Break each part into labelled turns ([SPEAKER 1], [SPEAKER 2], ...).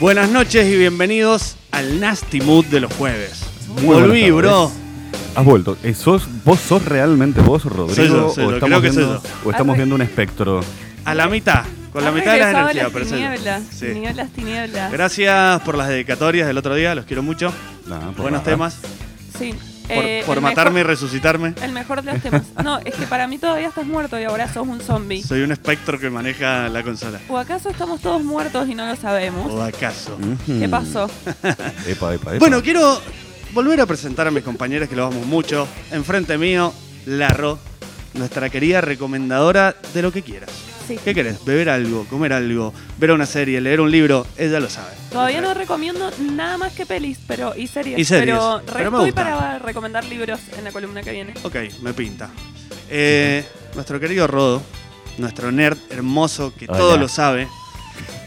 [SPEAKER 1] Buenas noches y bienvenidos al Nasty Mood de los jueves. Volví, bro.
[SPEAKER 2] Has vuelto. Eh, ¿Sos, ¿Vos sos realmente vos, Rodrigo?
[SPEAKER 1] Soy yo, soy yo.
[SPEAKER 2] o estamos,
[SPEAKER 1] Creo que soy
[SPEAKER 2] viendo, o estamos viendo un espectro.
[SPEAKER 1] A la mitad, con la
[SPEAKER 3] Han
[SPEAKER 1] mitad de las
[SPEAKER 3] regresado
[SPEAKER 1] energías, pero soy yo.
[SPEAKER 3] tinieblas,
[SPEAKER 1] Sí.
[SPEAKER 3] tinieblas, tinieblas.
[SPEAKER 1] Gracias por las dedicatorias del otro día, los quiero mucho.
[SPEAKER 2] Nah, por
[SPEAKER 1] Buenos
[SPEAKER 2] nada.
[SPEAKER 1] temas.
[SPEAKER 3] Sí.
[SPEAKER 1] Por,
[SPEAKER 3] Eh,
[SPEAKER 1] por
[SPEAKER 3] el
[SPEAKER 1] matarme y
[SPEAKER 3] mejor-
[SPEAKER 1] resucitarme.
[SPEAKER 3] el mejor de los temas. No, es que para mí todavía estás muerto y ahora sos un zombie.
[SPEAKER 1] Soy un espectro que maneja la consola.
[SPEAKER 3] ¿O acaso estamos todos muertos y no lo sabemos?
[SPEAKER 1] ¿O acaso?
[SPEAKER 2] Ujú.
[SPEAKER 3] ¿Qué pasó?
[SPEAKER 2] Epa, epa, epa.
[SPEAKER 1] Bueno, quiero volver a presentar a mis compañeros que los amo mucho. Enfrente mío, Larro, nuestra querida recomendadora de lo que quieras.
[SPEAKER 3] Sí.
[SPEAKER 1] ¿Qué querés? ¿Beber algo? ¿Comer algo? ¿Ver una serie? ¿Leer un libro? Ella lo sabe.
[SPEAKER 3] Todavía no recomiendo nada más que pelis pero y series.
[SPEAKER 1] Y series,
[SPEAKER 3] Pero,
[SPEAKER 1] pero
[SPEAKER 3] re-
[SPEAKER 1] me
[SPEAKER 3] estoy
[SPEAKER 1] gusta.
[SPEAKER 3] para recomendar libros en la columna que viene.
[SPEAKER 1] Ok, me pinta. Eh, nuestro querido Rodo, nuestro nerd hermoso que
[SPEAKER 2] Hola.
[SPEAKER 1] todo lo sabe.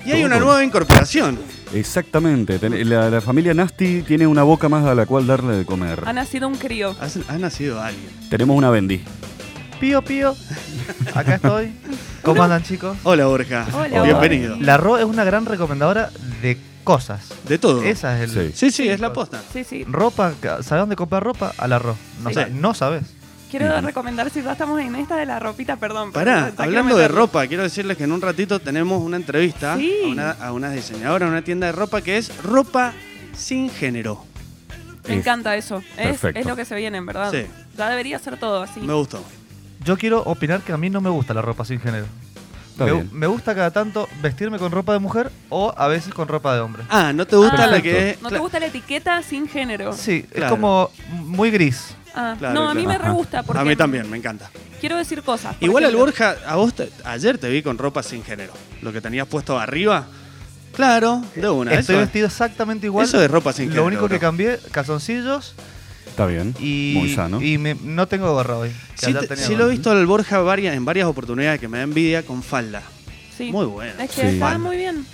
[SPEAKER 1] Y hay
[SPEAKER 2] Todo.
[SPEAKER 1] una nueva incorporación.
[SPEAKER 2] Exactamente. Ten- La, la familia Nasty tiene una boca más a la cual darle de comer.
[SPEAKER 3] Ha nacido un crío.
[SPEAKER 1] Has- Ha, nacido alguien.
[SPEAKER 2] Tenemos una Bendy.
[SPEAKER 4] Pío, pío. Acá estoy. ¿Cómo andan, chicos?
[SPEAKER 1] Hola, Borja.
[SPEAKER 3] Hola,
[SPEAKER 1] Bienvenido.
[SPEAKER 3] Borja.
[SPEAKER 4] La Ro es una gran recomendadora de cosas.
[SPEAKER 1] De todo.
[SPEAKER 4] Esa es
[SPEAKER 2] Sí.
[SPEAKER 4] el.
[SPEAKER 1] Sí, sí, es la posta.
[SPEAKER 3] Sí, sí.
[SPEAKER 4] Ropa, ¿sabes dónde comprar ropa? A la Ro. No,
[SPEAKER 1] Sí.
[SPEAKER 4] sa- no sabes.
[SPEAKER 3] Quiero
[SPEAKER 2] Ujú.
[SPEAKER 3] recomendar, si ya estamos en esta de la ropita, perdón. pero
[SPEAKER 1] Pará,
[SPEAKER 3] ya quiero
[SPEAKER 1] hablando de
[SPEAKER 3] meterlo.
[SPEAKER 1] ropa, quiero decirles que en un ratito tenemos una entrevista
[SPEAKER 3] Sí.
[SPEAKER 1] a, una, a una diseñadora, a una tienda de ropa que es ropa sin género.
[SPEAKER 3] Me
[SPEAKER 2] Es-
[SPEAKER 3] encanta eso. Es,
[SPEAKER 2] perfecto.
[SPEAKER 3] es lo que se viene, en verdad.
[SPEAKER 1] Sí.
[SPEAKER 3] Ya debería ser todo así.
[SPEAKER 1] Me gustó.
[SPEAKER 4] Yo quiero opinar que a mí no me gusta la ropa sin género.
[SPEAKER 2] Está
[SPEAKER 4] Me,
[SPEAKER 2] bien.
[SPEAKER 4] me gusta cada tanto vestirme con ropa de mujer o a veces con ropa de hombre.
[SPEAKER 1] Ah, ¿no te gusta
[SPEAKER 3] Ah,
[SPEAKER 1] la que es?
[SPEAKER 3] ¿No te gusta la etiqueta sin género?
[SPEAKER 4] Sí, es
[SPEAKER 1] Claro.
[SPEAKER 4] como muy gris.
[SPEAKER 3] Ah,
[SPEAKER 1] Claro,
[SPEAKER 3] no, a mí
[SPEAKER 1] claro.
[SPEAKER 3] me re gusta porque
[SPEAKER 1] A mí también, me encanta.
[SPEAKER 3] quiero decir cosas. por
[SPEAKER 1] Igual al
[SPEAKER 3] ejemplo.
[SPEAKER 1] Borja, a vos te- ayer te vi con ropa sin género. Lo que tenías puesto arriba, claro, de una.
[SPEAKER 4] Estoy
[SPEAKER 1] eso, es-
[SPEAKER 4] vestido exactamente igual.
[SPEAKER 1] eso es ropa sin género.
[SPEAKER 4] Lo único que
[SPEAKER 1] bro.
[SPEAKER 4] cambié, calzoncillos
[SPEAKER 2] Está bien.
[SPEAKER 4] y.
[SPEAKER 2] Muy sano.
[SPEAKER 4] Y me- no tengo gorra hoy. que
[SPEAKER 1] Sí,
[SPEAKER 4] ayer
[SPEAKER 1] te-
[SPEAKER 4] tenía
[SPEAKER 1] sí
[SPEAKER 4] gorra.
[SPEAKER 1] lo he visto al Borja varias, en varias oportunidades que me da envidia con falda.
[SPEAKER 3] Sí.
[SPEAKER 1] Muy bueno.
[SPEAKER 3] Es que
[SPEAKER 2] Sí.
[SPEAKER 3] está muy bien.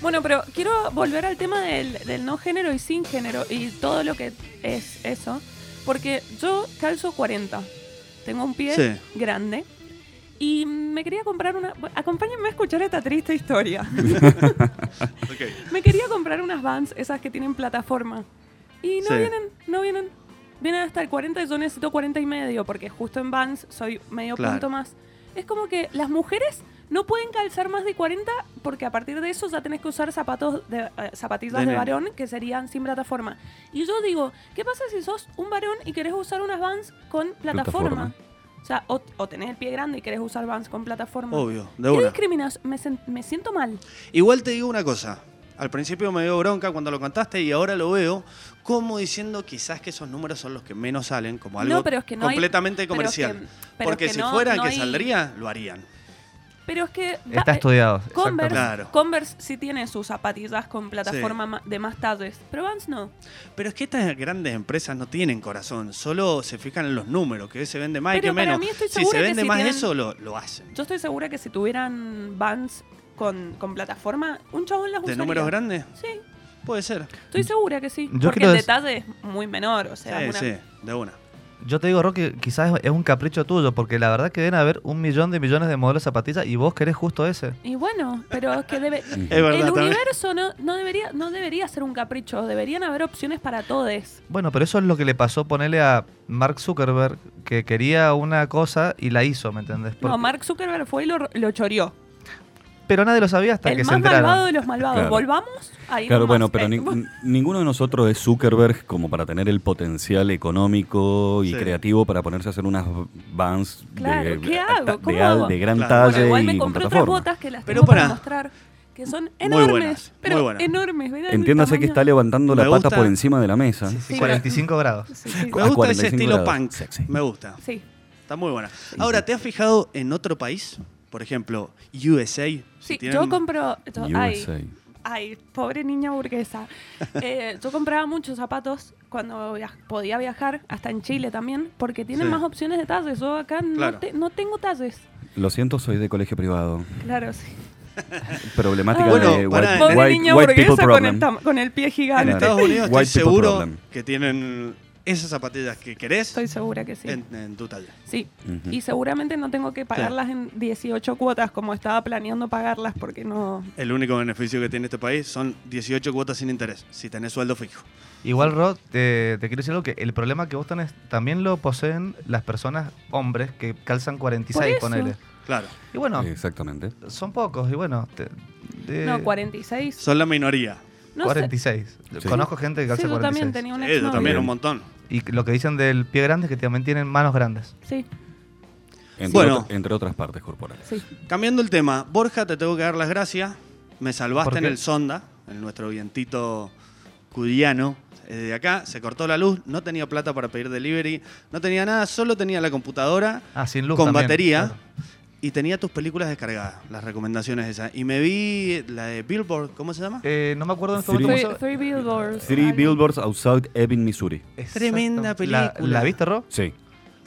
[SPEAKER 3] Bueno, pero quiero volver al tema del, del no género y sin género y todo lo que es eso. Porque yo calzo 40. Tengo un pie
[SPEAKER 1] Sí.
[SPEAKER 3] grande. Y me quería comprar una. bueno, Acompáñenme a escuchar esta triste historia. Me quería comprar unas Vans, esas que tienen plataforma. Y no
[SPEAKER 1] Sí.
[SPEAKER 3] vienen, no vienen. Vienen hasta el 40 y yo necesito 40 y medio, porque justo en Vans soy medio
[SPEAKER 1] Claro.
[SPEAKER 3] punto más. Es como que las mujeres no pueden calzar más de 40 porque a partir de eso ya tenés que usar zapatos de, eh,
[SPEAKER 1] De
[SPEAKER 3] zapatillas de,
[SPEAKER 1] nene.
[SPEAKER 3] varón que serían sin plataforma. Y yo digo, ¿qué pasa si sos un varón y querés usar unas Vans con plataforma?
[SPEAKER 2] Plataforma.
[SPEAKER 3] O sea, o, o tenés el pie grande y querés usar Vans con plataforma.
[SPEAKER 1] Obvio, de
[SPEAKER 3] ¿Qué
[SPEAKER 1] una.
[SPEAKER 3] discriminas? Me, sen- me siento mal.
[SPEAKER 1] Igual te digo una cosa. Al principio me dio bronca cuando lo contaste y ahora lo veo como diciendo quizás que esos números son los que menos salen, como algo
[SPEAKER 3] No, pero es que no hay-
[SPEAKER 1] completamente
[SPEAKER 3] pero es
[SPEAKER 1] comercial.
[SPEAKER 3] que- pero
[SPEAKER 1] Porque
[SPEAKER 3] es que
[SPEAKER 1] si
[SPEAKER 3] no-
[SPEAKER 1] fuera
[SPEAKER 3] no
[SPEAKER 1] que
[SPEAKER 3] hay-
[SPEAKER 1] saldría, lo harían.
[SPEAKER 3] Pero es que... va-
[SPEAKER 4] Está
[SPEAKER 3] eh,
[SPEAKER 4] estudiado.
[SPEAKER 3] Converse,
[SPEAKER 4] exactamente.
[SPEAKER 1] Claro.
[SPEAKER 3] Converse sí tiene sus zapatillas con plataforma ma- de más talles, pero Vans no.
[SPEAKER 1] Pero es que estas grandes empresas no tienen corazón, solo se fijan en los números, que se vende más y
[SPEAKER 3] Pero
[SPEAKER 1] que
[SPEAKER 3] para
[SPEAKER 1] menos.
[SPEAKER 3] mí estoy
[SPEAKER 1] si
[SPEAKER 3] segura
[SPEAKER 1] se
[SPEAKER 3] que
[SPEAKER 1] vende
[SPEAKER 3] si
[SPEAKER 1] más
[SPEAKER 3] tienen-
[SPEAKER 1] eso, lo, lo hacen.
[SPEAKER 3] Yo estoy segura que si tuvieran Vans con, con plataforma, un chabón las
[SPEAKER 1] ¿De
[SPEAKER 3] usaría.
[SPEAKER 1] números grandes?
[SPEAKER 3] Sí,
[SPEAKER 1] Puede ser.
[SPEAKER 3] estoy segura que sí.
[SPEAKER 4] Yo
[SPEAKER 3] porque
[SPEAKER 4] quiero
[SPEAKER 3] el
[SPEAKER 4] dec-
[SPEAKER 3] detalle es muy menor, o sea,
[SPEAKER 1] sí,
[SPEAKER 3] una-
[SPEAKER 1] sí, de una.
[SPEAKER 4] Yo te digo, Roque, quizás es- es un capricho tuyo, porque la verdad que deben haber un millón de millones de modelos de zapatillas y vos querés justo ese.
[SPEAKER 3] Y bueno, pero es que debe...
[SPEAKER 2] Es
[SPEAKER 1] verdad
[SPEAKER 3] el
[SPEAKER 1] también.
[SPEAKER 3] universo no, no debería no debería ser un capricho, deberían haber opciones para todos.
[SPEAKER 4] Bueno, pero eso es lo que le pasó ponerle a Mark Zuckerberg, que quería una cosa y la hizo, ¿me entendés?
[SPEAKER 3] No,
[SPEAKER 4] Porque-
[SPEAKER 3] Mark Zuckerberg fue y lo, lo choreó.
[SPEAKER 4] Pero nadie lo sabía hasta que
[SPEAKER 3] El
[SPEAKER 4] se
[SPEAKER 3] más
[SPEAKER 4] enteraron.
[SPEAKER 3] malvado de los malvados.
[SPEAKER 2] Claro.
[SPEAKER 3] Volvamos ahí
[SPEAKER 2] Claro,
[SPEAKER 3] nomás.
[SPEAKER 2] bueno, pero
[SPEAKER 3] Eh,
[SPEAKER 2] nin- ninguno de nosotros es Zuckerberg como para tener el potencial económico y
[SPEAKER 1] Sí.
[SPEAKER 2] creativo para ponerse a hacer unas vans de,
[SPEAKER 3] Claro, ¿qué
[SPEAKER 2] ta-
[SPEAKER 3] hago?
[SPEAKER 2] de
[SPEAKER 3] ¿Cómo
[SPEAKER 2] al-
[SPEAKER 3] hago?
[SPEAKER 2] de gran
[SPEAKER 1] Claro.
[SPEAKER 2] talle
[SPEAKER 3] Bueno, igual me
[SPEAKER 2] y con
[SPEAKER 3] compré otras
[SPEAKER 2] plataforma.
[SPEAKER 3] botas que las
[SPEAKER 1] Pero
[SPEAKER 3] tengo
[SPEAKER 1] pará.
[SPEAKER 3] para mostrar, que son enormes,
[SPEAKER 1] buenas,
[SPEAKER 3] pero
[SPEAKER 1] muy buenas.
[SPEAKER 3] enormes. ¿ven el
[SPEAKER 2] Entiéndase que está
[SPEAKER 3] tamaño?
[SPEAKER 2] levantando
[SPEAKER 1] Me
[SPEAKER 2] la pata
[SPEAKER 1] gusta-
[SPEAKER 2] por encima de la mesa.
[SPEAKER 3] Sí,
[SPEAKER 4] 45 grados.
[SPEAKER 3] Sí, sí,
[SPEAKER 2] A
[SPEAKER 1] Me gusta ese
[SPEAKER 2] 45
[SPEAKER 1] estilo
[SPEAKER 2] grados.
[SPEAKER 1] punk.
[SPEAKER 2] Sexy.
[SPEAKER 1] Me gusta.
[SPEAKER 3] sí.
[SPEAKER 1] Está muy buena. Ahora, ¿te has fijado en otro país? Por ejemplo, USA. si
[SPEAKER 3] Sí,
[SPEAKER 1] tienen-
[SPEAKER 3] yo compro... yo-
[SPEAKER 2] USA.
[SPEAKER 3] ay, ay, pobre niña burguesa. Eh, yo compraba muchos zapatos cuando via- podía viajar, hasta en Chile también, porque tienen
[SPEAKER 1] Sí.
[SPEAKER 3] más opciones de talles. Yo acá no
[SPEAKER 1] Claro.
[SPEAKER 3] te- no, tengo talles.
[SPEAKER 2] Lo siento, soy de colegio privado.
[SPEAKER 3] Claro, sí.
[SPEAKER 2] Problemática
[SPEAKER 3] Ah. Bueno,
[SPEAKER 2] de
[SPEAKER 1] pará,
[SPEAKER 2] white,
[SPEAKER 1] Pobre
[SPEAKER 3] Pobre
[SPEAKER 2] white-
[SPEAKER 3] niña
[SPEAKER 2] white people
[SPEAKER 3] burguesa con
[SPEAKER 2] problem.
[SPEAKER 3] el, tam- con el pie
[SPEAKER 1] En
[SPEAKER 3] gigante.
[SPEAKER 2] Claro.
[SPEAKER 1] Estados Unidos
[SPEAKER 2] White
[SPEAKER 1] estoy
[SPEAKER 2] people
[SPEAKER 1] seguro
[SPEAKER 2] problem.
[SPEAKER 1] que tienen esas zapatillas que querés
[SPEAKER 3] Estoy segura que sí.
[SPEAKER 1] en, en tu talla.
[SPEAKER 3] Sí,
[SPEAKER 2] Ujú.
[SPEAKER 3] y seguramente no tengo que pagarlas en 18 cuotas como estaba planeando pagarlas porque no...
[SPEAKER 1] El único beneficio que tiene este país son 18 cuotas sin interés, si tenés sueldo fijo.
[SPEAKER 4] Igual, Rod, te, te quiero decir algo que el problema que vos tenés también lo poseen las personas, hombres, que calzan 46,
[SPEAKER 3] Por eso.
[SPEAKER 4] ponele.
[SPEAKER 1] Claro,
[SPEAKER 4] Y bueno,
[SPEAKER 2] Exactamente.
[SPEAKER 4] son pocos, y bueno. te- de-
[SPEAKER 3] No, 46.
[SPEAKER 1] son la minoría.
[SPEAKER 3] No sé.
[SPEAKER 4] 46.
[SPEAKER 2] Sí.
[SPEAKER 4] Conozco gente que
[SPEAKER 3] Sí,
[SPEAKER 4] calza
[SPEAKER 3] yo
[SPEAKER 4] 46.
[SPEAKER 3] también tenía un
[SPEAKER 1] Eh, yo
[SPEAKER 3] exnovio.
[SPEAKER 1] también,
[SPEAKER 2] Bien.
[SPEAKER 1] un montón.
[SPEAKER 4] Y lo que dicen del pie grande es que también tienen manos grandes.
[SPEAKER 3] Sí,
[SPEAKER 2] Entre,
[SPEAKER 1] Bueno.
[SPEAKER 2] otra- entre otras partes corporales.
[SPEAKER 3] sí.
[SPEAKER 1] Cambiando el tema, Borja, te tengo que dar las gracias. Me
[SPEAKER 4] ¿Por
[SPEAKER 1] salvaste en
[SPEAKER 4] qué?
[SPEAKER 1] el sonda, en nuestro vientito cudiano. eh, De acá se cortó la luz, no tenía plata para pedir delivery, no tenía nada, solo tenía la computadora
[SPEAKER 4] Ah, sin luz.
[SPEAKER 1] con
[SPEAKER 4] también,
[SPEAKER 1] batería
[SPEAKER 4] claro.
[SPEAKER 1] y tenía tus películas descargadas, las recomendaciones esas. Y me vi la de Billboard, ¿cómo se llama?
[SPEAKER 4] Eh, no me acuerdo en este
[SPEAKER 2] Three-
[SPEAKER 4] momento.
[SPEAKER 3] Three,
[SPEAKER 4] cómo
[SPEAKER 3] three
[SPEAKER 4] se-
[SPEAKER 3] billboards.
[SPEAKER 2] Three
[SPEAKER 3] algo.
[SPEAKER 2] Billboards Outside Ebbing, Missouri.
[SPEAKER 1] Tremenda
[SPEAKER 4] Exactamente. La-
[SPEAKER 1] película.
[SPEAKER 4] ¿La, viste, Rob?
[SPEAKER 2] Sí.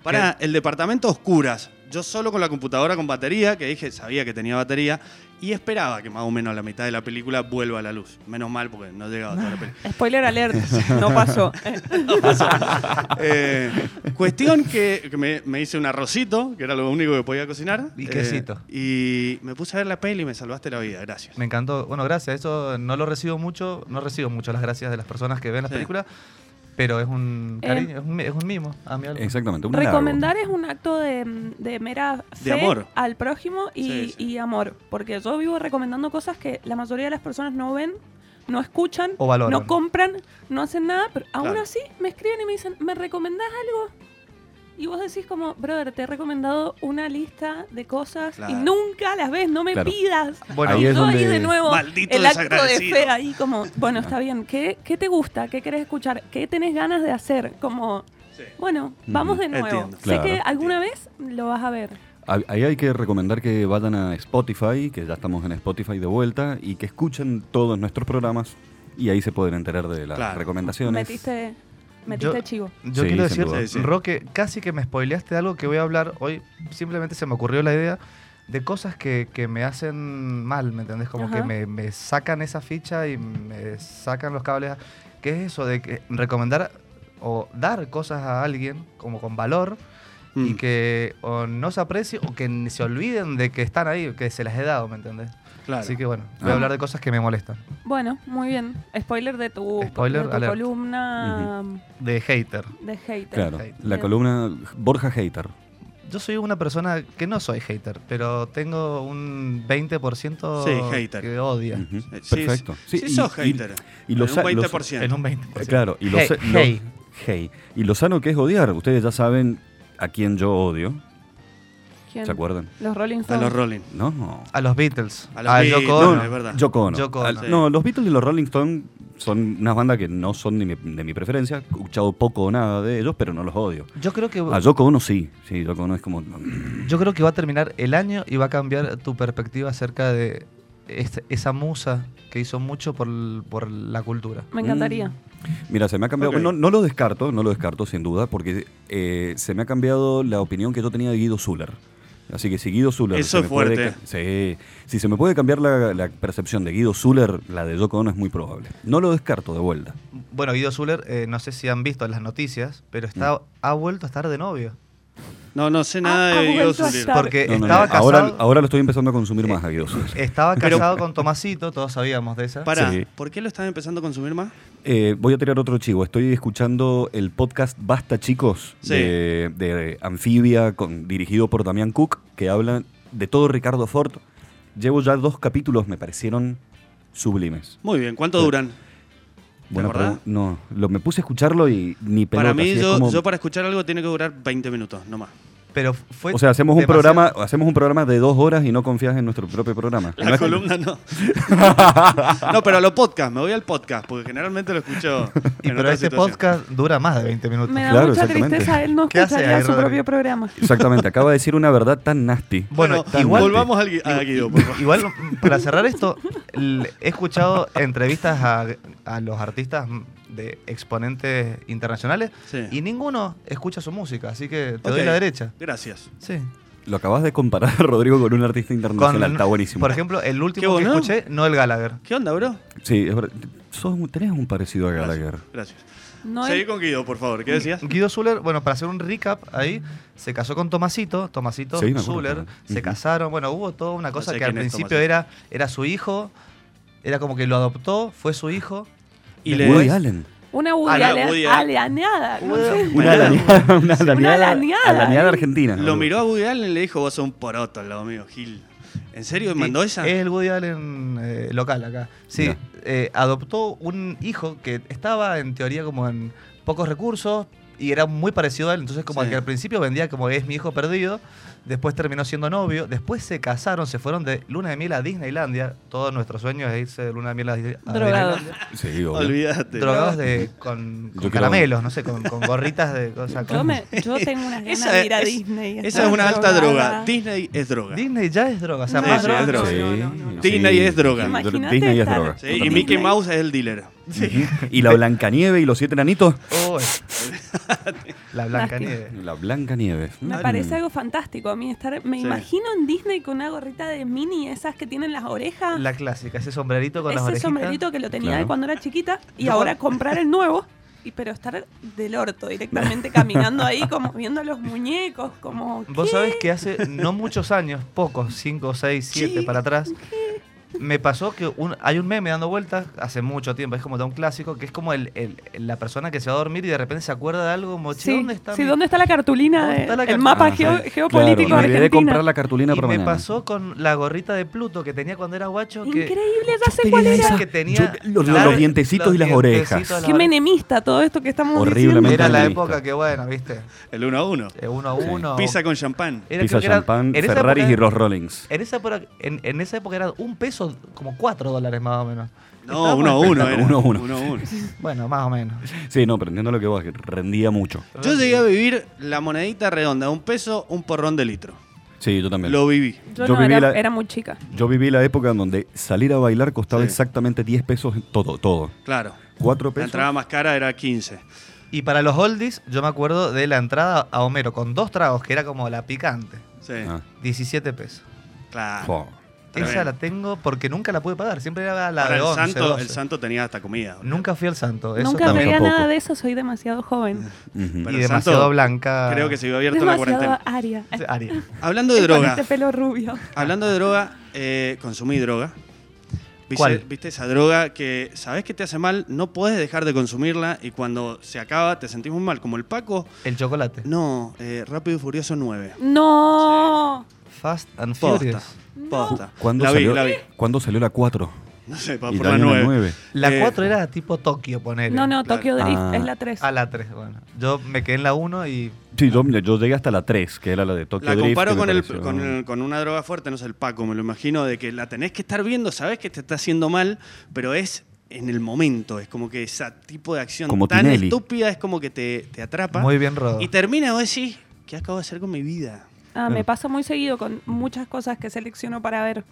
[SPEAKER 1] Para el departamento a oscuras, yo solo con la computadora con batería, que dije, sabía que tenía batería, y esperaba que más o menos a la mitad de la película vuelva a la luz. Menos mal porque no llegaba toda la película.
[SPEAKER 3] Spoiler alert, no pasó. Eh,
[SPEAKER 1] Eh, cuestión que, que me, me hice un arrocito, que era lo único que podía cocinar.
[SPEAKER 4] Y
[SPEAKER 1] eh,
[SPEAKER 4] quesito.
[SPEAKER 1] y me puse a ver la peli y me salvaste la vida, gracias.
[SPEAKER 4] Me encantó. Bueno, gracias. Eso no lo recibo mucho. No recibo mucho las gracias de las personas que ven las
[SPEAKER 1] Sí.
[SPEAKER 4] películas. Pero es un
[SPEAKER 3] Eh,
[SPEAKER 4] cariño, es, un, mi- es un mimo a mi alma.
[SPEAKER 2] Exactamente. un
[SPEAKER 3] Recomendar es un acto de, de mera fe
[SPEAKER 1] De amor.
[SPEAKER 3] al prójimo y,
[SPEAKER 1] Sí, sí.
[SPEAKER 3] y amor. Porque yo vivo recomendando cosas que la mayoría de las personas no ven, no escuchan,
[SPEAKER 4] O valoran.
[SPEAKER 3] no compran, no hacen nada, pero aún
[SPEAKER 1] Claro.
[SPEAKER 3] así me escriben y me dicen, ¿me recomendás algo? Y vos decís como, brother, te he recomendado una lista de cosas y
[SPEAKER 1] Claro.
[SPEAKER 3] nunca las ves, no me
[SPEAKER 2] Claro.
[SPEAKER 3] pidas.
[SPEAKER 4] Bueno,
[SPEAKER 3] y
[SPEAKER 2] Ahí es
[SPEAKER 3] yo ahí
[SPEAKER 2] donde-
[SPEAKER 3] de nuevo,
[SPEAKER 1] Maldito
[SPEAKER 3] el acto de
[SPEAKER 1] desagradecido.
[SPEAKER 3] fe ahí como, bueno, está bien, ¿qué, qué te gusta? ¿Qué querés escuchar? ¿Qué tenés ganas de hacer? Como...
[SPEAKER 1] Sí.
[SPEAKER 3] Bueno,
[SPEAKER 2] Ujú.
[SPEAKER 3] vamos de nuevo.
[SPEAKER 1] Entiendo.
[SPEAKER 3] Sé
[SPEAKER 2] Claro.
[SPEAKER 3] que alguna vez lo vas a ver.
[SPEAKER 2] Ahí ahí hay que recomendar que vayan a Spotify, que ya estamos en Spotify de vuelta, y que escuchen todos nuestros programas y ahí se pueden enterar de las
[SPEAKER 1] Claro.
[SPEAKER 2] recomendaciones.
[SPEAKER 3] Metiste, metiste chivo.
[SPEAKER 4] Yo
[SPEAKER 2] Sí,
[SPEAKER 4] quiero
[SPEAKER 2] sin
[SPEAKER 4] decir,
[SPEAKER 2] duda.
[SPEAKER 1] Sí, sí.
[SPEAKER 4] Roque, casi que me spoileaste de algo que voy a hablar hoy. Simplemente se me ocurrió la idea de cosas que, que me hacen mal, ¿me entendés? Como
[SPEAKER 3] Ajá.
[SPEAKER 4] que me, me sacan esa ficha y me sacan los cables. ¿Qué es eso de que recomendar o dar cosas a alguien como con valor y
[SPEAKER 1] Mm.
[SPEAKER 4] que o no se aprecie o que ni se olviden de que están ahí, que se las he dado, ¿me entendés?
[SPEAKER 1] Claro.
[SPEAKER 4] Así que bueno, voy a
[SPEAKER 2] Ah.
[SPEAKER 4] hablar de cosas que me molestan.
[SPEAKER 3] Bueno, muy bien. Spoiler de tu,
[SPEAKER 4] Spoiler
[SPEAKER 3] de tu
[SPEAKER 4] alert.
[SPEAKER 3] columna
[SPEAKER 4] De hater.
[SPEAKER 3] de hater.
[SPEAKER 2] Claro,
[SPEAKER 4] Hater.
[SPEAKER 2] la columna Borja Hater.
[SPEAKER 4] Yo soy una persona que no soy hater, pero tengo un 20%
[SPEAKER 1] Sí, hater.
[SPEAKER 4] que odia.
[SPEAKER 2] Ujú,
[SPEAKER 1] Eh, sí,
[SPEAKER 2] Perfecto.
[SPEAKER 1] Sí,
[SPEAKER 2] Sí, y-
[SPEAKER 1] sos
[SPEAKER 2] y-
[SPEAKER 1] hater.
[SPEAKER 2] y lo
[SPEAKER 1] en
[SPEAKER 2] sa-
[SPEAKER 1] un
[SPEAKER 2] lo-
[SPEAKER 1] 20%.
[SPEAKER 4] En un 20%.
[SPEAKER 2] Eh, Claro, y lo,
[SPEAKER 4] Hey,
[SPEAKER 2] sa- lo-
[SPEAKER 4] hey.
[SPEAKER 2] hey. y lo sano que es odiar. Ustedes ya saben a quién yo odio,
[SPEAKER 3] ¿Quién?
[SPEAKER 2] ¿se acuerdan?
[SPEAKER 3] Los Rolling
[SPEAKER 1] A
[SPEAKER 3] Stones.
[SPEAKER 1] los Rolling.
[SPEAKER 2] No.
[SPEAKER 4] A los Beatles.
[SPEAKER 1] A los
[SPEAKER 4] Ah, Yoko
[SPEAKER 1] Beatles,
[SPEAKER 4] Ono.
[SPEAKER 1] es verdad.
[SPEAKER 2] Yo Ono.
[SPEAKER 4] Yoko Ono.
[SPEAKER 2] Al- No, los Beatles y los Rolling Stones son unas bandas que no son de mi, de mi preferencia. He escuchado poco o nada de ellos, pero no los odio.
[SPEAKER 4] Yo creo que
[SPEAKER 2] A Yoko Ono sí. Sí, Yoko Ono es como...
[SPEAKER 4] yo creo que va a terminar el año y va a cambiar tu perspectiva acerca de es- esa musa que hizo mucho por, l- por la cultura. Mm.
[SPEAKER 3] Me encantaría.
[SPEAKER 2] Mira, se me ha cambiado.
[SPEAKER 1] Ok.
[SPEAKER 2] No, no lo descarto, no lo descarto sin duda, porque eh, se me ha cambiado la opinión que yo tenía de Guido Zuller. Así que si Guido Zuller.
[SPEAKER 1] Eso
[SPEAKER 2] se
[SPEAKER 1] es
[SPEAKER 2] me puede
[SPEAKER 1] fuerte.
[SPEAKER 2] ca- sí. Si se me puede cambiar la, la percepción de Guido Zuller, la de Yoko Ono es muy probable. No lo descarto de vuelta.
[SPEAKER 4] Bueno, Guido Zuller, eh, no sé si han visto las noticias, pero está,
[SPEAKER 2] Mm.
[SPEAKER 4] ha vuelto a estar de novio.
[SPEAKER 1] No, no sé nada
[SPEAKER 3] Ah, ha
[SPEAKER 1] de Guido
[SPEAKER 3] vuelto a
[SPEAKER 1] Zulir.
[SPEAKER 3] Claro.
[SPEAKER 4] Porque
[SPEAKER 2] No, no, no.
[SPEAKER 4] estaba casado. Eh,
[SPEAKER 2] Ahora, ahora lo estoy empezando a consumir más a Guido Zuller.
[SPEAKER 4] Estaba
[SPEAKER 1] Pero-
[SPEAKER 4] casado con Tomasito, todos sabíamos de esa.
[SPEAKER 1] Pará,
[SPEAKER 2] Sí.
[SPEAKER 1] ¿por qué lo estás empezando a consumir más?
[SPEAKER 2] Eh, voy a tirar otro chivo. Estoy escuchando el podcast Basta Chicos
[SPEAKER 1] Sí.
[SPEAKER 2] de, de Anfibia, con- dirigido por Damián Cook, que habla de todo Ricardo Ford. Llevo ya dos capítulos, me parecieron sublimes.
[SPEAKER 1] Muy bien, ¿cuánto
[SPEAKER 2] Sí.
[SPEAKER 1] duran?
[SPEAKER 2] Buena
[SPEAKER 1] acordás?
[SPEAKER 2] pregu- No, lo, me puse a escucharlo y ni pelota.
[SPEAKER 1] para mí,
[SPEAKER 2] así es
[SPEAKER 1] yo,
[SPEAKER 2] como-
[SPEAKER 1] yo para escuchar algo tiene que durar 20 minutos, no más.
[SPEAKER 4] Pero fue
[SPEAKER 2] o sea, hacemos un,
[SPEAKER 4] demasiado-
[SPEAKER 2] programa, hacemos un programa de dos horas y no confías en nuestro propio programa.
[SPEAKER 1] La columna no. no, pero a los podcasts, me voy al podcast, porque generalmente lo escucho.
[SPEAKER 4] Y
[SPEAKER 1] en
[SPEAKER 4] pero
[SPEAKER 1] otra
[SPEAKER 4] este
[SPEAKER 1] situación.
[SPEAKER 4] podcast dura más de 20 minutos.
[SPEAKER 3] Me da
[SPEAKER 2] Claro,
[SPEAKER 3] mucha
[SPEAKER 2] exactamente.
[SPEAKER 3] tristeza él no
[SPEAKER 4] ¿Qué hace
[SPEAKER 3] escucharía
[SPEAKER 4] ahí,
[SPEAKER 3] su
[SPEAKER 4] Rodri?
[SPEAKER 3] propio programa.
[SPEAKER 2] Exactamente, acaba de decir una verdad tan nasty.
[SPEAKER 4] Bueno,
[SPEAKER 1] Pero
[SPEAKER 4] igual,
[SPEAKER 1] Volvamos al, gui- a Guido, por favor.
[SPEAKER 4] igual para cerrar esto, l- he escuchado entrevistas a, a los artistas de exponentes internacionales
[SPEAKER 1] Sí.
[SPEAKER 4] y ninguno escucha su música, así que te
[SPEAKER 1] Ok.
[SPEAKER 4] doy la derecha.
[SPEAKER 1] Gracias.
[SPEAKER 4] Sí.
[SPEAKER 2] Lo acabas de comparar, Rodrigo, con un artista internacional.
[SPEAKER 4] Con-
[SPEAKER 2] Está buenísimo.
[SPEAKER 4] Por ejemplo, el
[SPEAKER 1] Qué
[SPEAKER 4] último que
[SPEAKER 1] bueno.
[SPEAKER 4] escuché, Noel Gallagher.
[SPEAKER 1] ¿Qué onda, bro?
[SPEAKER 2] Sí, es verdad. Sos, un- tenés un parecido a Gallagher.
[SPEAKER 1] Gracias.
[SPEAKER 3] No
[SPEAKER 1] Seguí
[SPEAKER 3] es-
[SPEAKER 1] con Guido, por favor. ¿Qué decías?
[SPEAKER 4] Mm, Guido Zuller, bueno, para hacer un recap ahí, se casó con Tomasito, Tomasito
[SPEAKER 2] Sí, me acuerdo,
[SPEAKER 4] Zuller,
[SPEAKER 2] claro.
[SPEAKER 4] se
[SPEAKER 2] Ujú.
[SPEAKER 4] casaron, bueno, hubo toda una cosa
[SPEAKER 1] sé
[SPEAKER 4] que al
[SPEAKER 1] quién es
[SPEAKER 4] principio
[SPEAKER 1] Tomasito.
[SPEAKER 4] era, era su hijo, era como que lo adoptó, fue su hijo.
[SPEAKER 1] Y le-
[SPEAKER 2] Woody Allen.
[SPEAKER 3] Una
[SPEAKER 1] Ah,
[SPEAKER 3] Woody
[SPEAKER 1] la
[SPEAKER 3] ale-
[SPEAKER 1] Woody Allen.
[SPEAKER 3] aleaneada. no sé.
[SPEAKER 1] Una
[SPEAKER 2] Una alaneada. Una
[SPEAKER 3] alaneada.
[SPEAKER 2] alaneada. Alaneada argentina.
[SPEAKER 1] Lo miró a Woody Allen y le dijo, vos sos un poroto al lado mío, Gil. ¿En serio? ¿Mandó
[SPEAKER 4] Y
[SPEAKER 1] esa?
[SPEAKER 4] Es el Woody Allen eh, local acá. Sí,
[SPEAKER 2] Ya.
[SPEAKER 4] eh, adoptó un hijo que estaba en teoría como en pocos recursos y era muy parecido a él. Entonces, como
[SPEAKER 1] Sí.
[SPEAKER 4] que al principio vendía como es mi hijo perdido, después terminó siendo novio, después se casaron, se fueron de luna de miel a Disneylandia. Todo nuestro sueño es irse de luna de miel a, Dis- a
[SPEAKER 3] Drogados.
[SPEAKER 4] Disneylandia.
[SPEAKER 2] Sí, obvio.
[SPEAKER 1] Olvídate.
[SPEAKER 4] Drogados de, con, con
[SPEAKER 2] quiero-
[SPEAKER 4] caramelos, no sé, con, con gorritas de cosas.
[SPEAKER 3] Yo, me- yo tengo unas ganas
[SPEAKER 1] Esa
[SPEAKER 3] de ir a
[SPEAKER 1] es-
[SPEAKER 3] Disney.
[SPEAKER 1] Esa es una alta droga. Disney es droga.
[SPEAKER 4] Disney ya es droga, o sea,
[SPEAKER 3] No,
[SPEAKER 4] más
[SPEAKER 1] sí,
[SPEAKER 4] droga
[SPEAKER 1] es droga.
[SPEAKER 2] Sí,
[SPEAKER 3] No, no, no, no.
[SPEAKER 1] Disney es droga.
[SPEAKER 3] Imagínate
[SPEAKER 2] Disney es
[SPEAKER 3] estar-
[SPEAKER 2] droga.
[SPEAKER 1] Sí, y
[SPEAKER 3] Totalmente.
[SPEAKER 1] Mickey Mouse es el dealer.
[SPEAKER 2] Ujú. Y la Blancanieve y los siete enanitos.
[SPEAKER 4] Oh, es- la blanca nieve.
[SPEAKER 2] La Blancanieve.
[SPEAKER 3] Me
[SPEAKER 2] Mm.
[SPEAKER 3] parece algo fantástico a mí estar. Me
[SPEAKER 1] Sí.
[SPEAKER 3] imagino en Disney con una gorrita de mini, esas que tienen las orejas.
[SPEAKER 4] La clásica, ese sombrerito con las
[SPEAKER 3] Ah. ese
[SPEAKER 4] orejitas.
[SPEAKER 3] sombrerito que lo tenía
[SPEAKER 2] Claro.
[SPEAKER 3] de cuando era chiquita y
[SPEAKER 4] Yo-
[SPEAKER 3] ahora comprar el nuevo. Y, pero estar del orto directamente caminando ahí, como viendo los muñecos, como.
[SPEAKER 4] Vos
[SPEAKER 3] ¿qué?
[SPEAKER 4] sabés que hace no muchos años, pocos, 5, 6, 7
[SPEAKER 3] ¿Qué?
[SPEAKER 4] para atrás, me pasó que un- hay un meme dando vueltas hace mucho tiempo, es como de un clásico, que es como el, el- la persona que se va a dormir y de repente se acuerda de algo, como, che,
[SPEAKER 3] Sí,
[SPEAKER 4] ¿dónde está
[SPEAKER 3] sí,
[SPEAKER 4] mi-
[SPEAKER 3] ¿dónde está la cartulina?
[SPEAKER 4] ¿Dónde
[SPEAKER 3] de-
[SPEAKER 4] está la Ah,
[SPEAKER 3] El
[SPEAKER 4] cartu-
[SPEAKER 3] mapa
[SPEAKER 2] Ajá.
[SPEAKER 3] geo- geopolítico
[SPEAKER 2] Claro, me olvidé
[SPEAKER 3] argentino.
[SPEAKER 2] de comprar la cartulina
[SPEAKER 4] Y
[SPEAKER 2] para
[SPEAKER 4] me
[SPEAKER 2] mañana.
[SPEAKER 4] pasó con la gorrita de Pluto que tenía cuando era guacho, que
[SPEAKER 3] Increíble, ya sé
[SPEAKER 2] tenía
[SPEAKER 3] cuál era.
[SPEAKER 2] esa-
[SPEAKER 4] que tenía
[SPEAKER 2] Yo- los-
[SPEAKER 4] claro,
[SPEAKER 2] los dientecitos y las orejas.
[SPEAKER 4] las
[SPEAKER 3] Qué
[SPEAKER 4] orejas.
[SPEAKER 3] menemista todo esto que estamos
[SPEAKER 2] Horriblemente.
[SPEAKER 4] Era la
[SPEAKER 2] Mentalista.
[SPEAKER 4] época que, bueno, viste,
[SPEAKER 1] El uno a uno.
[SPEAKER 4] eh, uno a uno.
[SPEAKER 1] Pizza con champán.
[SPEAKER 4] Era-
[SPEAKER 2] Pizza
[SPEAKER 4] creo que era-
[SPEAKER 2] champán,
[SPEAKER 4] en esa
[SPEAKER 2] Ferraris
[SPEAKER 4] época-
[SPEAKER 2] y los Rollings.
[SPEAKER 4] En esa, época, en, en esa época era un peso, como cuatro dólares más o menos.
[SPEAKER 1] No,
[SPEAKER 4] Estábamos
[SPEAKER 1] uno a uno.
[SPEAKER 2] espectacular.
[SPEAKER 1] Era.
[SPEAKER 2] Uno a uno.
[SPEAKER 1] a uno.
[SPEAKER 4] Bueno, más o menos.
[SPEAKER 2] Sí, no, pero entiendo lo que vos, que rendía mucho.
[SPEAKER 1] Yo llegué a vivir la monedita redonda, un peso, un porrón de litro.
[SPEAKER 2] Sí, yo también.
[SPEAKER 1] Lo viví.
[SPEAKER 3] Yo,
[SPEAKER 2] Yo
[SPEAKER 3] no,
[SPEAKER 2] viví
[SPEAKER 3] era,
[SPEAKER 2] la-
[SPEAKER 3] era muy chica.
[SPEAKER 2] Yo viví la época en donde salir a bailar costaba
[SPEAKER 1] Sí.
[SPEAKER 2] exactamente 10 pesos todo, todo.
[SPEAKER 1] Claro.
[SPEAKER 2] 4
[SPEAKER 1] La
[SPEAKER 2] pesos.
[SPEAKER 1] entrada más cara era 15.
[SPEAKER 4] Y para los oldies, yo me acuerdo de la entrada a Homero con dos tragos, que era como la picante.
[SPEAKER 1] Sí.
[SPEAKER 2] Ah,
[SPEAKER 4] 17 pesos.
[SPEAKER 1] Claro.
[SPEAKER 2] fo.
[SPEAKER 4] Esa
[SPEAKER 1] Ah, Tremendo.
[SPEAKER 4] la tengo porque nunca la pude pagar. Siempre era la
[SPEAKER 1] Ahora,
[SPEAKER 4] de 11,
[SPEAKER 1] el, santo,
[SPEAKER 4] 12.
[SPEAKER 1] el santo tenía hasta comida.
[SPEAKER 4] Nunca fui al santo. Eso
[SPEAKER 3] Nunca
[SPEAKER 4] también.
[SPEAKER 3] veía
[SPEAKER 2] tampoco.
[SPEAKER 3] nada de eso, soy demasiado joven.
[SPEAKER 2] Ujú.
[SPEAKER 1] Pero
[SPEAKER 4] Y
[SPEAKER 1] el
[SPEAKER 4] demasiado
[SPEAKER 1] santo
[SPEAKER 4] blanca.
[SPEAKER 1] Creo que se vio abierto en la
[SPEAKER 3] Demasiado
[SPEAKER 1] cuarentena.
[SPEAKER 3] aria.
[SPEAKER 4] Ari.
[SPEAKER 1] Hablando de
[SPEAKER 3] Con
[SPEAKER 1] droga.
[SPEAKER 3] este pelo rubio.
[SPEAKER 1] Hablando de droga, eh, consumí droga. ¿Viste,
[SPEAKER 4] ¿Cuál?
[SPEAKER 1] viste esa droga que sabes que te hace mal, no puedes dejar de consumirla y cuando se acaba te sentís muy mal, como el Paco.
[SPEAKER 4] El chocolate.
[SPEAKER 1] No, eh, Rápido y Furioso 9.
[SPEAKER 3] No.
[SPEAKER 4] Fast and
[SPEAKER 1] Posta.
[SPEAKER 4] Furious.
[SPEAKER 1] Posta.
[SPEAKER 2] ¿Cuándo,
[SPEAKER 1] la vi,
[SPEAKER 2] salió,
[SPEAKER 1] la vi.
[SPEAKER 2] ¿Cuándo salió la 4?
[SPEAKER 1] No sé, va
[SPEAKER 2] Y
[SPEAKER 1] por la
[SPEAKER 2] también
[SPEAKER 1] 9.
[SPEAKER 4] La
[SPEAKER 1] Eh,
[SPEAKER 4] 4 era tipo Tokio, poner.
[SPEAKER 3] No, no,
[SPEAKER 1] Claro.
[SPEAKER 3] Tokyo Drift
[SPEAKER 2] Ah.
[SPEAKER 3] es la 3.
[SPEAKER 4] A la 3, bueno. Yo me quedé en la 1 y
[SPEAKER 2] Sí, yo, yo llegué hasta la 3, que era la de Tokyo
[SPEAKER 1] La
[SPEAKER 2] Drift,
[SPEAKER 1] comparo
[SPEAKER 2] que me
[SPEAKER 1] con, el,
[SPEAKER 2] pareció-
[SPEAKER 1] con, el- con una droga fuerte, no sé, el Paco, me lo imagino, de que la tenés que estar viendo, sabés que te está haciendo mal, pero es en el momento, es como que ese tipo de acción
[SPEAKER 2] Como
[SPEAKER 1] tan
[SPEAKER 2] Tinelli.
[SPEAKER 1] estúpida es como que te, te atrapa.
[SPEAKER 4] muy bien rodado.
[SPEAKER 1] Y termina y vos decís, ¿qué acabo de hacer con mi vida?
[SPEAKER 3] Ah, me
[SPEAKER 2] Claro.
[SPEAKER 3] pasa muy seguido con muchas cosas que selecciono para ver.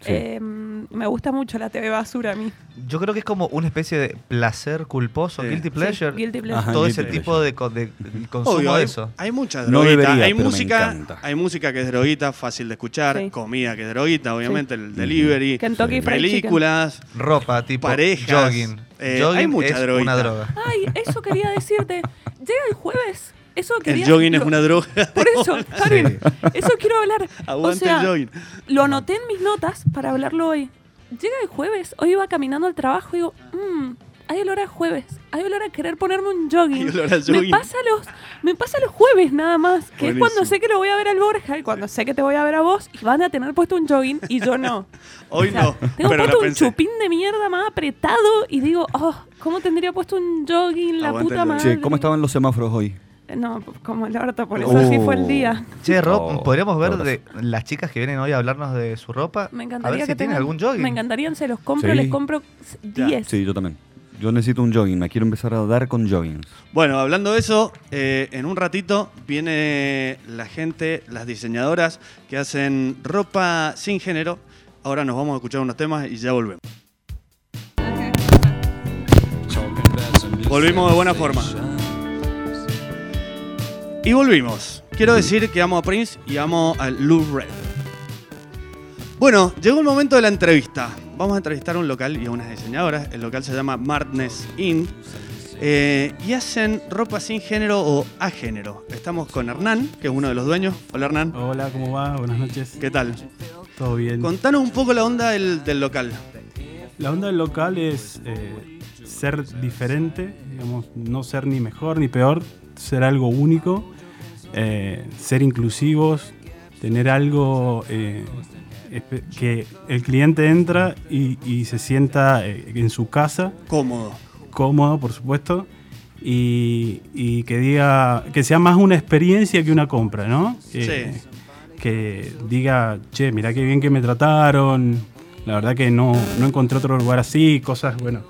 [SPEAKER 2] Sí.
[SPEAKER 3] Eh, me gusta mucho la TV basura a mí.
[SPEAKER 4] Yo creo que es como una especie de placer culposo,
[SPEAKER 1] Sí.
[SPEAKER 4] guilty
[SPEAKER 3] Sí,
[SPEAKER 4] pleasure.
[SPEAKER 3] guilty pleasure.
[SPEAKER 2] Ajá.
[SPEAKER 4] Todo
[SPEAKER 2] guilty
[SPEAKER 4] ese
[SPEAKER 2] pleasure.
[SPEAKER 4] tipo de, co- de- del consumo
[SPEAKER 1] Obvio,
[SPEAKER 4] de
[SPEAKER 1] hay,
[SPEAKER 4] eso.
[SPEAKER 1] hay muchas
[SPEAKER 2] No
[SPEAKER 1] droguitas.
[SPEAKER 2] debería,
[SPEAKER 1] hay,
[SPEAKER 2] pero me
[SPEAKER 1] música,
[SPEAKER 2] encanta.
[SPEAKER 1] hay música que es droguita, fácil de escuchar,
[SPEAKER 3] Sí.
[SPEAKER 1] comida que es droguita, obviamente, el delivery,
[SPEAKER 3] Kentucky
[SPEAKER 2] Sí.
[SPEAKER 3] Fried
[SPEAKER 1] películas.
[SPEAKER 4] Ropa, tipo
[SPEAKER 1] Parejas,
[SPEAKER 4] jogging.
[SPEAKER 1] eh,
[SPEAKER 4] jogging
[SPEAKER 1] hay mucha
[SPEAKER 4] es
[SPEAKER 1] droguita.
[SPEAKER 4] una droga.
[SPEAKER 3] Chicken. Ay, eso quería decirte. Llega el jueves. Eso
[SPEAKER 1] El
[SPEAKER 3] quería
[SPEAKER 1] jogging es
[SPEAKER 3] lo-
[SPEAKER 1] una droga.
[SPEAKER 3] Por eso, Karen, eso quiero hablar.
[SPEAKER 1] Aguante
[SPEAKER 3] o sea,
[SPEAKER 1] el jogging.
[SPEAKER 3] Lo anoté en mis notas para hablarlo hoy. Llega el jueves, hoy iba caminando al trabajo y digo, "Mm, hay olor a jueves, hay olor a querer ponerme un jogging.
[SPEAKER 1] Hay olor al
[SPEAKER 3] Me
[SPEAKER 1] jogging.
[SPEAKER 3] pasa los, me pasa los jueves nada más, que es
[SPEAKER 1] Buenísimo.
[SPEAKER 3] cuando sé que lo voy a ver al Borja y cuando sé que te voy a ver a vos y van a tener puesto un jogging y yo no.
[SPEAKER 1] Hoy
[SPEAKER 3] O sea,
[SPEAKER 1] no,
[SPEAKER 3] Tengo
[SPEAKER 1] pero la
[SPEAKER 3] puesto un
[SPEAKER 1] pensé.
[SPEAKER 3] chupín de mierda más apretado y digo, oh, ¿cómo tendría puesto un jogging la
[SPEAKER 1] Aguanta
[SPEAKER 3] puta
[SPEAKER 1] el jogging.
[SPEAKER 3] madre?
[SPEAKER 2] Che, ¿cómo estaban los semáforos hoy?
[SPEAKER 3] No, como el orto, por eso
[SPEAKER 2] Oh.
[SPEAKER 3] sí fue el día.
[SPEAKER 4] Che, Rob,
[SPEAKER 2] Oh,
[SPEAKER 4] podríamos ver
[SPEAKER 2] drogas.
[SPEAKER 4] de las chicas que vienen hoy a hablarnos de su ropa.
[SPEAKER 3] Me
[SPEAKER 4] a
[SPEAKER 3] encantaría
[SPEAKER 4] ver si
[SPEAKER 3] que
[SPEAKER 4] tienen
[SPEAKER 3] tengan-
[SPEAKER 4] algún jogging.
[SPEAKER 3] Me encantarían, se los compro,
[SPEAKER 2] Sí.
[SPEAKER 3] les compro 10.
[SPEAKER 2] Sí, yo también. Yo necesito un jogging, me quiero empezar a dar con joggings.
[SPEAKER 1] Bueno, hablando de eso, eh, en un ratito viene la gente, las diseñadoras que hacen ropa sin género. Ahora nos vamos a escuchar unos temas y ya volvemos. Volvimos de buena forma. Y volvimos. Quiero decir que amo a Prince y amo a Lou Red. Bueno, llegó el momento de la entrevista. vamos a entrevistar a un local y a unas diseñadoras. El local se llama Martness Inn. eh, y hacen ropa sin género o a género. Estamos con Hernán, que es uno de los dueños. Hola Hernán,
[SPEAKER 5] Hola, ¿cómo va? Buenas noches.
[SPEAKER 1] ¿qué tal?
[SPEAKER 5] ¿Todo bien?
[SPEAKER 1] Contanos un poco la onda del, del local.
[SPEAKER 5] La onda del local es eh, ser diferente, digamos, no ser ni mejor ni peor, ser algo único, eh, ser inclusivos, tener algo eh, espe- que el cliente entra y, y se sienta eh, en su casa,
[SPEAKER 1] Cómodo.
[SPEAKER 5] cómodo, por supuesto, y, y que diga que sea más una experiencia que una compra, ¿no? Eh,
[SPEAKER 1] Sí.
[SPEAKER 5] Que diga, che, mirá qué bien que me trataron, la verdad que no, no encontré otro lugar así, cosas, bueno,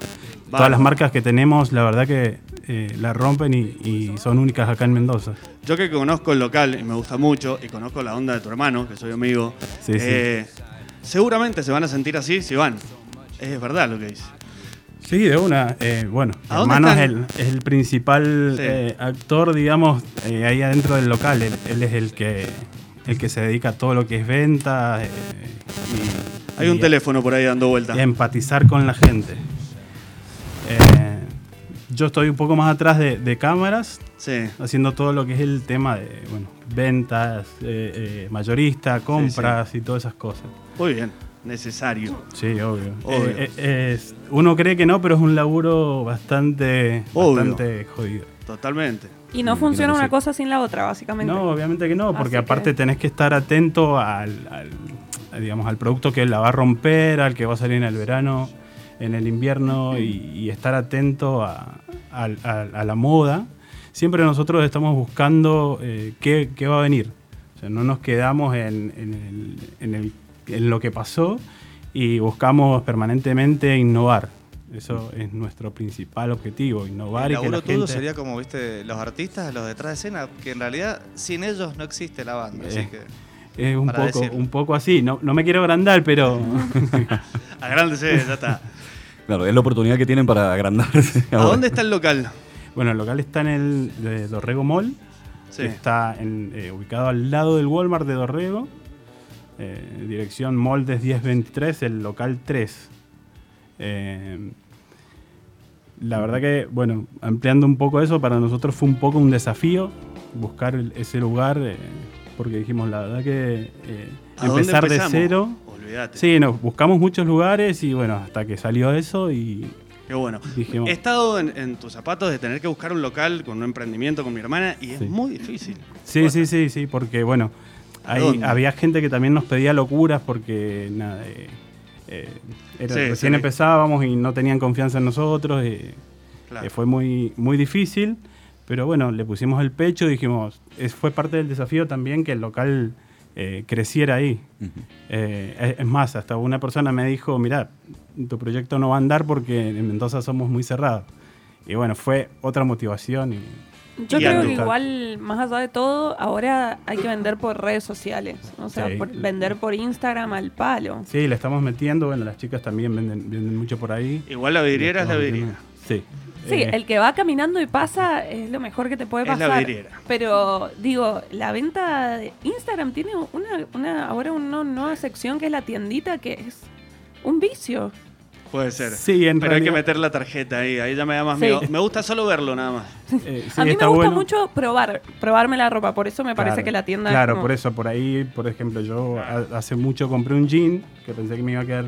[SPEAKER 5] todas las marcas que tenemos, la verdad que eh, la rompen y, y son únicas acá en Mendoza.
[SPEAKER 1] Yo que conozco el local y me gusta mucho, y conozco la onda de tu hermano, que soy amigo,
[SPEAKER 5] Sí,
[SPEAKER 1] eh, seguramente se van a sentir así si van. Es verdad lo que dice.
[SPEAKER 5] Sí, de una. Eh, bueno,
[SPEAKER 1] ¿A dónde
[SPEAKER 5] hermano es el,
[SPEAKER 1] están?
[SPEAKER 5] es el principal
[SPEAKER 1] Sí.
[SPEAKER 5] eh, actor, digamos, eh, ahí adentro del local. Él, él es el que, el que se dedica a todo lo que es venta. eh, y,
[SPEAKER 1] Hay un
[SPEAKER 5] y-
[SPEAKER 1] teléfono por ahí dando vueltas.
[SPEAKER 5] y a empatizar con la gente. Eh, yo estoy un poco más atrás de, de cámaras,
[SPEAKER 1] Sí.
[SPEAKER 5] haciendo todo lo que es el tema de bueno, ventas, eh, eh, mayorista, compras y todas esas cosas.
[SPEAKER 1] Muy bien. Necesario.
[SPEAKER 5] Sí, obvio.
[SPEAKER 1] Obvio.
[SPEAKER 5] Eh, eh, es- uno cree que no, pero es un laburo bastante,
[SPEAKER 1] Obvio.
[SPEAKER 5] bastante jodido.
[SPEAKER 1] Totalmente.
[SPEAKER 3] Y no
[SPEAKER 2] Mm,
[SPEAKER 3] funciona
[SPEAKER 2] creo que
[SPEAKER 3] una
[SPEAKER 2] sí.
[SPEAKER 3] cosa sin la otra, básicamente.
[SPEAKER 5] No, obviamente que no, porque
[SPEAKER 3] Así que-
[SPEAKER 5] aparte tenés que estar atento al, al- digamos, al producto que la va a romper, al que va a salir en el verano, en el invierno, y, y estar atento a, al- al- a la moda. Siempre nosotros estamos buscando eh, qué, qué va a venir. O sea, no nos quedamos en, en el- en el- en lo que pasó y buscamos permanentemente innovar. Eso es nuestro principal objetivo,
[SPEAKER 6] El
[SPEAKER 5] innovar y que la
[SPEAKER 6] laburo tuyo
[SPEAKER 5] gente...
[SPEAKER 6] sería como, viste, los artistas, los detrás de escena, que en realidad sin ellos no existe la banda. Así
[SPEAKER 5] Eh.
[SPEAKER 6] que
[SPEAKER 5] Es un
[SPEAKER 6] para
[SPEAKER 5] poco,
[SPEAKER 6] decirlo.
[SPEAKER 5] un poco así. No, no me quiero agrandar, pero.
[SPEAKER 1] Agrándese, ya está.
[SPEAKER 2] Claro, es la oportunidad que tienen para agrandarse.
[SPEAKER 1] ¿A
[SPEAKER 2] ahora.
[SPEAKER 1] dónde está el local?
[SPEAKER 5] Ah, bueno, el local está en el de Dorrego Mall.
[SPEAKER 1] Sí.
[SPEAKER 5] Está en, eh, ubicado al lado del Walmart de Dorrego. eh, dirección Moldes 1023, el local 3. Eh, la verdad que, bueno, ampliando un poco eso, para nosotros fue un poco un desafío buscar el- ese lugar, eh, porque dijimos, la verdad que eh,
[SPEAKER 1] ¿A dónde
[SPEAKER 5] empezar de
[SPEAKER 1] empezamos?
[SPEAKER 5] cero.
[SPEAKER 1] Olvídate.
[SPEAKER 5] Sí, nos buscamos muchos lugares y bueno, hasta que salió eso y
[SPEAKER 1] Qué bueno.
[SPEAKER 5] dijimos,
[SPEAKER 1] He estado en, en tus zapatos de tener que buscar un local con un emprendimiento con mi hermana y es
[SPEAKER 5] Sí.
[SPEAKER 1] muy difícil.
[SPEAKER 5] sí, sí, sí, sí, porque bueno,
[SPEAKER 1] ¿A
[SPEAKER 5] hay-
[SPEAKER 1] dónde?
[SPEAKER 5] había gente que también nos pedía locuras porque nada, eh, eh, era-
[SPEAKER 1] Sí,
[SPEAKER 5] recién
[SPEAKER 1] sí.
[SPEAKER 5] empezábamos y no tenían confianza en nosotros, eh,
[SPEAKER 1] Claro.
[SPEAKER 5] eh, fue muy, muy difícil, pero bueno, le pusimos el pecho y dijimos, es, fue parte del desafío también que el local eh, creciera ahí.
[SPEAKER 2] Ujú.
[SPEAKER 5] Eh, es- es más, hasta una persona me dijo, mirá, tu proyecto no va a andar porque en Mendoza somos muy cerrados. Y bueno, fue otra motivación. y-
[SPEAKER 3] Yo creo
[SPEAKER 1] Y
[SPEAKER 3] que
[SPEAKER 5] antes.
[SPEAKER 3] igual, más allá de todo, ahora hay que vender por redes sociales. O sea,
[SPEAKER 5] Sí.
[SPEAKER 3] por- vender por Instagram al palo.
[SPEAKER 5] sí, le estamos metiendo, bueno, las chicas también venden, venden mucho por ahí.
[SPEAKER 1] Igual la vidriera es la vidriera.
[SPEAKER 5] Sí.
[SPEAKER 3] Sí,
[SPEAKER 5] Eh,
[SPEAKER 3] el que va caminando y pasa es lo mejor que te puede
[SPEAKER 1] Es la
[SPEAKER 3] pasar.
[SPEAKER 1] vidriera.
[SPEAKER 3] Pero digo, la venta de Instagram tiene una, una ahora una nueva sección que es la tiendita que es un vicio.
[SPEAKER 1] Puede ser.
[SPEAKER 5] Sí, en
[SPEAKER 1] Pero hay que
[SPEAKER 5] realidad-
[SPEAKER 1] meter la tarjeta ahí, ahí ya me da más
[SPEAKER 3] Sí.
[SPEAKER 1] miedo. Me gusta solo verlo nada más.
[SPEAKER 5] eh, sí,
[SPEAKER 3] a mí me
[SPEAKER 5] está
[SPEAKER 3] gusta
[SPEAKER 5] bueno.
[SPEAKER 3] mucho probar, probarme la ropa, por eso me parece
[SPEAKER 5] Claro,
[SPEAKER 3] que la tienda es
[SPEAKER 5] Claro,
[SPEAKER 3] como-
[SPEAKER 5] por eso, por ahí, por ejemplo, yo ha- hace mucho compré un jean que pensé que me iba a quedar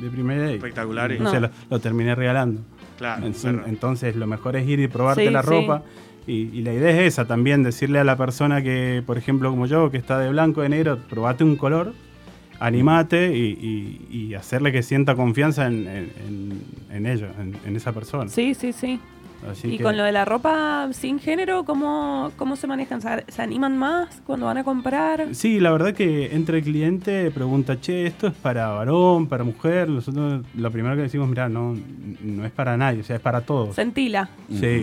[SPEAKER 5] de primera y,
[SPEAKER 1] Espectacular,
[SPEAKER 5] y
[SPEAKER 1] ¿eh?
[SPEAKER 5] no sé,
[SPEAKER 3] No.
[SPEAKER 5] lo, lo terminé regalando.
[SPEAKER 1] Claro.
[SPEAKER 5] Entonces,
[SPEAKER 1] claro.
[SPEAKER 5] entonces, lo mejor es ir y probarte
[SPEAKER 3] Sí,
[SPEAKER 5] la
[SPEAKER 3] sí.
[SPEAKER 5] ropa. Y, y la idea es esa también, decirle a la persona que, por ejemplo, como yo, que está de blanco, de negro, probate un color, animate y, y- y hacerle que sienta confianza en, en- en- en ello, en, en esa persona.
[SPEAKER 3] Sí, sí, sí.
[SPEAKER 5] Así
[SPEAKER 3] y
[SPEAKER 5] que-
[SPEAKER 3] con lo de la ropa sin género, ¿cómo, cómo se manejan? ¿Se, se animan más cuando van a comprar?
[SPEAKER 5] Sí, la verdad que entra el cliente, pregunta, che, esto es para varón, para mujer. Nosotros lo primero que decimos, mira, no, no es para nadie, o sea, es para todos. Sí,
[SPEAKER 3] Sentila.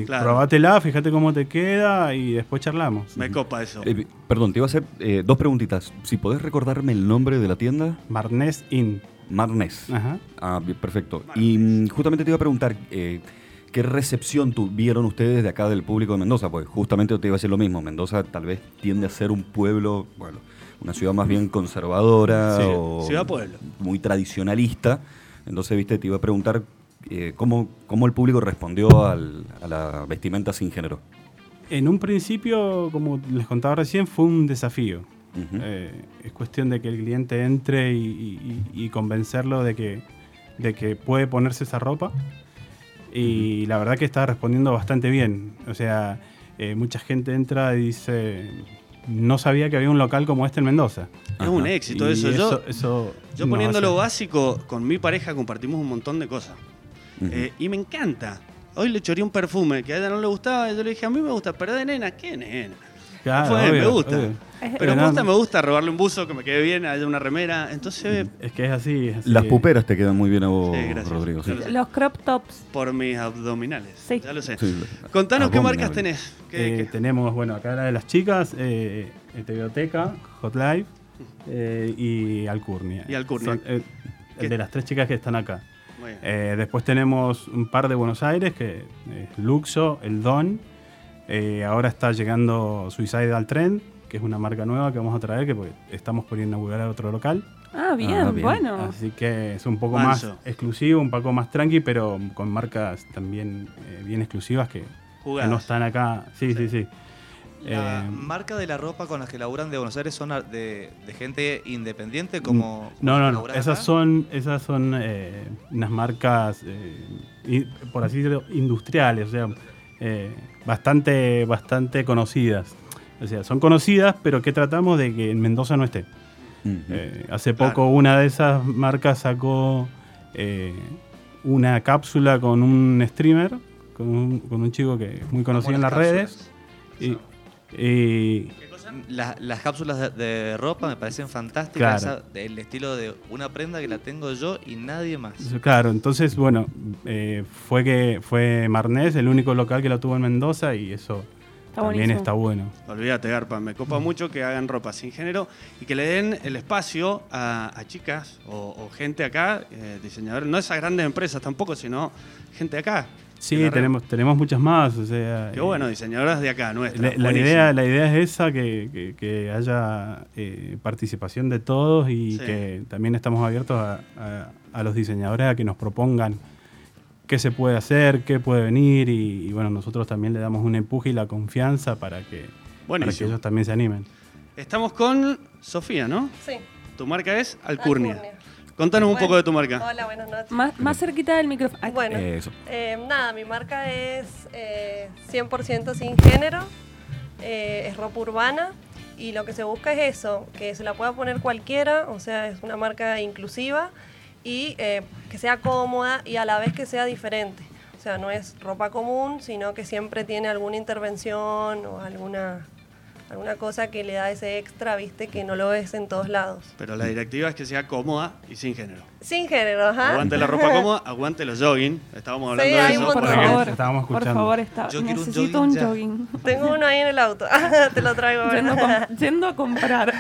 [SPEAKER 1] claro.
[SPEAKER 5] probátela, fíjate cómo te queda y después charlamos.
[SPEAKER 1] Me copa eso.
[SPEAKER 2] Eh, perdón, te iba a hacer eh, dos preguntitas. Si podés recordarme el nombre de la tienda,
[SPEAKER 5] Marnés In.
[SPEAKER 2] Marnes.
[SPEAKER 5] Ajá.
[SPEAKER 2] Ah, bien, perfecto. Y mm, justamente te iba a preguntar, eh, ¿qué recepción tuvieron ustedes de acá del público de Mendoza? Pues justamente te iba a decir lo mismo. Mendoza tal vez tiende a ser un pueblo, bueno, una ciudad más bien conservadora
[SPEAKER 5] Sí,
[SPEAKER 2] o
[SPEAKER 1] ciudad-pueblo.
[SPEAKER 2] muy tradicionalista. Entonces, viste, te iba a preguntar eh, cómo, cómo el público respondió al- a la vestimenta sin género.
[SPEAKER 5] En un principio, como les contaba recién, fue un desafío.
[SPEAKER 2] Ujú.
[SPEAKER 5] Eh, es cuestión de que el cliente entre y, y- y- y convencerlo de que, de que puede ponerse esa ropa. Y la verdad que está respondiendo bastante bien. O sea, eh, mucha gente entra y dice, no sabía que había un local como este en Mendoza.
[SPEAKER 1] Es un
[SPEAKER 2] Ajá.
[SPEAKER 1] éxito
[SPEAKER 5] Y
[SPEAKER 1] eso. Yo,
[SPEAKER 5] eso
[SPEAKER 1] yo
[SPEAKER 5] nos
[SPEAKER 1] poniéndolo
[SPEAKER 5] hace-
[SPEAKER 1] básico, con mi pareja compartimos un montón de cosas.
[SPEAKER 2] Ujú.
[SPEAKER 1] Eh, y me encanta. Hoy le choré un perfume que a ella no le gustaba. Y yo le dije, a mí me gusta, pero de nena, ¿qué nena?
[SPEAKER 5] Claro,
[SPEAKER 1] Fue, me
[SPEAKER 5] obvio,
[SPEAKER 1] gusta.
[SPEAKER 5] obvio.
[SPEAKER 1] Pero
[SPEAKER 5] Pero
[SPEAKER 1] me gusta,
[SPEAKER 5] no-
[SPEAKER 1] me gusta robarle un buzo que me quede bien, haya una remera. Entonces, eh,
[SPEAKER 5] Es que es así. es así.
[SPEAKER 2] Las puperas te quedan muy bien a vos,
[SPEAKER 1] Sí, gracias.
[SPEAKER 2] Rodrigo. sí.
[SPEAKER 1] Yo lo sé.
[SPEAKER 3] Los crop tops.
[SPEAKER 1] por mis abdominales.
[SPEAKER 3] Sí.
[SPEAKER 1] Ya lo sé.
[SPEAKER 2] Sí.
[SPEAKER 1] Contanos qué
[SPEAKER 2] Abominable.
[SPEAKER 1] marcas tenés. ¿Qué-
[SPEAKER 5] Eh,
[SPEAKER 1] qué-
[SPEAKER 5] Tenemos, bueno, acá la de las chicas, eh, eh, Tebiblioteca, Hot Life eh, y Alcurnia.
[SPEAKER 1] Y Alcurnia.
[SPEAKER 5] Son, eh,
[SPEAKER 1] ¿Qué?
[SPEAKER 5] de las tres chicas que están acá.
[SPEAKER 1] Muy bien.
[SPEAKER 5] Eh, después tenemos un par de Buenos Aires, que es Luxo, El Don. Eh, ahora está llegando Suicidal Trend, que es una marca nueva que vamos a traer, que pues, estamos por inaugurar otro local.
[SPEAKER 3] Ah, bien,
[SPEAKER 2] Ah, bien.
[SPEAKER 3] bueno.
[SPEAKER 5] Así que es un poco
[SPEAKER 1] Manso.
[SPEAKER 5] más exclusivo, un poco más tranqui, pero con marcas también eh, bien exclusivas que, que
[SPEAKER 1] Jugadas.
[SPEAKER 5] no están acá. Sí, sí, sí.
[SPEAKER 6] La
[SPEAKER 5] Eh,
[SPEAKER 6] marca de la ropa con las que laburan de Buenos Aires son ar- de, de gente independiente como...
[SPEAKER 5] Mm, No, no, no.
[SPEAKER 6] laburás
[SPEAKER 5] Esas
[SPEAKER 6] acá.
[SPEAKER 5] son, esas son eh, unas marcas, eh, i- por así decirlo, industriales, o sea, eh, bastante, bastante conocidas. O sea, son conocidas, pero que tratamos de que en Mendoza no esté.
[SPEAKER 2] Ujú.
[SPEAKER 5] Eh, hace
[SPEAKER 1] Claro.
[SPEAKER 5] poco una de esas marcas sacó eh, una cápsula con un streamer, con un, con un chico que es muy conocido en las
[SPEAKER 6] Como las
[SPEAKER 5] redes. Y, y-
[SPEAKER 6] Las, las cápsulas de, de ropa me parecen
[SPEAKER 5] Claro.
[SPEAKER 6] fantásticas. esa- el estilo de una prenda que la tengo yo y nadie más.
[SPEAKER 5] Claro, entonces, bueno, eh, fue que fue Marnés el único local que lo tuvo en Mendoza y eso
[SPEAKER 3] Está
[SPEAKER 5] también
[SPEAKER 3] buenísimo.
[SPEAKER 5] está bueno.
[SPEAKER 1] Olvídate, Garpa, me copa mucho que hagan ropa sin género y que le den el espacio a, a chicas o, o gente acá, eh, diseñadores, no esas grandes empresas tampoco, sino gente acá. que
[SPEAKER 5] Sí,
[SPEAKER 1] la
[SPEAKER 5] tenemos, tenemos muchas más, o sea...
[SPEAKER 1] re- Qué
[SPEAKER 5] eh,
[SPEAKER 1] bueno, diseñadoras de acá, nuestra.
[SPEAKER 5] la, la
[SPEAKER 1] buenísimo.
[SPEAKER 5] idea, la idea es esa, que, que- que haya eh, participación de todos y
[SPEAKER 1] Sí.
[SPEAKER 5] que también estamos abiertos a, a- a los diseñadores a que nos propongan qué se puede hacer, qué puede venir y, y bueno, nosotros también le damos un empuje y la confianza para que, para que
[SPEAKER 1] Buenísimo.
[SPEAKER 5] ellos también se animen.
[SPEAKER 1] Estamos con Sofía, ¿no?
[SPEAKER 7] Sí.
[SPEAKER 1] Tu marca es Alcurnia.
[SPEAKER 7] Alcurnia.
[SPEAKER 1] Contanos un
[SPEAKER 7] Bueno,
[SPEAKER 1] poco de tu marca.
[SPEAKER 7] Hola, buenas noches.
[SPEAKER 3] Más, más cerquita del micrófono. Ay,
[SPEAKER 7] bueno,
[SPEAKER 2] Eso.
[SPEAKER 7] eh, nada, mi marca es eh, 100% sin género, eh, es ropa urbana y lo que se busca es eso, que se la pueda poner cualquiera, o sea, es una marca inclusiva y eh, que sea cómoda y a la vez que sea diferente. O sea, no es ropa común, sino que siempre tiene alguna intervención o alguna, alguna cosa que le da ese extra, viste, que no lo ves en todos lados.
[SPEAKER 1] Pero la directiva es que sea cómoda y sin género.
[SPEAKER 7] Sin género, ajá.
[SPEAKER 1] Aguante la ropa cómoda, aguante los jogging. Estábamos hablando
[SPEAKER 7] Ah. Sí,
[SPEAKER 1] de
[SPEAKER 7] hay
[SPEAKER 1] eso.
[SPEAKER 7] un
[SPEAKER 3] por
[SPEAKER 7] montón.
[SPEAKER 3] favor,
[SPEAKER 5] Estábamos
[SPEAKER 3] por
[SPEAKER 5] escuchando.
[SPEAKER 3] favor, está-
[SPEAKER 6] Yo quiero un
[SPEAKER 3] necesito
[SPEAKER 6] jogging
[SPEAKER 3] un
[SPEAKER 6] ya.
[SPEAKER 3] jogging.
[SPEAKER 7] Tengo uno ahí en el auto. Te lo traigo.
[SPEAKER 3] Yendo, a
[SPEAKER 7] ¿verdad?
[SPEAKER 3] com- yendo a comprar.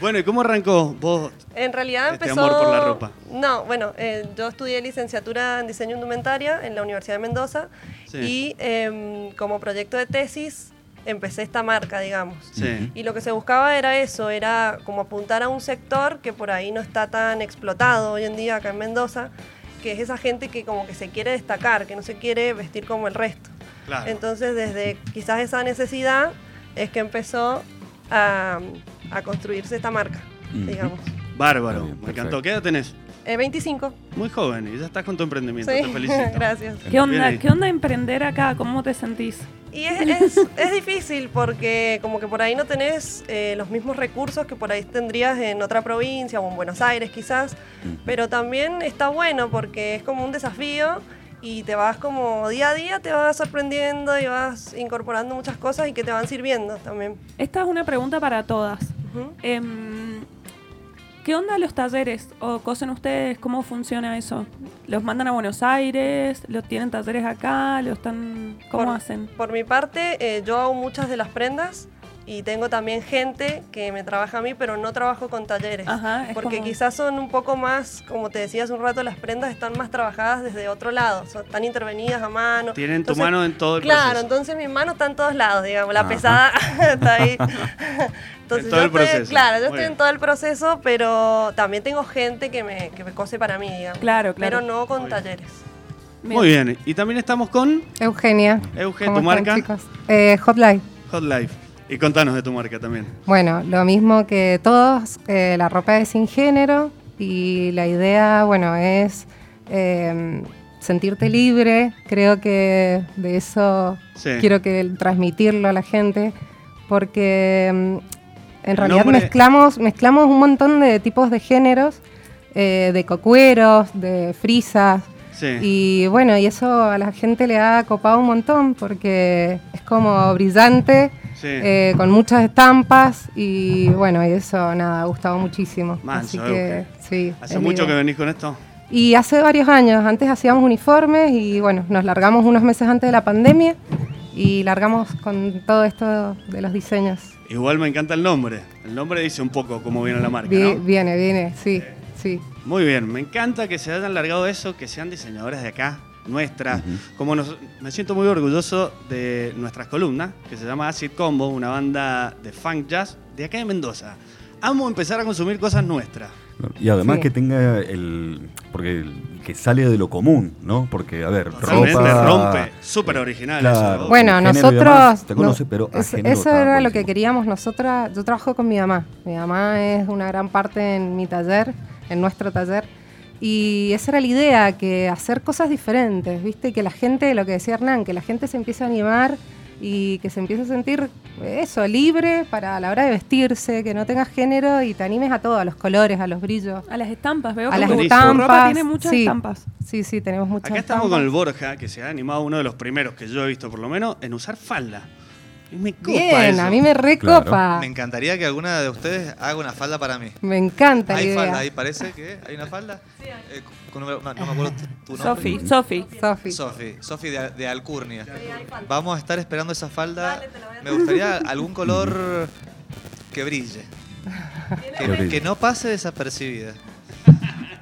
[SPEAKER 1] Bueno, ¿y cómo arrancó? Vos,
[SPEAKER 7] En realidad
[SPEAKER 1] Este
[SPEAKER 7] empezó.
[SPEAKER 1] amor por la ropa.
[SPEAKER 7] No, bueno, eh, yo estudié licenciatura en diseño indumentaria en la Universidad de Mendoza
[SPEAKER 1] Sí.
[SPEAKER 7] y em, como proyecto de tesis empecé esta marca, digamos.
[SPEAKER 1] sí.
[SPEAKER 7] Y lo que se buscaba era eso, era como apuntar a un sector que por ahí no está tan explotado hoy en día acá en Mendoza, que es esa gente que como que se quiere destacar, que no se quiere vestir como el resto.
[SPEAKER 1] Claro.
[SPEAKER 7] Entonces, desde quizás esa necesidad es que empezó a, a construirse esta marca,
[SPEAKER 2] Ujú.
[SPEAKER 7] digamos.
[SPEAKER 1] Bárbaro.
[SPEAKER 2] Está bien,
[SPEAKER 1] Me encantó.
[SPEAKER 2] perfecto.
[SPEAKER 1] ¿Qué edad tenés?
[SPEAKER 7] Eh, 25.
[SPEAKER 1] Muy joven y ya estás con tu emprendimiento.
[SPEAKER 7] sí,
[SPEAKER 1] Te felicito.
[SPEAKER 7] gracias.
[SPEAKER 3] ¿Qué onda?
[SPEAKER 1] Viene.
[SPEAKER 3] ¿Qué onda emprender acá? ¿Cómo te sentís?
[SPEAKER 7] Y es, es- es difícil porque como que por ahí no tenés eh, los mismos recursos que por ahí tendrías en otra provincia o en Buenos Aires quizás, pero también está bueno porque es como un desafío y te vas como día a día, te vas sorprendiendo y vas incorporando muchas cosas y que te van sirviendo también.
[SPEAKER 3] Esta es una pregunta para todas.
[SPEAKER 7] Ujú.
[SPEAKER 3] Em, ¿Qué onda los talleres o cosen ustedes? ¿Cómo funciona eso? ¿Los mandan a Buenos Aires? ¿Los tienen talleres acá? ¿Los están... ¿Cómo
[SPEAKER 7] Por-
[SPEAKER 3] hacen?
[SPEAKER 7] Por mi parte, eh, yo hago muchas de las prendas Y tengo también gente que me trabaja a mí, pero no trabajo con talleres.
[SPEAKER 3] Ajá, es
[SPEAKER 7] porque
[SPEAKER 3] como-
[SPEAKER 7] quizás son un poco más, como te decía hace un rato, las prendas están más trabajadas desde otro lado. son- están intervenidas a mano.
[SPEAKER 1] Tienen tu
[SPEAKER 7] Entonces,
[SPEAKER 1] mano en todo el
[SPEAKER 7] Claro,
[SPEAKER 1] proceso.
[SPEAKER 7] entonces mi mano está en todos lados, digamos, la
[SPEAKER 2] Ajá.
[SPEAKER 7] pesada está ahí. entonces,
[SPEAKER 1] En todo
[SPEAKER 7] yo
[SPEAKER 1] el proceso.
[SPEAKER 7] Estoy, claro, yo
[SPEAKER 1] Muy
[SPEAKER 7] estoy
[SPEAKER 1] bien.
[SPEAKER 7] en todo el proceso, pero también tengo gente que me, que me cose para mí, digamos.
[SPEAKER 3] Claro, claro.
[SPEAKER 7] Pero no con
[SPEAKER 1] Muy bien.
[SPEAKER 7] talleres.
[SPEAKER 1] Muy bien. Y también estamos con
[SPEAKER 8] Eugenia.
[SPEAKER 1] Euge,
[SPEAKER 8] ¿Cómo
[SPEAKER 1] tu
[SPEAKER 8] están,
[SPEAKER 1] marca
[SPEAKER 8] chicos? Eh, Hotline.
[SPEAKER 1] Hot Life. Y contanos de tu marca también.
[SPEAKER 8] Bueno, lo mismo que todos, eh, la ropa es sin género y la idea, bueno, es eh, sentirte libre. Creo que de eso
[SPEAKER 1] Sí.
[SPEAKER 8] quiero que el- transmitirlo a la gente porque mm, en
[SPEAKER 1] El
[SPEAKER 8] realidad
[SPEAKER 1] nombre-
[SPEAKER 8] mezclamos, mezclamos un montón de tipos de géneros, eh, de cocueros, de frisas.
[SPEAKER 1] Sí.
[SPEAKER 8] Y bueno, y eso a la gente le ha copado un montón porque es como brillante,
[SPEAKER 1] sí.
[SPEAKER 8] eh, con muchas estampas y bueno, y eso nada, ha gustado muchísimo.
[SPEAKER 1] Manso,
[SPEAKER 8] Así que
[SPEAKER 1] Euge.
[SPEAKER 8] sí.
[SPEAKER 1] Hace
[SPEAKER 8] es
[SPEAKER 1] mucho que
[SPEAKER 8] libre.
[SPEAKER 1] venís con esto.
[SPEAKER 8] Y hace varios años, antes hacíamos uniformes y bueno, nos largamos unos meses antes de la pandemia y largamos con todo esto de los diseños.
[SPEAKER 1] Igual me encanta el nombre. El nombre dice un poco cómo viene la marca,
[SPEAKER 8] Vi-
[SPEAKER 1] ¿no?
[SPEAKER 8] Viene, viene, sí, sí.
[SPEAKER 1] Muy bien, me encanta que se hayan largado eso, que sean diseñadoras de acá, nuestras. Como nos, me siento muy orgulloso de nuestras columnas, que se llama Acid Combo, una banda de funk jazz de acá de Mendoza. Amo empezar a consumir cosas nuestras.
[SPEAKER 2] Y además
[SPEAKER 8] Sí.
[SPEAKER 2] que tenga el. Porque el- que sale de lo común, ¿no? Porque, a ver,
[SPEAKER 1] Totalmente
[SPEAKER 2] ropa.
[SPEAKER 1] rompe, súper original. eso,
[SPEAKER 2] claro.
[SPEAKER 1] ¿no?
[SPEAKER 8] Bueno,
[SPEAKER 2] género y
[SPEAKER 8] nosotros.
[SPEAKER 2] demás, te
[SPEAKER 8] no-
[SPEAKER 2] conoce, pero a
[SPEAKER 8] es-
[SPEAKER 2] género
[SPEAKER 8] eso
[SPEAKER 2] está
[SPEAKER 8] era lo
[SPEAKER 2] buenísimo.
[SPEAKER 8] que queríamos nosotras. Yo trabajo con mi mamá. Mi mamá es una gran parte en mi taller, en nuestro taller. Y esa era la idea, que hacer cosas diferentes, ¿viste? Que la gente, lo que decía Hernán, que la gente se empiece a animar y que se empiece a sentir eso, libre para a la hora de vestirse, que no tengas género y te animes a todo, a los colores, a los brillos.
[SPEAKER 3] A las estampas, veo
[SPEAKER 8] A
[SPEAKER 3] que
[SPEAKER 8] las
[SPEAKER 3] tu- tu
[SPEAKER 8] estampas,
[SPEAKER 3] ropa tiene muchas
[SPEAKER 8] sí.
[SPEAKER 3] estampas.
[SPEAKER 8] Sí, sí, tenemos muchas
[SPEAKER 1] Acá estamos con el
[SPEAKER 8] estampas.
[SPEAKER 1] Borja, que se ha animado uno de los primeros que yo he visto, por lo menos, en usar falda. Y me copa
[SPEAKER 8] Bien,
[SPEAKER 1] eso.
[SPEAKER 8] a mí me
[SPEAKER 2] Claro.
[SPEAKER 8] recopa.
[SPEAKER 4] Me
[SPEAKER 8] Me,
[SPEAKER 4] encantaría que alguna de ustedes haga una falda para mí.
[SPEAKER 8] encanta la
[SPEAKER 4] Hay
[SPEAKER 8] idea.
[SPEAKER 4] falda, ahí parece que hay una falda. Eh, con número- no, no me acuerdo tu- tu nombre.
[SPEAKER 3] Sofi, Sofi.
[SPEAKER 8] Sofi.
[SPEAKER 4] Sofi, Sofi de, de Alcurnia. Vamos a estar esperando esa falda. Me gustaría algún color que brille.
[SPEAKER 2] Que
[SPEAKER 4] Que,
[SPEAKER 2] brille.
[SPEAKER 4] que no pase desapercibida.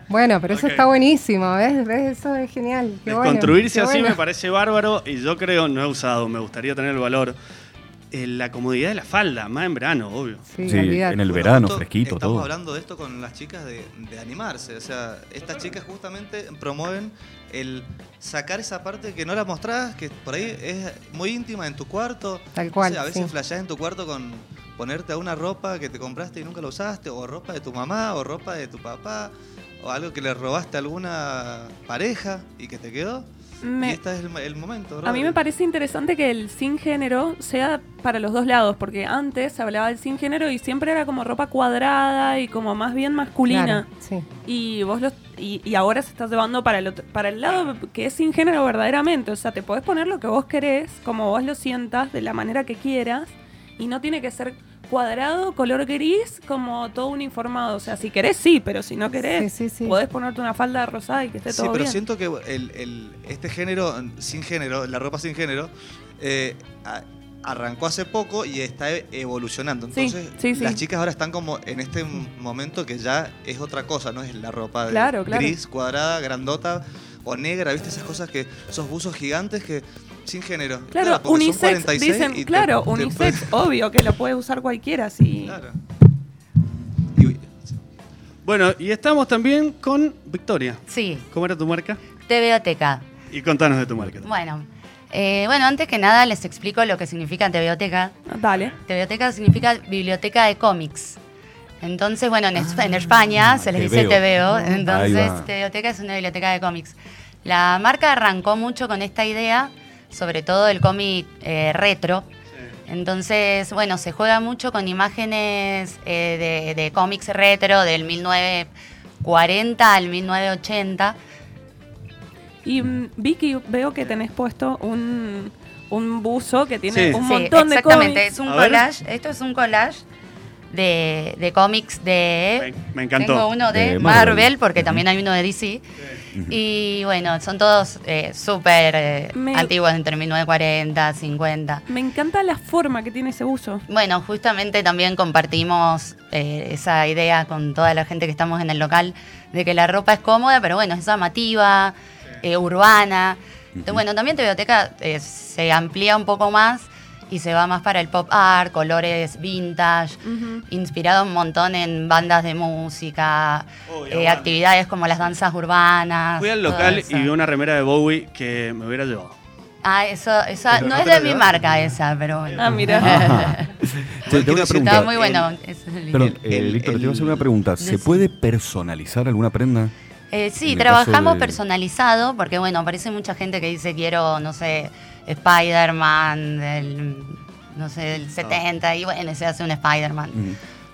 [SPEAKER 8] Bueno, pero eso
[SPEAKER 1] Ok.
[SPEAKER 8] está buenísimo, ¿ves? ¿Ves? Eso es genial. qué bueno,
[SPEAKER 1] Desconstruirse
[SPEAKER 8] qué
[SPEAKER 1] así
[SPEAKER 8] bueno.
[SPEAKER 1] me parece bárbaro y yo creo, no he usado, me gustaría tener el valor. eh, la comodidad de la falda, más en verano, obvio.
[SPEAKER 8] Sí,
[SPEAKER 2] Sí,
[SPEAKER 8] olvidate.
[SPEAKER 2] en el
[SPEAKER 4] Bueno,
[SPEAKER 2] verano,
[SPEAKER 4] justo
[SPEAKER 2] fresquito,
[SPEAKER 4] Estamos
[SPEAKER 2] todo.
[SPEAKER 4] hablando de esto con las chicas de, de animarse. O sea, estas chicas justamente promueven el sacar esa parte que no la mostrás, que por ahí es muy íntima en tu cuarto.
[SPEAKER 8] Tal
[SPEAKER 4] No
[SPEAKER 8] cual,
[SPEAKER 4] sé, a veces
[SPEAKER 8] sí.
[SPEAKER 4] flasheás en tu cuarto con ponerte a una ropa que te compraste y nunca la usaste, o ropa de tu mamá, o ropa de tu papá, o algo que le robaste a alguna pareja y que te quedó.
[SPEAKER 3] Me-
[SPEAKER 4] y este es el, el momento,
[SPEAKER 3] A mí me
[SPEAKER 4] Rodri.
[SPEAKER 3] parece interesante que el sin género sea para los dos lados, porque antes se hablaba del sin género y siempre era como ropa cuadrada y como más bien
[SPEAKER 8] Claro,
[SPEAKER 3] masculina.
[SPEAKER 8] sí.
[SPEAKER 3] Y vos los, y, y ahora se está llevando para el, otro- para el lado que es sin género verdaderamente. O sea, te podés poner lo que vos querés, como vos lo sientas, de la manera que quieras. Y no tiene que ser cuadrado, color gris, como todo uniformado. O sea, si querés, sí, pero si no querés,
[SPEAKER 8] Sí, sí, sí.
[SPEAKER 3] podés ponerte una falda rosada y que esté
[SPEAKER 4] Sí,
[SPEAKER 3] todo
[SPEAKER 4] pero
[SPEAKER 3] bien.
[SPEAKER 4] siento que el, el- este género, mm, sin género, la ropa sin género, eh, a- arrancó hace poco y está e- evolucionando.
[SPEAKER 3] Sí,
[SPEAKER 4] Entonces,
[SPEAKER 3] sí, sí.
[SPEAKER 4] las chicas ahora están como en este m- momento que ya es otra cosa, no es la ropa de
[SPEAKER 3] Claro, claro.
[SPEAKER 4] gris, cuadrada, grandota o negra, ¿viste? Esas cosas que, esos buzos gigantes que sin género.
[SPEAKER 3] Claro,
[SPEAKER 4] porque son
[SPEAKER 3] unisex,
[SPEAKER 4] 46
[SPEAKER 3] dicen,
[SPEAKER 4] y te-
[SPEAKER 3] claro,
[SPEAKER 4] te-
[SPEAKER 3] unisex, obvio que lo puede usar cualquiera, sí.
[SPEAKER 4] Claro. Y-
[SPEAKER 1] Bueno, y estamos también con Victoria.
[SPEAKER 9] Sí,
[SPEAKER 1] ¿Cómo era tu marca?
[SPEAKER 9] Tebeoteca.
[SPEAKER 1] Y contanos de tu marca.
[SPEAKER 9] Bueno, eh, bueno, antes que nada les explico lo que significa Tebeoteca.
[SPEAKER 3] Dale.
[SPEAKER 9] Tebeoteca significa biblioteca de cómics. Entonces, bueno, en, es- en España se les
[SPEAKER 2] te
[SPEAKER 9] dice
[SPEAKER 2] veo.
[SPEAKER 9] te veo,
[SPEAKER 2] Ah, Ahí
[SPEAKER 9] entonces
[SPEAKER 2] va.
[SPEAKER 9] Tebeoteca es una biblioteca de cómics. La marca arrancó mucho con esta idea, sobre todo el cómic eh, retro. Entonces, bueno, se juega mucho con imágenes eh, de, de cómics retro del 1940 al 1980.
[SPEAKER 3] Y mm, Vicky, veo que tenés puesto un, un buzo que tiene
[SPEAKER 1] Sí.
[SPEAKER 3] un
[SPEAKER 9] Sí,
[SPEAKER 3] montón de
[SPEAKER 9] exactamente.
[SPEAKER 3] cómics.
[SPEAKER 9] Es un
[SPEAKER 1] A ver.
[SPEAKER 9] collage. Esto es un collage de, de cómics de...
[SPEAKER 1] Me- me encantó.
[SPEAKER 9] Tengo uno de,
[SPEAKER 2] De Marvel.
[SPEAKER 9] Marvel, porque también hay uno de DC. Y bueno, son todos eh, súper eh,
[SPEAKER 3] Me-
[SPEAKER 9] antiguos, entre 1940, 50.
[SPEAKER 3] Me encanta la forma que tiene ese uso.
[SPEAKER 9] Bueno, justamente también compartimos eh, esa idea con toda la gente que estamos en el local de que la ropa es cómoda, pero bueno, es llamativa, eh, urbana. Entonces, bueno, también Biblioteca se amplía un poco más y se va más para el pop art, colores vintage, inspirado un montón en bandas de música,
[SPEAKER 1] Obvio,
[SPEAKER 9] eh,
[SPEAKER 1] bandas.
[SPEAKER 9] actividades como las danzas urbanas.
[SPEAKER 1] Fui al
[SPEAKER 9] todo
[SPEAKER 1] local
[SPEAKER 9] eso.
[SPEAKER 1] y vi una remera de Bowie que me hubiera llevado.
[SPEAKER 9] Ah, eso, esa
[SPEAKER 4] Pero
[SPEAKER 9] no
[SPEAKER 4] no
[SPEAKER 9] es
[SPEAKER 4] te la
[SPEAKER 9] de mi
[SPEAKER 4] llevaste.
[SPEAKER 9] marca esa, pero bueno.
[SPEAKER 3] Ah, mira.
[SPEAKER 2] Ajá. Te, te voy a
[SPEAKER 9] Está
[SPEAKER 2] preguntar.
[SPEAKER 9] muy bueno. ese es el
[SPEAKER 2] Perdón,
[SPEAKER 9] video.
[SPEAKER 2] eh,
[SPEAKER 6] el-
[SPEAKER 2] Víctor, te voy a hacer una
[SPEAKER 6] el-
[SPEAKER 2] pregunta. ¿Se
[SPEAKER 9] Decí.
[SPEAKER 2] puede personalizar alguna prenda?
[SPEAKER 9] Eh, sí,
[SPEAKER 2] En el
[SPEAKER 9] trabajamos
[SPEAKER 2] caso de-
[SPEAKER 9] personalizado porque, bueno, aparece mucha gente que dice quiero, no sé, Spider-Man del, no sé, del 70 y bueno, se hace un Spider-Man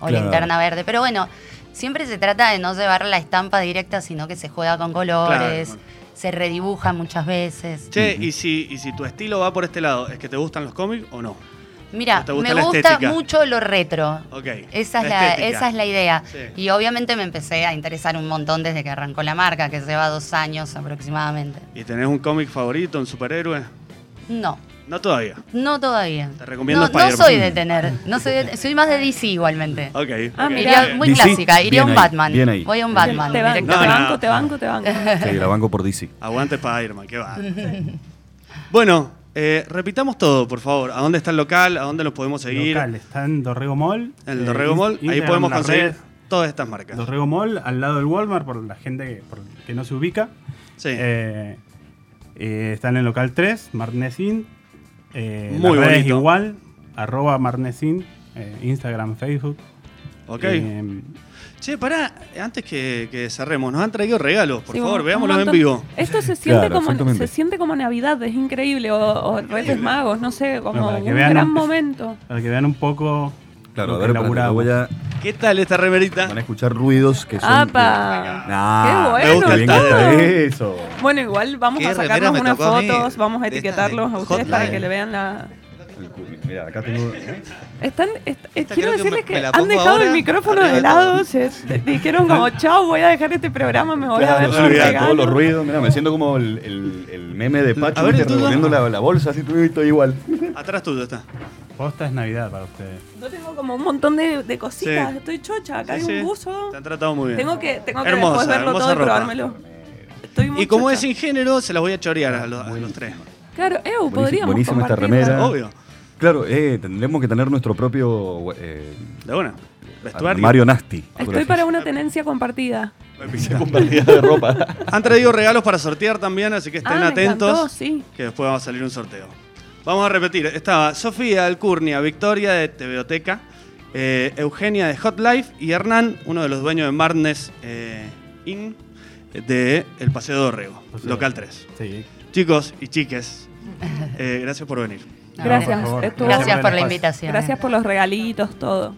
[SPEAKER 9] o
[SPEAKER 2] Claro.
[SPEAKER 9] linterna verde. Pero bueno, siempre se trata de no llevar la estampa directa, sino que se juega con colores,
[SPEAKER 1] Claro.
[SPEAKER 9] se redibuja muchas veces.
[SPEAKER 1] Che, y, si, y si tu estilo va por este lado, ¿es que te gustan los cómics o no?
[SPEAKER 9] Mira,
[SPEAKER 1] ¿te gusta
[SPEAKER 9] me
[SPEAKER 1] la
[SPEAKER 9] gusta
[SPEAKER 1] estética?
[SPEAKER 9] mucho lo retro.
[SPEAKER 1] Ok.
[SPEAKER 9] Esa es, la,
[SPEAKER 1] estética.
[SPEAKER 9] esa es la idea.
[SPEAKER 1] Sí.
[SPEAKER 9] Y obviamente me empecé a interesar un montón desde que arrancó la marca, que lleva dos años aproximadamente.
[SPEAKER 1] ¿Y tenés un cómic favorito, un superhéroe?
[SPEAKER 9] No,
[SPEAKER 1] No todavía.
[SPEAKER 9] No todavía.
[SPEAKER 1] Te recomiendo
[SPEAKER 9] no, no
[SPEAKER 1] Spider-Man.
[SPEAKER 9] soy de tener. No soy, de- soy más de DC igualmente.
[SPEAKER 1] Ok.
[SPEAKER 3] Ah,
[SPEAKER 1] ok.
[SPEAKER 3] mirá.
[SPEAKER 9] Iría muy
[SPEAKER 2] DC,
[SPEAKER 9] clásica, iría
[SPEAKER 2] bien
[SPEAKER 9] a un
[SPEAKER 2] ahí,
[SPEAKER 9] Batman.
[SPEAKER 2] bien ahí.
[SPEAKER 9] Voy a un
[SPEAKER 3] Te
[SPEAKER 9] Batman.
[SPEAKER 3] banco, te banco,
[SPEAKER 1] No,
[SPEAKER 9] directamente.
[SPEAKER 1] no.
[SPEAKER 3] te banco, te banco.
[SPEAKER 2] Sí, la banco por DC.
[SPEAKER 1] Aguante Spider-Man, qué va. Bueno, eh, repitamos todo, por favor. ¿A dónde está el local? ¿A dónde los podemos seguir?
[SPEAKER 5] Local, está en Dorrego Mall.
[SPEAKER 1] En
[SPEAKER 5] Eh,
[SPEAKER 1] el Dorrego
[SPEAKER 5] in-
[SPEAKER 1] Mall. Ahí
[SPEAKER 5] Instagram,
[SPEAKER 1] podemos
[SPEAKER 5] las
[SPEAKER 1] conseguir
[SPEAKER 5] redes,
[SPEAKER 1] todas estas marcas.
[SPEAKER 5] Dorrego Mall, al lado del Walmart, por la gente que, por- que no se ubica.
[SPEAKER 1] Sí.
[SPEAKER 5] Eh, eh, está en el local 3, Marnesin. Eh, las
[SPEAKER 1] Muy
[SPEAKER 5] redes
[SPEAKER 1] bonito.
[SPEAKER 5] igual, arroba Marnesin, eh, Instagram, Facebook.
[SPEAKER 1] ok.
[SPEAKER 5] Eh,
[SPEAKER 1] Che, pará, antes que, que cerremos, nos han traído regalos, por
[SPEAKER 3] Sí,
[SPEAKER 1] favor,
[SPEAKER 3] un-
[SPEAKER 1] veámoslos
[SPEAKER 3] un
[SPEAKER 1] en
[SPEAKER 3] montón.
[SPEAKER 1] vivo.
[SPEAKER 3] Esto se siente,
[SPEAKER 2] Claro,
[SPEAKER 3] como,
[SPEAKER 2] exactamente.
[SPEAKER 3] se siente como Navidad, es increíble. O, o Reyes Magos, no sé, como
[SPEAKER 5] para que
[SPEAKER 3] un
[SPEAKER 5] vean-
[SPEAKER 3] gran momento.
[SPEAKER 5] para que vean un poco
[SPEAKER 2] Claro,
[SPEAKER 5] lo
[SPEAKER 2] a
[SPEAKER 5] que
[SPEAKER 2] ver, espérate,
[SPEAKER 5] elaboramos.
[SPEAKER 2] voy a-
[SPEAKER 1] ¿Qué tal esta remerita?
[SPEAKER 2] van a escuchar ruidos que son.
[SPEAKER 3] ¡Apa!
[SPEAKER 2] Ah,
[SPEAKER 1] ¡Qué bueno
[SPEAKER 2] qué bien que
[SPEAKER 1] todo!
[SPEAKER 2] está eso.
[SPEAKER 3] Bueno, igual vamos
[SPEAKER 6] ¿Qué
[SPEAKER 3] a
[SPEAKER 6] remera
[SPEAKER 3] sacarnos
[SPEAKER 6] me
[SPEAKER 3] unas
[SPEAKER 6] tocó a mí?
[SPEAKER 3] fotos, vamos a
[SPEAKER 6] De
[SPEAKER 3] etiquetarlos
[SPEAKER 6] esta
[SPEAKER 3] a
[SPEAKER 6] de
[SPEAKER 3] ustedes para
[SPEAKER 6] Hotline.
[SPEAKER 3] que le vean la...
[SPEAKER 2] Mira, acá tengo. ¿eh?
[SPEAKER 3] Están, est- eh,
[SPEAKER 6] Esta
[SPEAKER 3] quiero
[SPEAKER 6] creo que
[SPEAKER 3] decirles
[SPEAKER 6] me-
[SPEAKER 3] que,
[SPEAKER 6] me la
[SPEAKER 3] han
[SPEAKER 6] pongo
[SPEAKER 3] dejado el
[SPEAKER 6] ahora,
[SPEAKER 3] micrófono
[SPEAKER 6] arriba
[SPEAKER 3] de
[SPEAKER 6] de
[SPEAKER 3] lado, se, se- dijeron como, chao, voy a dejar este programa, me voy a ver
[SPEAKER 2] Claro,
[SPEAKER 3] los
[SPEAKER 2] sí, mira,
[SPEAKER 3] regalos".
[SPEAKER 2] todos los ruidos. Mira, me siento como el, el- el meme de Pacho
[SPEAKER 1] A ver,
[SPEAKER 2] ¿viste?
[SPEAKER 1] el tuyo.
[SPEAKER 2] revolviendo la, la bolsa, así tú estoy igual.
[SPEAKER 1] Atrás tuyo está.
[SPEAKER 5] Posta es Navidad para ustedes.
[SPEAKER 3] Yo tengo como un montón de, de cositas,
[SPEAKER 1] Sí.
[SPEAKER 3] estoy chocha, acá
[SPEAKER 1] Sí,
[SPEAKER 3] hay
[SPEAKER 1] sí,
[SPEAKER 3] un buzo.
[SPEAKER 1] Te han tratado muy bien.
[SPEAKER 3] Tengo que, tengo que
[SPEAKER 1] Hermosa,
[SPEAKER 3] después verlo
[SPEAKER 1] hermosa
[SPEAKER 3] todo
[SPEAKER 1] ropa.
[SPEAKER 3] y probármelo. Estoy muy
[SPEAKER 1] Y como
[SPEAKER 3] chocha.
[SPEAKER 1] es sin género, se las voy a chorear a los, a los tres.
[SPEAKER 3] Claro, eu, podríamos
[SPEAKER 2] buenísima esta
[SPEAKER 3] compartirla.
[SPEAKER 2] remera.
[SPEAKER 1] Obvio.
[SPEAKER 2] Claro, eh, tendremos que tener nuestro propio eh,
[SPEAKER 1] De una. Vestuario.
[SPEAKER 2] Mario Nasty.
[SPEAKER 3] Estoy para una tenencia compartida.
[SPEAKER 1] Me pinta.
[SPEAKER 2] Compartida de ropa.
[SPEAKER 1] Han traído regalos para sortear también, así que estén
[SPEAKER 3] Ah, me
[SPEAKER 1] atentos.
[SPEAKER 3] encantó, sí.
[SPEAKER 1] Que después va a salir un sorteo. Vamos a repetir. Estaba Sofía Alcurnia, Victoria de Tebeoteca, eh, Eugenia de Hot Life y Hernán, uno de los dueños de Marnes eh, Inn de El Paseo de Orrego,
[SPEAKER 5] Paseo.
[SPEAKER 1] local 3.
[SPEAKER 5] Sí.
[SPEAKER 1] Chicos y chiques, eh, gracias por venir.
[SPEAKER 9] No,
[SPEAKER 3] Gracias.
[SPEAKER 5] por favor.
[SPEAKER 3] estuvo-
[SPEAKER 9] Gracias por la
[SPEAKER 5] el espacio.
[SPEAKER 9] invitación.
[SPEAKER 3] Gracias por los regalitos, todo.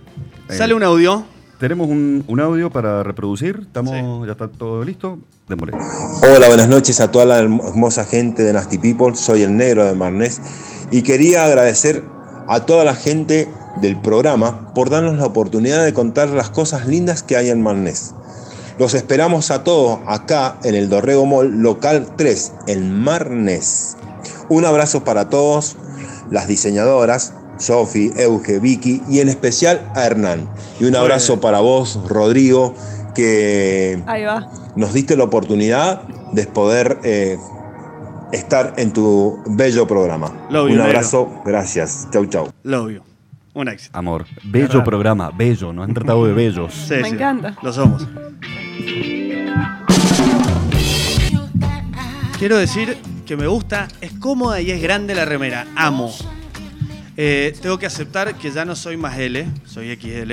[SPEAKER 2] Eh.
[SPEAKER 1] Sale un audio.
[SPEAKER 2] Tenemos un, un audio para reproducir. Estamos, Ya está todo listo. Démosle.
[SPEAKER 10] Hola, buenas noches a toda la hermosa gente de Nasty People. Soy el negro de Marnés y quería agradecer a toda la gente del programa por darnos la oportunidad de contar las cosas lindas que hay en Marnés. Los esperamos a todos acá en el Dorrego Mall, local 3, en Marnés. Un abrazo para todos, las diseñadoras, Sofi, Euge, Vicky y en especial a Hernán. Y un abrazo para vos, Rodrigo, que
[SPEAKER 3] Ahí va.
[SPEAKER 10] nos diste la oportunidad de poder eh, estar en tu bello programa.
[SPEAKER 1] Lo vi,
[SPEAKER 10] Un
[SPEAKER 1] negro.
[SPEAKER 10] abrazo, gracias. Chau, chau.
[SPEAKER 1] Lo obvio. Un éxito.
[SPEAKER 2] Amor. Bello programa, bello. Nos han tratado de bellos.
[SPEAKER 1] Sí,
[SPEAKER 3] Me
[SPEAKER 1] sí,
[SPEAKER 3] encanta.
[SPEAKER 1] Lo somos. Quiero decir que me gusta, es cómoda y es grande la remera. Amo. Eh, tengo que aceptar que ya no soy más L, soy XL.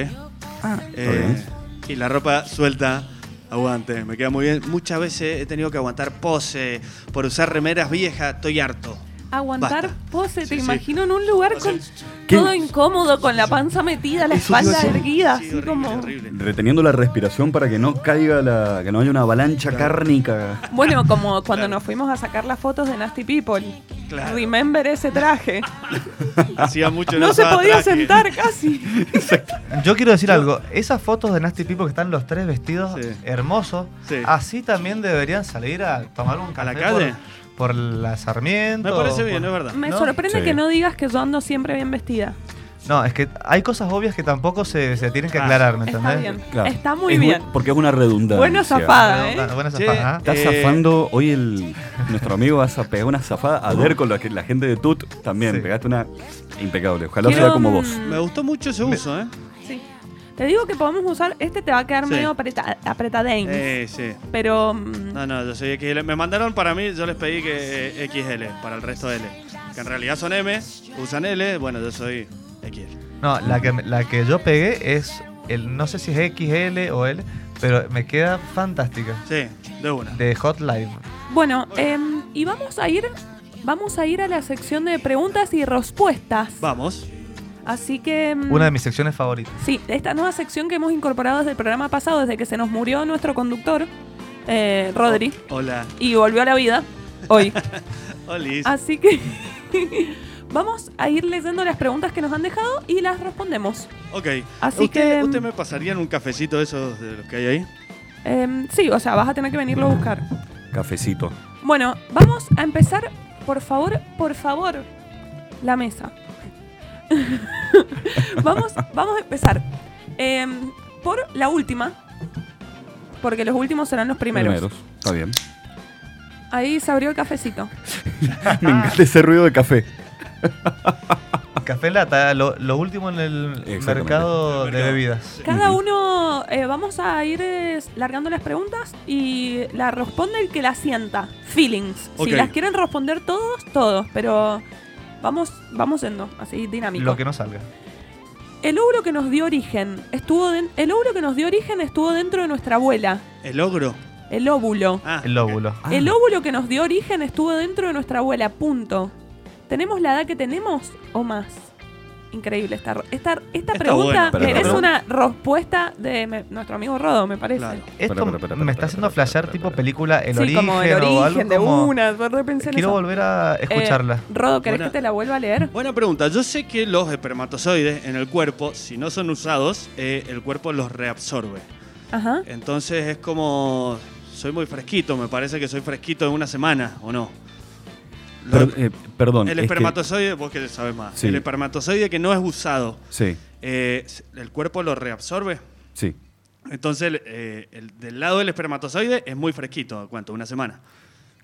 [SPEAKER 3] Ah.
[SPEAKER 1] Eh, y la ropa suelta, aguante, me queda muy bien. Muchas veces he tenido que aguantar pose por usar remeras viejas, estoy harto.
[SPEAKER 3] Aguantar
[SPEAKER 1] Basta.
[SPEAKER 3] pose, te
[SPEAKER 1] Sí, sí.
[SPEAKER 3] imagino en un lugar
[SPEAKER 1] O sea,
[SPEAKER 3] con
[SPEAKER 2] ¿qué?
[SPEAKER 3] todo incómodo, con la panza metida, la
[SPEAKER 2] Eso te iba a
[SPEAKER 3] espalda
[SPEAKER 2] decir.
[SPEAKER 3] erguida,
[SPEAKER 1] Sí,
[SPEAKER 3] así
[SPEAKER 1] horrible,
[SPEAKER 3] como.
[SPEAKER 1] horrible.
[SPEAKER 2] Reteniendo la respiración para que no caiga la. que no haya una avalancha cárnica.
[SPEAKER 3] Bueno, como cuando nos fuimos a sacar las fotos de Nasty People.
[SPEAKER 1] Claro.
[SPEAKER 3] Remember ese traje.
[SPEAKER 1] Hacía mucho
[SPEAKER 3] No se
[SPEAKER 1] usaba
[SPEAKER 3] podía
[SPEAKER 1] traje.
[SPEAKER 3] sentar casi.
[SPEAKER 4] Yo quiero decir algo. Esas fotos de Nasty People que están los tres vestidos
[SPEAKER 1] Sí.
[SPEAKER 4] hermosos,
[SPEAKER 1] Sí.
[SPEAKER 4] así también deberían salir a tomar un café
[SPEAKER 1] la
[SPEAKER 4] por-
[SPEAKER 1] calle?
[SPEAKER 4] Por, la Sarmiento.
[SPEAKER 1] Me parece
[SPEAKER 4] por-
[SPEAKER 1] bien, es verdad.
[SPEAKER 3] Me
[SPEAKER 4] ¿No?
[SPEAKER 3] sorprende
[SPEAKER 2] Sí.
[SPEAKER 3] que no digas que yo ando siempre bien vestida.
[SPEAKER 4] No, es que hay cosas obvias que tampoco se, se tienen que
[SPEAKER 1] Ah,
[SPEAKER 4] aclarar, ¿me
[SPEAKER 3] Está
[SPEAKER 4] entendés?
[SPEAKER 3] bien.
[SPEAKER 2] Claro.
[SPEAKER 3] Está muy
[SPEAKER 2] Es bu-
[SPEAKER 3] bien.
[SPEAKER 2] Porque es una redundancia.
[SPEAKER 3] Bueno zafada,
[SPEAKER 4] Buena-
[SPEAKER 3] ¿eh?
[SPEAKER 4] buena
[SPEAKER 1] Che,
[SPEAKER 4] zafada.
[SPEAKER 2] Está
[SPEAKER 1] Eh,
[SPEAKER 2] zafando, hoy el, nuestro amigo ha pegado una zafada a ver con la, que- la gente de Tut también,
[SPEAKER 4] Sí.
[SPEAKER 2] pegaste una impecable, ojalá
[SPEAKER 3] Quiero,
[SPEAKER 2] sea como vos.
[SPEAKER 3] mm,
[SPEAKER 1] Me gustó mucho ese uso, ¿eh?
[SPEAKER 3] Sí. Te digo que podemos usar. Este te va a quedar
[SPEAKER 1] Sí.
[SPEAKER 3] medio apreta, apretadín,
[SPEAKER 1] Eh, sí.
[SPEAKER 3] Pero. mm,
[SPEAKER 1] No, no, yo soy XL. Me mandaron para mí, yo les pedí que eh, XL, para el resto L. Que en realidad son M, usan L, bueno, yo soy XL.
[SPEAKER 4] No, la que, la que yo pegué es, el no sé si es XL o L, pero me queda fantástica.
[SPEAKER 1] Sí, de una.
[SPEAKER 4] De Hot Live.
[SPEAKER 3] Bueno, em, y vamos a ir. Vamos a ir a la sección de preguntas y respuestas.
[SPEAKER 1] Vamos.
[SPEAKER 3] Así que. mm,
[SPEAKER 4] Una de mis secciones favoritas.
[SPEAKER 3] Sí, esta nueva sección que hemos incorporado desde el programa pasado, desde que se nos murió nuestro conductor, eh, Rodri,
[SPEAKER 1] Hola.
[SPEAKER 3] y volvió a la vida hoy.
[SPEAKER 1] Olis.
[SPEAKER 3] Así que vamos a ir leyendo las preguntas que nos han dejado y las respondemos.
[SPEAKER 1] Ok.
[SPEAKER 3] Así
[SPEAKER 1] ¿Usted,
[SPEAKER 3] que- mm,
[SPEAKER 1] ¿Usted me pasaría en un cafecito de esos de los que hay ahí?
[SPEAKER 3] Em, sí, o sea, vas a tener que venirlo a buscar.
[SPEAKER 2] Cafecito.
[SPEAKER 3] Bueno, vamos a empezar, por favor, por favor, la mesa. vamos, vamos a empezar em, por la última, porque los últimos serán los primeros.
[SPEAKER 2] Está bien.
[SPEAKER 3] Ahí se abrió el cafecito. Ah.
[SPEAKER 2] Me encanta ese ruido de café.
[SPEAKER 4] Café Lata, lo, lo último en el
[SPEAKER 2] Exactamente.
[SPEAKER 4] mercado
[SPEAKER 1] El
[SPEAKER 4] de
[SPEAKER 1] mercado.
[SPEAKER 4] bebidas.
[SPEAKER 3] Cada
[SPEAKER 2] Ujú.
[SPEAKER 3] uno eh, vamos a ir eh, largando las preguntas y la responde el que la sienta. Feelings.
[SPEAKER 1] Ok.
[SPEAKER 3] Si las quieren responder todos, todos, pero vamos, vamos yendo, así dinámico.
[SPEAKER 4] Lo que no salga.
[SPEAKER 3] El ogro que nos dio origen estuvo den- el ogro que nos dio origen estuvo dentro de nuestra abuela,
[SPEAKER 1] ¿El ogro?
[SPEAKER 3] el óvulo.
[SPEAKER 1] Ah,
[SPEAKER 4] El lóbulo.
[SPEAKER 3] El óvulo que nos dio origen estuvo dentro de nuestra abuela, punto. ¿Tenemos la edad que tenemos o más? Increíble esta, ro- esta, esta
[SPEAKER 1] Está
[SPEAKER 3] pregunta
[SPEAKER 1] buena, pero-
[SPEAKER 3] merece
[SPEAKER 2] pero-
[SPEAKER 3] una respuesta de me- nuestro amigo Rodo, me parece.
[SPEAKER 1] Claro.
[SPEAKER 4] Esto
[SPEAKER 2] Espera, espera, espera,
[SPEAKER 4] me
[SPEAKER 2] espera,
[SPEAKER 4] está haciendo
[SPEAKER 2] espera,
[SPEAKER 4] flashear
[SPEAKER 2] espera,
[SPEAKER 4] tipo
[SPEAKER 2] espera.
[SPEAKER 4] película El
[SPEAKER 3] sí,
[SPEAKER 4] Origen
[SPEAKER 3] como el
[SPEAKER 4] o algo
[SPEAKER 3] origen de
[SPEAKER 4] como- Eh,
[SPEAKER 3] una, yo repensé en
[SPEAKER 4] Quiero
[SPEAKER 3] eso.
[SPEAKER 4] volver a escucharla.
[SPEAKER 3] Eh, Rodo, ¿querés
[SPEAKER 1] Buena-
[SPEAKER 3] que te la vuelva a leer?
[SPEAKER 1] Buena pregunta. Yo sé que los espermatozoides en el cuerpo, si no son usados, eh, el cuerpo los reabsorbe.
[SPEAKER 3] Ajá.
[SPEAKER 1] Entonces es como. Soy muy fresquito, me parece que soy fresquito en una semana, ¿o no? Lo-
[SPEAKER 2] Pero, eh, perdón.
[SPEAKER 1] el
[SPEAKER 2] es que-
[SPEAKER 1] espermatozoide, vos que sabes más.
[SPEAKER 2] Sí.
[SPEAKER 1] El espermatozoide que no es usado,
[SPEAKER 2] sí,
[SPEAKER 1] eh, el cuerpo lo reabsorbe.
[SPEAKER 2] sí.
[SPEAKER 1] Entonces, el, eh, el- del lado del espermatozoide es muy fresquito, ¿cuánto? Una semana.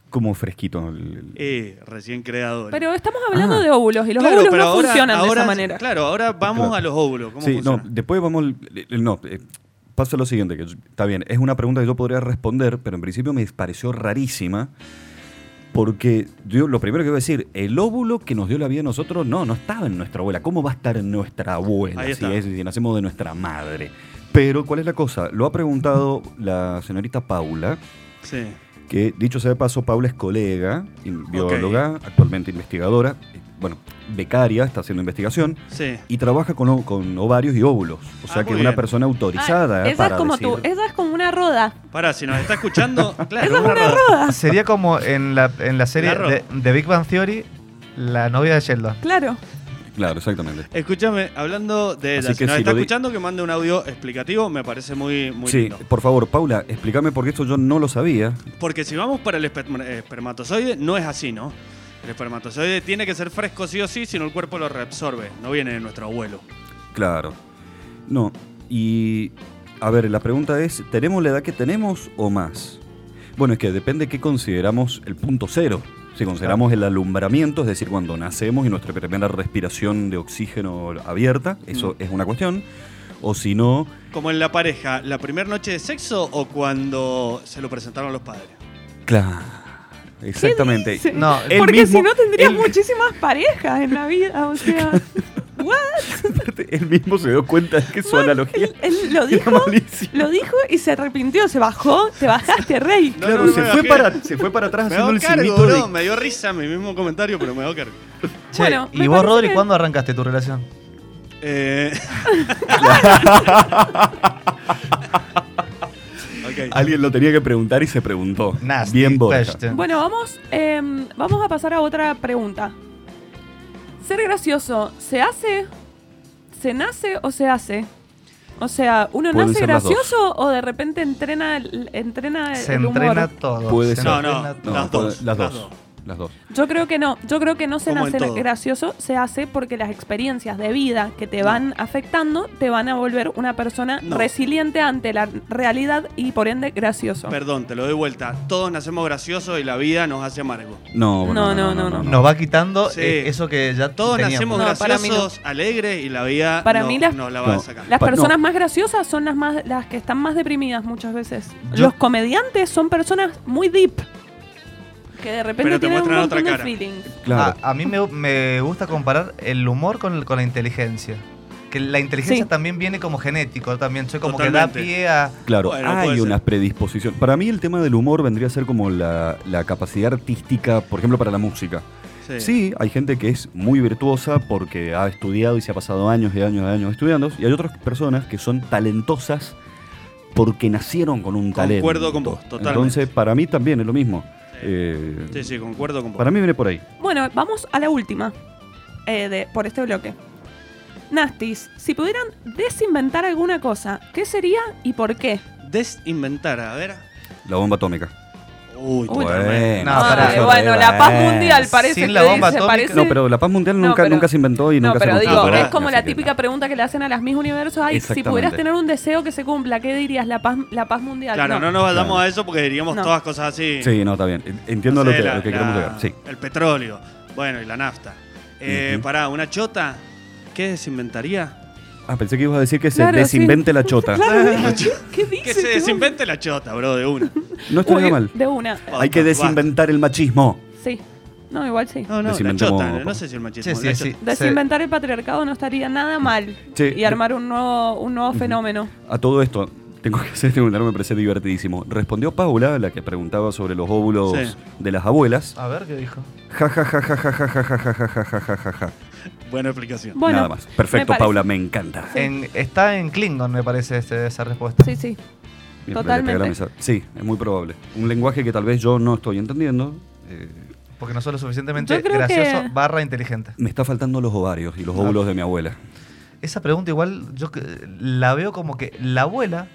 [SPEAKER 2] Como fresquito. el- el-
[SPEAKER 1] Eh, recién creado. el-
[SPEAKER 3] Pero estamos hablando
[SPEAKER 2] Ah.
[SPEAKER 3] de óvulos y los
[SPEAKER 1] Claro,
[SPEAKER 3] óvulos
[SPEAKER 1] pero
[SPEAKER 3] no
[SPEAKER 1] ahora-
[SPEAKER 3] funcionan de
[SPEAKER 1] ahora-
[SPEAKER 3] esa manera.
[SPEAKER 1] Claro, ahora vamos
[SPEAKER 2] Claro.
[SPEAKER 1] a los óvulos. ¿Cómo
[SPEAKER 2] sí,
[SPEAKER 1] funciona?
[SPEAKER 2] no, después vamos. al- el- No, eh, pasa lo siguiente, que yo- está bien, es una pregunta que yo podría responder, pero en principio me pareció rarísima. Porque yo lo primero que voy a decir, el óvulo que nos dio la vida a nosotros, no, no estaba en nuestra abuela. ¿Cómo va a estar en nuestra abuela
[SPEAKER 1] Ahí
[SPEAKER 2] si,
[SPEAKER 1] está.
[SPEAKER 2] es- si nacemos de nuestra madre? Pero, ¿cuál es la cosa? Lo ha preguntado la señorita Paula,
[SPEAKER 1] Sí.
[SPEAKER 2] que dicho sea de paso, Paula es colega, in- bióloga, actualmente investigadora, eh, bueno, becaria, está haciendo investigación
[SPEAKER 1] Sí.
[SPEAKER 2] y trabaja con, o- con ovarios y óvulos. O sea
[SPEAKER 1] Ah,
[SPEAKER 2] que
[SPEAKER 1] muy
[SPEAKER 2] es una
[SPEAKER 1] bien.
[SPEAKER 2] persona autorizada. eh,
[SPEAKER 3] Ah, esa
[SPEAKER 2] para
[SPEAKER 3] es como tú,
[SPEAKER 2] decir-
[SPEAKER 3] esa es como una roda.
[SPEAKER 1] Pará, si nos está escuchando, claro,
[SPEAKER 3] esa es
[SPEAKER 1] una
[SPEAKER 3] una
[SPEAKER 1] roda.
[SPEAKER 3] roda,
[SPEAKER 4] Sería como en la, en la serie
[SPEAKER 1] Claro.
[SPEAKER 4] de, de Big Bang Theory, la novia de Sheldon.
[SPEAKER 3] claro.
[SPEAKER 2] Claro, exactamente.
[SPEAKER 1] Escúchame, hablando de ella,
[SPEAKER 2] Así
[SPEAKER 1] si
[SPEAKER 2] que
[SPEAKER 1] nos
[SPEAKER 2] si
[SPEAKER 1] está
[SPEAKER 2] lo di-
[SPEAKER 1] escuchando, que mande un audio explicativo, me parece muy, muy
[SPEAKER 2] sí,
[SPEAKER 1] lindo.
[SPEAKER 2] por favor, Paula, explícame porque esto yo no lo sabía.
[SPEAKER 1] Porque si vamos para el esper- espermatozoide, no es así, ¿no? El espermatozoide tiene que ser fresco sí o sí, si no el cuerpo lo reabsorbe. No viene de nuestro abuelo.
[SPEAKER 2] Claro. No, y a ver, la pregunta es, ¿tenemos la edad que tenemos o más? Bueno, es que depende qué consideramos el punto cero. Si consideramos el alumbramiento, es decir, cuando nacemos y nuestra primera respiración de oxígeno abierta, eso
[SPEAKER 1] Mm.
[SPEAKER 2] es una cuestión. O si no,
[SPEAKER 1] Como en la pareja, ¿la primera noche de sexo o cuando se lo presentaron los padres?
[SPEAKER 2] claro. Exactamente.
[SPEAKER 3] dice?
[SPEAKER 4] No,
[SPEAKER 2] El
[SPEAKER 3] Porque
[SPEAKER 2] mismo-
[SPEAKER 3] si no tendrías
[SPEAKER 2] el-
[SPEAKER 3] muchísimas parejas en la vida, o sea, what?
[SPEAKER 2] Aparte, Él mismo se dio cuenta de que su analogía
[SPEAKER 3] Él, él lo
[SPEAKER 2] era
[SPEAKER 3] dijo,
[SPEAKER 2] malísima.
[SPEAKER 3] lo dijo y se arrepintió, se bajó, te bajaste, rey.
[SPEAKER 1] No,
[SPEAKER 2] Claro,
[SPEAKER 1] no, no,
[SPEAKER 2] se,
[SPEAKER 1] me
[SPEAKER 2] fue
[SPEAKER 1] bajé.
[SPEAKER 2] para, se fue para atrás
[SPEAKER 1] Me
[SPEAKER 2] haciendo
[SPEAKER 1] hago
[SPEAKER 2] el
[SPEAKER 1] cargo,
[SPEAKER 2] signito
[SPEAKER 1] bro.
[SPEAKER 2] de...
[SPEAKER 1] Me dio risa mi mismo comentario, pero me hago cargo.
[SPEAKER 4] Che,
[SPEAKER 3] Bueno, me
[SPEAKER 4] ¿y vos,
[SPEAKER 3] parece
[SPEAKER 4] Rodri,
[SPEAKER 3] que-
[SPEAKER 4] cuándo arrancaste tu relación?
[SPEAKER 1] Eh. ok.
[SPEAKER 2] Alguien lo tenía que preguntar y se preguntó.
[SPEAKER 4] Nasty
[SPEAKER 2] Bien Borja.
[SPEAKER 4] question.
[SPEAKER 3] Bueno, vamos, em, vamos a pasar a otra pregunta. Ser gracioso, ¿se hace? ¿Se nace o se hace? O sea, ¿uno
[SPEAKER 2] Pueden
[SPEAKER 3] nace
[SPEAKER 2] ser las dos.
[SPEAKER 3] gracioso o de repente entrena, el- entrena el
[SPEAKER 4] Se
[SPEAKER 3] el humor?
[SPEAKER 4] entrena todo.
[SPEAKER 2] Puede
[SPEAKER 4] se
[SPEAKER 2] ser.
[SPEAKER 1] No,
[SPEAKER 4] entrena
[SPEAKER 1] no,
[SPEAKER 4] todo.
[SPEAKER 2] No,
[SPEAKER 1] las
[SPEAKER 2] puede-
[SPEAKER 1] dos,
[SPEAKER 2] Las
[SPEAKER 1] las
[SPEAKER 2] dos.
[SPEAKER 1] dos.
[SPEAKER 2] Las dos.
[SPEAKER 3] Yo creo que no, yo creo que no se
[SPEAKER 1] Como en
[SPEAKER 3] nace
[SPEAKER 1] todo.
[SPEAKER 3] gracioso, se hace porque las experiencias de vida que te van afectando te van a volver una persona
[SPEAKER 1] No.
[SPEAKER 3] resiliente ante la realidad y por ende gracioso.
[SPEAKER 1] Perdón, te lo doy vuelta. Todos nacemos graciosos y la vida nos hace amargo.
[SPEAKER 2] No,
[SPEAKER 3] No,
[SPEAKER 2] bueno, no,
[SPEAKER 3] no,
[SPEAKER 2] no,
[SPEAKER 3] no,
[SPEAKER 2] no.
[SPEAKER 4] Nos va quitando
[SPEAKER 1] Sí.
[SPEAKER 4] eh, eso que ya
[SPEAKER 1] Todos
[SPEAKER 4] teníamos.
[SPEAKER 3] No,
[SPEAKER 1] nacemos
[SPEAKER 3] para mí no.
[SPEAKER 1] graciosos, alegres y la vida
[SPEAKER 3] Para
[SPEAKER 1] no-
[SPEAKER 3] mí las-
[SPEAKER 1] nos la va
[SPEAKER 2] No.
[SPEAKER 1] a sacar.
[SPEAKER 3] Las
[SPEAKER 2] Pa-
[SPEAKER 3] personas
[SPEAKER 2] no.
[SPEAKER 3] más graciosas son las más las que están más deprimidas muchas veces.
[SPEAKER 4] Yo-
[SPEAKER 3] Los comediantes son personas muy deep que de repente
[SPEAKER 1] Pero te
[SPEAKER 3] tienen un
[SPEAKER 1] muestran otra
[SPEAKER 3] montón de
[SPEAKER 1] cara.
[SPEAKER 3] feelings.
[SPEAKER 2] Claro.
[SPEAKER 4] A, a mí me, me gusta comparar el humor con, el- con la inteligencia. Que la inteligencia
[SPEAKER 3] Sí.
[SPEAKER 4] también viene como genético, también soy como que
[SPEAKER 1] Totalmente.
[SPEAKER 4] da pie a...
[SPEAKER 2] Claro,
[SPEAKER 1] Bueno,
[SPEAKER 2] hay
[SPEAKER 1] puede
[SPEAKER 2] una
[SPEAKER 1] ser.
[SPEAKER 2] predisposición. Para mí el tema del humor vendría a ser como la, la capacidad artística, por ejemplo, para la música. Sí. hay gente que es muy virtuosa porque ha estudiado y se ha pasado años y años y años estudiando, y hay otras personas que son talentosas porque nacieron con un talento.
[SPEAKER 1] Concuerdo con vos, totalmente.
[SPEAKER 2] Entonces, para mí también es lo mismo. Eh,
[SPEAKER 1] Sí, sí, concuerdo con vos.
[SPEAKER 2] Para mí viene por ahí.
[SPEAKER 3] Bueno, vamos a la última eh, de- por este bloque. Nastis, si pudieran desinventar alguna cosa, ¿qué sería y por qué?
[SPEAKER 1] Desinventar, a ver.
[SPEAKER 2] La bomba atómica.
[SPEAKER 1] Uy,
[SPEAKER 3] Uy,
[SPEAKER 1] tremendo.
[SPEAKER 4] No,
[SPEAKER 3] Ay,
[SPEAKER 4] pará.
[SPEAKER 3] bueno, la paz
[SPEAKER 2] Eh,
[SPEAKER 3] mundial parece
[SPEAKER 4] sin
[SPEAKER 3] que
[SPEAKER 4] la bomba
[SPEAKER 3] dice,
[SPEAKER 4] atómica.
[SPEAKER 3] parece-
[SPEAKER 2] No, pero la paz mundial
[SPEAKER 3] No,
[SPEAKER 2] nunca,
[SPEAKER 3] pero-
[SPEAKER 2] nunca se inventó y
[SPEAKER 3] No,
[SPEAKER 2] nunca
[SPEAKER 3] pero
[SPEAKER 2] se
[SPEAKER 3] digo,
[SPEAKER 2] consumó.
[SPEAKER 1] pará,
[SPEAKER 3] es como
[SPEAKER 2] Así
[SPEAKER 3] la
[SPEAKER 2] que
[SPEAKER 3] típica pregunta que le hacen a las mis universos. Ay, si
[SPEAKER 2] Exactamente.
[SPEAKER 3] pudieras tener un deseo que se cumpla, ¿qué dirías? La paz, la paz mundial.
[SPEAKER 1] Claro,
[SPEAKER 3] no.
[SPEAKER 1] no nos vayamos
[SPEAKER 2] Claro.
[SPEAKER 1] a eso porque diríamos
[SPEAKER 3] No.
[SPEAKER 1] todas cosas así.
[SPEAKER 2] no. Sí, no, está bien. Entiendo
[SPEAKER 1] No
[SPEAKER 2] lo
[SPEAKER 1] sé,
[SPEAKER 2] que,
[SPEAKER 1] la-
[SPEAKER 2] lo que queremos
[SPEAKER 1] la-
[SPEAKER 2] llegar. Sí.
[SPEAKER 1] El petróleo. Bueno, y la nafta. Eh,
[SPEAKER 2] Ujú.
[SPEAKER 1] Pará, una chota. ¿Qué desinventaría?
[SPEAKER 2] Ah, pensé que ibas a decir que se
[SPEAKER 3] Claro, sí.
[SPEAKER 2] desinvente la chota.
[SPEAKER 3] Claro, ¿qué, qué dice?
[SPEAKER 1] Que se
[SPEAKER 3] Qué
[SPEAKER 1] desinvente la chota, bro, de una.
[SPEAKER 2] No
[SPEAKER 3] bueno.
[SPEAKER 2] estaría
[SPEAKER 3] Uy,
[SPEAKER 2] mal.
[SPEAKER 3] De una,
[SPEAKER 2] Hay que
[SPEAKER 1] Basta,
[SPEAKER 2] desinventar el machismo.
[SPEAKER 3] sí. No, igual sí.
[SPEAKER 1] No, no, la
[SPEAKER 2] Desinventemos
[SPEAKER 1] chota.
[SPEAKER 2] poco.
[SPEAKER 1] No sé si el machismo.
[SPEAKER 4] Sí, sí,
[SPEAKER 1] la
[SPEAKER 4] sí.
[SPEAKER 1] chota.
[SPEAKER 3] Desinventar el patriarcado no estaría nada mal.
[SPEAKER 2] Sí.
[SPEAKER 3] Y armar un nuevo, un nuevo fenómeno.
[SPEAKER 2] A todo esto, tengo que hacer este comentario, me parece divertidísimo. Respondió Paula, la que preguntaba sobre los óvulos
[SPEAKER 1] Sí. Ah.
[SPEAKER 2] de las abuelas.
[SPEAKER 4] A ver, ¿qué dijo?
[SPEAKER 2] Ja, ja, ja, ja, ja, ja, ja, ja, ja, ja, ja, ja, ja, ja.
[SPEAKER 1] Buena explicación.
[SPEAKER 3] Bueno,
[SPEAKER 2] Nada más. Perfecto,
[SPEAKER 3] parece.
[SPEAKER 2] Paula, me encanta.
[SPEAKER 4] En- está en Klingon, me parece, este- esa respuesta.
[SPEAKER 3] Sí, sí.
[SPEAKER 2] Bien,
[SPEAKER 3] Totalmente.
[SPEAKER 2] le pegué a la mesa. Sí, es muy probable. Un lenguaje que tal vez yo no estoy entendiendo. Eh,
[SPEAKER 4] Porque no solo suficientemente
[SPEAKER 3] Yo creo
[SPEAKER 4] gracioso,
[SPEAKER 3] que-
[SPEAKER 4] barra inteligente.
[SPEAKER 2] me está faltando los ovarios y los óvulos de mi abuela.
[SPEAKER 4] Esa pregunta igual yo que- la veo como que la abuela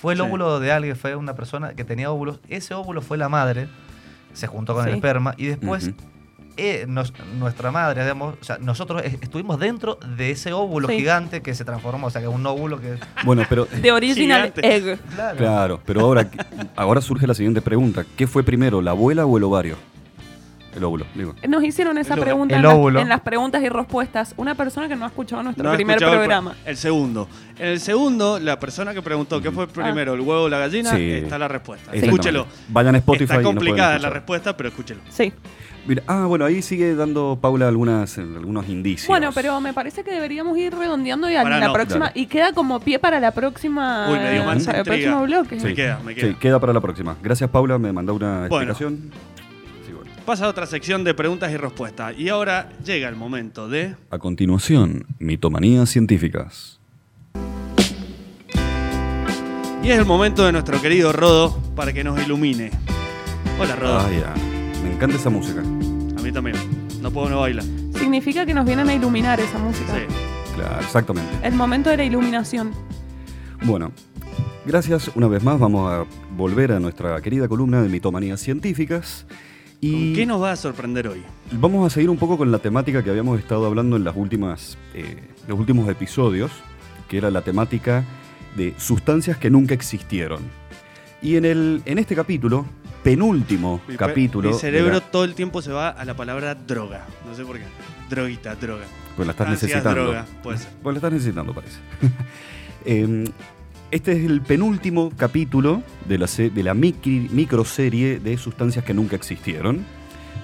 [SPEAKER 4] fue el
[SPEAKER 1] Sí.
[SPEAKER 4] óvulo de alguien, fue una persona que tenía óvulos, ese óvulo fue la madre, se juntó con el
[SPEAKER 3] Sí.
[SPEAKER 4] esperma y después
[SPEAKER 2] Ujú.
[SPEAKER 4] eh, nos- nuestra madre, digamos, o sea, nosotros es- estuvimos dentro de ese óvulo
[SPEAKER 3] Sí.
[SPEAKER 4] gigante que se transformó, o sea, que un óvulo que...
[SPEAKER 2] Bueno, pero...
[SPEAKER 3] De original eh.
[SPEAKER 1] Gigante.
[SPEAKER 3] egg.
[SPEAKER 4] Claro.
[SPEAKER 2] Claro, pero ahora, ahora surge la siguiente pregunta. ¿Qué fue primero, la abuela o el ovario? El óvulo, digo.
[SPEAKER 3] Nos hicieron esa
[SPEAKER 1] El óvulo.
[SPEAKER 3] pregunta
[SPEAKER 4] El
[SPEAKER 3] en las-
[SPEAKER 4] óvulo.
[SPEAKER 3] en las preguntas y respuestas. Una persona que no ha escuchado nuestro
[SPEAKER 1] No he
[SPEAKER 3] primer
[SPEAKER 1] escuchado el-
[SPEAKER 3] programa.
[SPEAKER 1] El, segundo. En el segundo, la persona que preguntó qué fue primero, el huevo o la gallina,
[SPEAKER 2] Sí.
[SPEAKER 1] está la respuesta.
[SPEAKER 2] Exactamente.
[SPEAKER 1] Escúchelo.
[SPEAKER 2] Vayan a Spotify. y
[SPEAKER 1] Está
[SPEAKER 2] nos pueden
[SPEAKER 1] complicada la
[SPEAKER 2] escuchar.
[SPEAKER 1] respuesta, pero escúchelo.
[SPEAKER 3] Sí.
[SPEAKER 2] Mira, ah, bueno, ahí sigue dando Paula algunas, eh, algunos indicios.
[SPEAKER 3] Bueno, pero me parece que deberíamos ir redondeando y a
[SPEAKER 1] Pará,
[SPEAKER 3] la
[SPEAKER 1] no,
[SPEAKER 3] próxima.
[SPEAKER 2] dale.
[SPEAKER 3] Y queda como pie para la próxima.
[SPEAKER 1] Uy, me dio más
[SPEAKER 3] eh, el
[SPEAKER 1] intriga.
[SPEAKER 3] próximo bloque.
[SPEAKER 1] me queda, me queda.
[SPEAKER 2] Sí, queda para la próxima. Gracias, Paula, me mandó una
[SPEAKER 1] Bueno.
[SPEAKER 2] explicación. Sí, bueno.
[SPEAKER 1] Pasa a otra sección de preguntas y respuestas. Y ahora llega el momento de.
[SPEAKER 2] A continuación, mitomanías científicas.
[SPEAKER 1] Y es el momento de nuestro querido Rodo para que nos ilumine. Hola, Rodo.
[SPEAKER 2] Ah, ya. Me encanta esa música.
[SPEAKER 1] A mí también. No puedo no bailar.
[SPEAKER 3] Significa que nos vienen a iluminar esa música.
[SPEAKER 1] Sí.
[SPEAKER 2] Claro, exactamente.
[SPEAKER 3] El momento de la iluminación.
[SPEAKER 2] Bueno, gracias una vez más. Vamos a volver a nuestra querida columna de mitomanías científicas. Y
[SPEAKER 1] ¿Con qué nos va a sorprender hoy?
[SPEAKER 2] Vamos a seguir un poco con la temática que habíamos estado hablando en las últimas, eh, los últimos episodios, que era la temática de sustancias que nunca existieron. Y en, el, en este capítulo, penúltimo
[SPEAKER 1] Mi pe-
[SPEAKER 2] capítulo...
[SPEAKER 1] Mi
[SPEAKER 2] de
[SPEAKER 1] cerebro
[SPEAKER 2] la-
[SPEAKER 1] todo el tiempo se va a la palabra droga. No sé por qué. Droguita, droga.
[SPEAKER 2] pues la estás
[SPEAKER 1] Ansias,
[SPEAKER 2] necesitando.
[SPEAKER 1] droga, puede ser.
[SPEAKER 2] Pues la estás necesitando, parece. Em, este es el penúltimo capítulo de la, se- de la micri- microserie de sustancias que nunca existieron.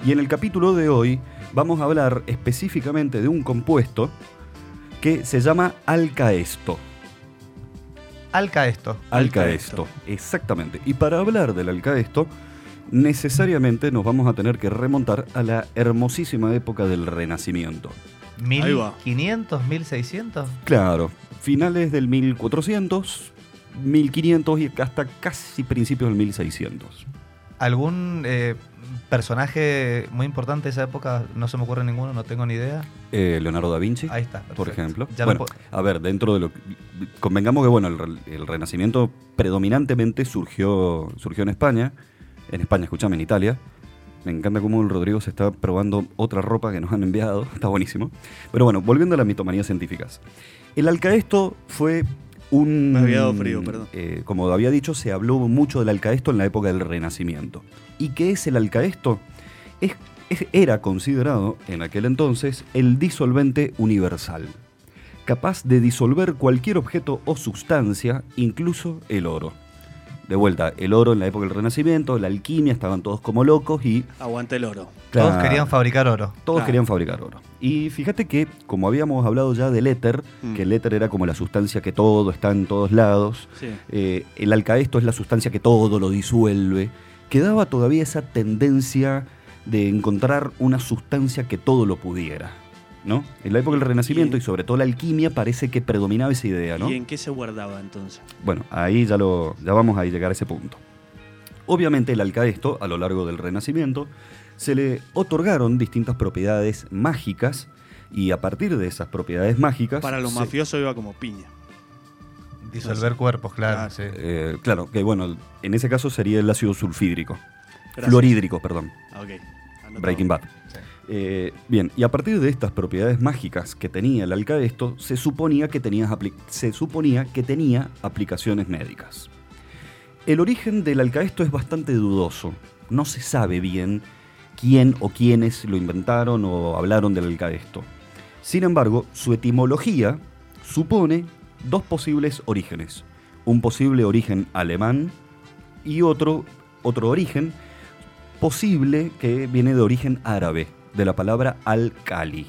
[SPEAKER 2] Y en el capítulo de hoy vamos a hablar específicamente de un compuesto que se llama alcaesto.
[SPEAKER 4] Alca esto.
[SPEAKER 2] Alcaesto. Exactamente. Y para hablar del alcaesto, necesariamente nos vamos a tener que remontar a la hermosísima época del Renacimiento.
[SPEAKER 1] Ahí va.
[SPEAKER 4] 1500, 1600.
[SPEAKER 2] Claro, finales del 1400, 1500 y hasta casi principios del 1600.
[SPEAKER 4] ¿Algún eh, personaje muy importante de esa época? No se me ocurre ninguno, no tengo ni idea.
[SPEAKER 2] Eh, Leonardo da Vinci,
[SPEAKER 4] Ahí está,
[SPEAKER 2] por
[SPEAKER 4] perfecto.
[SPEAKER 2] ejemplo.
[SPEAKER 4] Ya lo
[SPEAKER 2] bueno,
[SPEAKER 4] po-
[SPEAKER 2] a ver, dentro de lo que- convengamos que bueno, el, re- el Renacimiento predominantemente surgió surgió en España, en España, escúchame, en Italia. Me encanta cómo el Rodrigo se está probando otra ropa que nos han enviado, está buenísimo. Pero bueno, volviendo a las mitomanías científicas. El alcaesto fue un
[SPEAKER 1] Me había dado frío, perdón.
[SPEAKER 2] eh, como había dicho, se habló mucho del alcaesto en la época del Renacimiento. ¿Y qué es el alcaesto? Es- es- era considerado en aquel entonces el disolvente universal, capaz de disolver cualquier objeto o sustancia, incluso el oro. De vuelta, el oro en la época del Renacimiento, la alquimia, estaban todos como locos y
[SPEAKER 1] Aguante el oro.
[SPEAKER 4] Todos
[SPEAKER 2] claro,
[SPEAKER 4] querían fabricar oro.
[SPEAKER 2] todos
[SPEAKER 1] Claro.
[SPEAKER 2] querían fabricar oro. Y fíjate que, como habíamos hablado ya del éter,
[SPEAKER 1] Mm.
[SPEAKER 2] que el éter era como la sustancia que todo está en todos lados,
[SPEAKER 1] Sí.
[SPEAKER 2] eh, el alcaesto es la sustancia que todo lo disuelve, quedaba todavía esa tendencia de encontrar una sustancia que todo lo pudiera. ¿No? En la época del Renacimiento
[SPEAKER 1] Y-
[SPEAKER 2] y sobre todo la alquimia parece que predominaba esa idea, ¿no?
[SPEAKER 1] ¿Y en qué se guardaba entonces?
[SPEAKER 2] Bueno, ahí ya, lo, ya vamos a llegar a ese punto. Obviamente el alcaesto, a lo largo del Renacimiento, se le otorgaron distintas propiedades mágicas y a partir de esas propiedades mágicas...
[SPEAKER 1] Para los
[SPEAKER 2] se-
[SPEAKER 1] mafiosos iba como piña.
[SPEAKER 4] Disolver cuerpos, claro.
[SPEAKER 1] Claro.
[SPEAKER 4] sí.
[SPEAKER 2] eh, claro, que bueno, en ese caso sería el ácido sulfídrico.
[SPEAKER 1] Gracias.
[SPEAKER 2] Fluorhídrico, perdón.
[SPEAKER 1] Ah, ok. Anotado.
[SPEAKER 2] Breaking Bad.
[SPEAKER 4] Sí.
[SPEAKER 2] Eh, bien, y a partir de estas propiedades mágicas que tenía el alcaesto, se suponía que, tenías apli- se suponía que tenía aplicaciones médicas. El origen del alcaesto es bastante dudoso. No se sabe bien quién o quiénes lo inventaron o hablaron del alcaesto. Sin embargo, su etimología supone dos posibles orígenes. Un posible origen alemán y otro, otro origen posible que viene de origen árabe, de la palabra al-Kali.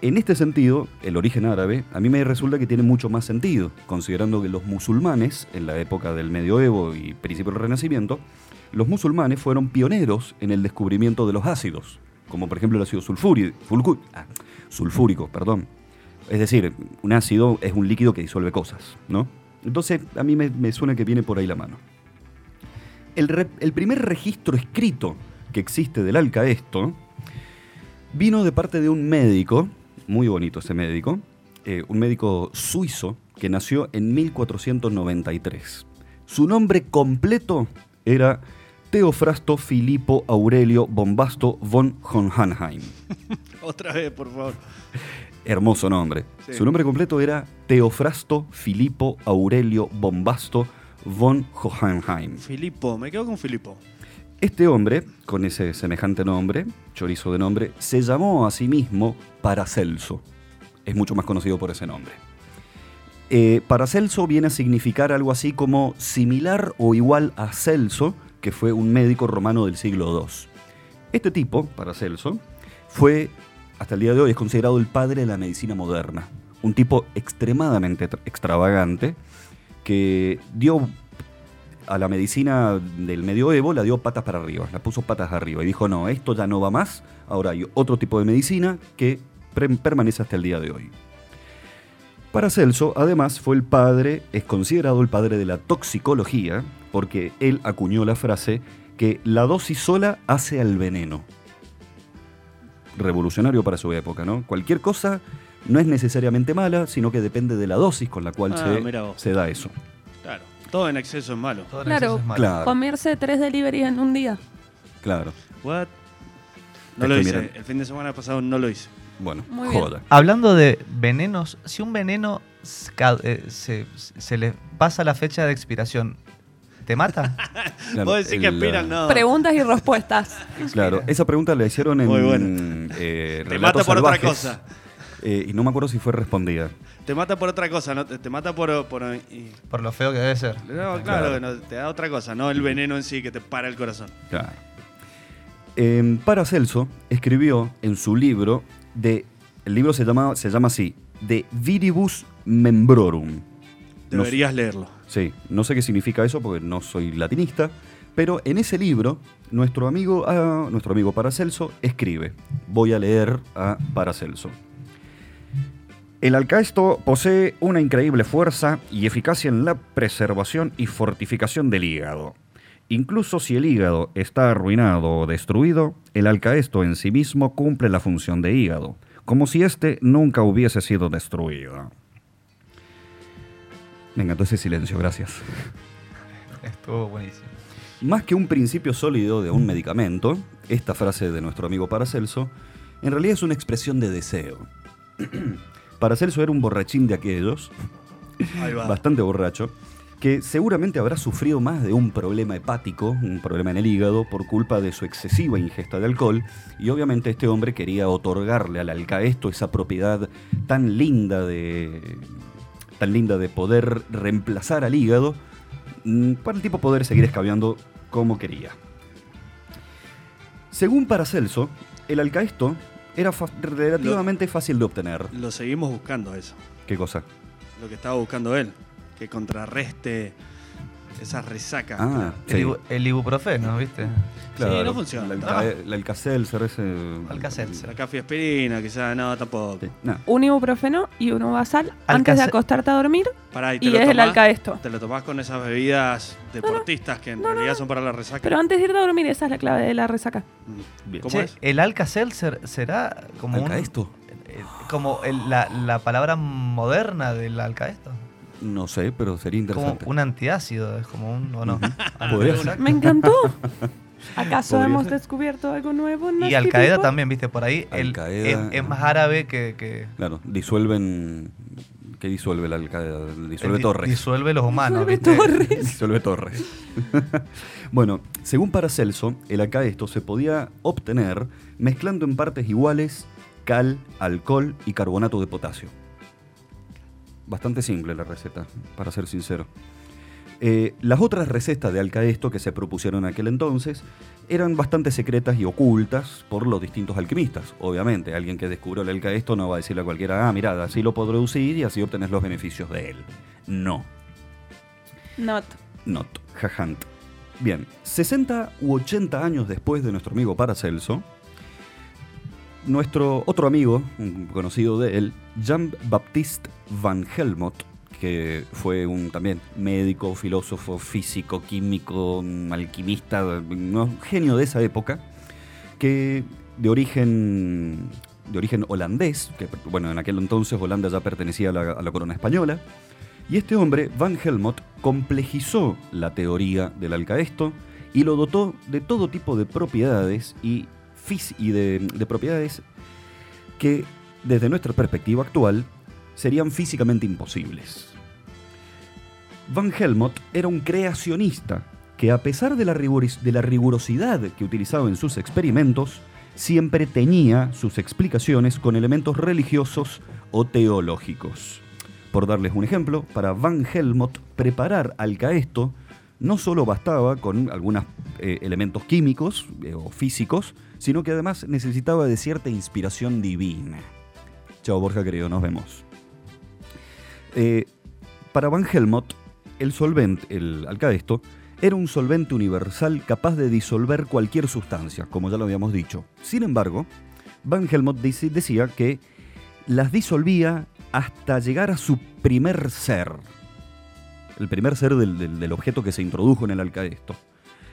[SPEAKER 2] En este sentido, el origen árabe, a mí me resulta que tiene mucho más sentido, considerando que los musulmanes, en la época del medioevo y principio del renacimiento, los musulmanes fueron pioneros en el descubrimiento de los ácidos, como por ejemplo el ácido sulfúri- fulcu- ah, sulfúrico. Perdón. Es decir, un ácido es un líquido que disuelve cosas, ¿no? Entonces, a mí me- me suena que viene por ahí la mano. El, re- el primer registro escrito que existe del alcaesto vino de parte de un médico, muy bonito ese médico, eh, un médico suizo que nació en 1493. Su nombre completo era Teofrasto Filippo Aurelio Bombasto von Hohenheim.
[SPEAKER 1] Otra vez, por favor.
[SPEAKER 2] Hermoso nombre.
[SPEAKER 1] Sí.
[SPEAKER 2] Su nombre completo era Teofrasto Filippo Aurelio Bombasto von Hohenheim.
[SPEAKER 1] Filipo, me quedo con Filipo.
[SPEAKER 2] Este hombre, con ese semejante nombre, chorizo de nombre, se llamó a sí mismo Paracelso. Es mucho más conocido por ese nombre. Eh, Paracelso viene a significar algo así como similar o igual a Celso, que fue un médico romano del siglo II. Este tipo, Paracelso, fue, hasta el día de hoy, es considerado el padre de la medicina moderna. Un tipo extremadamente tra- extravagante que dio a la medicina del medioevo la dio patas para arriba, la puso patas arriba y dijo, no, esto ya no va más, ahora hay otro tipo de medicina que pre- permanece hasta el día de hoy. Paracelso, además, fue el padre, es considerado el padre de la toxicología, porque él acuñó la frase que la dosis sola hace al veneno. Revolucionario para su época, ¿no? Cualquier cosa no es necesariamente mala, sino que depende de la dosis con la cual
[SPEAKER 1] Ah, mira
[SPEAKER 2] se,
[SPEAKER 1] vos.
[SPEAKER 2] se da eso.
[SPEAKER 1] Claro. Todo en exceso es malo.
[SPEAKER 4] Todo en
[SPEAKER 3] Claro.
[SPEAKER 4] exceso es malo.
[SPEAKER 2] Claro,
[SPEAKER 3] Comerse tres deliveries en un día.
[SPEAKER 2] claro.
[SPEAKER 1] What?
[SPEAKER 2] Te
[SPEAKER 1] No lo
[SPEAKER 2] estoy
[SPEAKER 1] hice.
[SPEAKER 2] mirando.
[SPEAKER 1] El fin de semana pasado no lo hice.
[SPEAKER 2] Bueno,
[SPEAKER 3] Muy bien.
[SPEAKER 2] joda.
[SPEAKER 4] Hablando de venenos, si un veneno se, ca- eh, se- se le pasa la fecha de expiración, ¿te mata?
[SPEAKER 2] Claro,
[SPEAKER 1] Vos decís que
[SPEAKER 2] el,
[SPEAKER 1] aspiran,
[SPEAKER 2] ah,
[SPEAKER 1] no.
[SPEAKER 3] Preguntas y respuestas.
[SPEAKER 2] Claro, esa pregunta la hicieron en.
[SPEAKER 1] Muy
[SPEAKER 2] eh,
[SPEAKER 1] Te
[SPEAKER 2] Relatos
[SPEAKER 1] mata por otra
[SPEAKER 2] Salvajes,
[SPEAKER 1] cosa.
[SPEAKER 2] eh, y no me acuerdo si fue respondida.
[SPEAKER 1] Te mata por otra cosa, ¿no? Te, te mata por... por y-
[SPEAKER 4] Por lo feo que debe ser.
[SPEAKER 1] no, claro,
[SPEAKER 2] Claro.
[SPEAKER 1] no, te da otra cosa, no el veneno en sí que te para el corazón.
[SPEAKER 2] Claro. Em, Paracelso escribió en su libro de. El libro se llama, se llama así: De Viribus Membrorum. No sé-
[SPEAKER 1] Deberías leerlo.
[SPEAKER 2] Sí, no sé qué significa eso porque no soy latinista, pero en ese libro nuestro amigo, ah, nuestro amigo Paracelso escribe, voy a leer a Paracelso. El alcaesto posee una increíble fuerza y eficacia en la preservación y fortificación del hígado. Incluso si el hígado está arruinado o destruido, el alcaesto en sí mismo cumple la función de hígado, como si éste nunca hubiese sido destruido. Me encantó ese silencio, gracias.
[SPEAKER 4] Estuvo buenísimo.
[SPEAKER 2] Más que un principio sólido de un medicamento, esta frase de nuestro amigo Paracelso, en realidad es una expresión de deseo. Paracelso era un borrachín de aquellos,
[SPEAKER 1] Ahí va.
[SPEAKER 2] bastante borracho, que seguramente habrá sufrido más de un problema hepático, un problema en el hígado, por culpa de su excesiva ingesta de alcohol, y obviamente este hombre quería otorgarle al alcaesto esa propiedad tan linda de, tan linda de poder reemplazar al hígado, mm, para el tipo poder seguir escabeando como quería. Según Paracelso, el alcaesto era fa- relativamente fácil de obtener.
[SPEAKER 1] Lo seguimos buscando eso,
[SPEAKER 2] ¿Qué cosa?
[SPEAKER 1] lo que estaba buscando él, que contrarreste esas resacas.
[SPEAKER 2] Ah,
[SPEAKER 4] El,
[SPEAKER 2] sí.
[SPEAKER 4] ibu- el ibuprofeno, ¿viste?
[SPEAKER 1] Sí, no funciona.
[SPEAKER 2] El,
[SPEAKER 1] Ah,
[SPEAKER 2] Alca- el Alcacelser ese...
[SPEAKER 1] la
[SPEAKER 4] Alcacelser.
[SPEAKER 1] cafieaspirina, quizás, no, tampoco.
[SPEAKER 2] Sí, no.
[SPEAKER 3] Un ibuprofeno y un basal antes de
[SPEAKER 4] Alcace-
[SPEAKER 3] acostarte a dormir.
[SPEAKER 1] Pará, te
[SPEAKER 3] Y
[SPEAKER 1] lo
[SPEAKER 3] es el
[SPEAKER 1] tomás-
[SPEAKER 3] alcaesto.
[SPEAKER 1] Te lo tomás con esas bebidas deportistas que en realidad son para la resaca.
[SPEAKER 3] Pero antes de irte a dormir, esa es la clave de la resaca.
[SPEAKER 1] Mm. ¿Cómo
[SPEAKER 4] Che,
[SPEAKER 1] es?
[SPEAKER 4] El Alcacelser será como un-
[SPEAKER 2] ¿Alcaesto?
[SPEAKER 4] eh, como el- la, la palabra moderna del alcaesto.
[SPEAKER 2] No sé, pero sería
[SPEAKER 4] Como
[SPEAKER 2] interesante.
[SPEAKER 4] un antiácido, es como un o no.
[SPEAKER 2] Podría
[SPEAKER 4] Antidepresivo.
[SPEAKER 3] Me encantó. ¿Acaso
[SPEAKER 2] Podría
[SPEAKER 3] hemos
[SPEAKER 2] ser.
[SPEAKER 3] descubierto algo nuevo? en
[SPEAKER 4] Y
[SPEAKER 3] Nasty
[SPEAKER 4] Al Qaeda
[SPEAKER 3] People?
[SPEAKER 4] también, viste, por ahí el-
[SPEAKER 2] Al-Qaeda.
[SPEAKER 4] es, es más árabe que, que
[SPEAKER 2] Claro, disuelven... ¿Qué disuelve el Alcaeda? Disuelve
[SPEAKER 4] di-
[SPEAKER 2] Torres.
[SPEAKER 4] disuelve los humanos.
[SPEAKER 3] Sobre
[SPEAKER 4] ¿viste?
[SPEAKER 3] Torres.
[SPEAKER 2] Disuelve Torres. bueno, según Paracelso, el alcaesto se podía obtener mezclando en partes iguales cal, alcohol y carbonato de potasio. Bastante simple la receta, para ser sincero. Eh, las otras recetas de alcaesto que se propusieron en aquel entonces eran bastante secretas y ocultas por los distintos alquimistas, obviamente. Alguien que descubrió el alcaesto no va a decirle a cualquiera, ah, mirad, así lo puedo reducir y así obtenés los beneficios de él. No.
[SPEAKER 3] Not.
[SPEAKER 2] Not, jajant. Bien, 60 u 80 años después de nuestro amigo Paracelso, nuestro otro amigo, un conocido de él, Jean-Baptiste Van Helmont, que fue un también médico, filósofo, físico, químico, mm, alquimista, ¿no? genio de esa época, que de origen, de origen holandés, que bueno, en aquel entonces Holanda ya pertenecía a la- a la corona española, y este hombre, Van Helmont, complejizó la teoría del alcaesto y lo dotó de todo tipo de propiedades y, fis- y de, de propiedades que, desde nuestra perspectiva actual, serían físicamente imposibles. Van Helmont era un creacionista que, a pesar de la, rigoris- de la rigurosidad que utilizaba en sus experimentos, siempre tenía sus explicaciones con elementos religiosos o teológicos. Por darles un ejemplo, para Van Helmont preparar alcaesto no solo bastaba con algunos elementos químicos eh, o físicos, sino que además necesitaba de cierta inspiración divina. Chao Borja querido, nos vemos. Eh, para Van Helmont, el solvente, el alcaesto, era un solvente universal capaz de disolver cualquier sustancia, como ya lo habíamos dicho. Sin embargo, Van Helmont dice- decía que las disolvía hasta llegar a su primer ser. El primer ser del, del- del objeto que se introdujo en el alcaesto.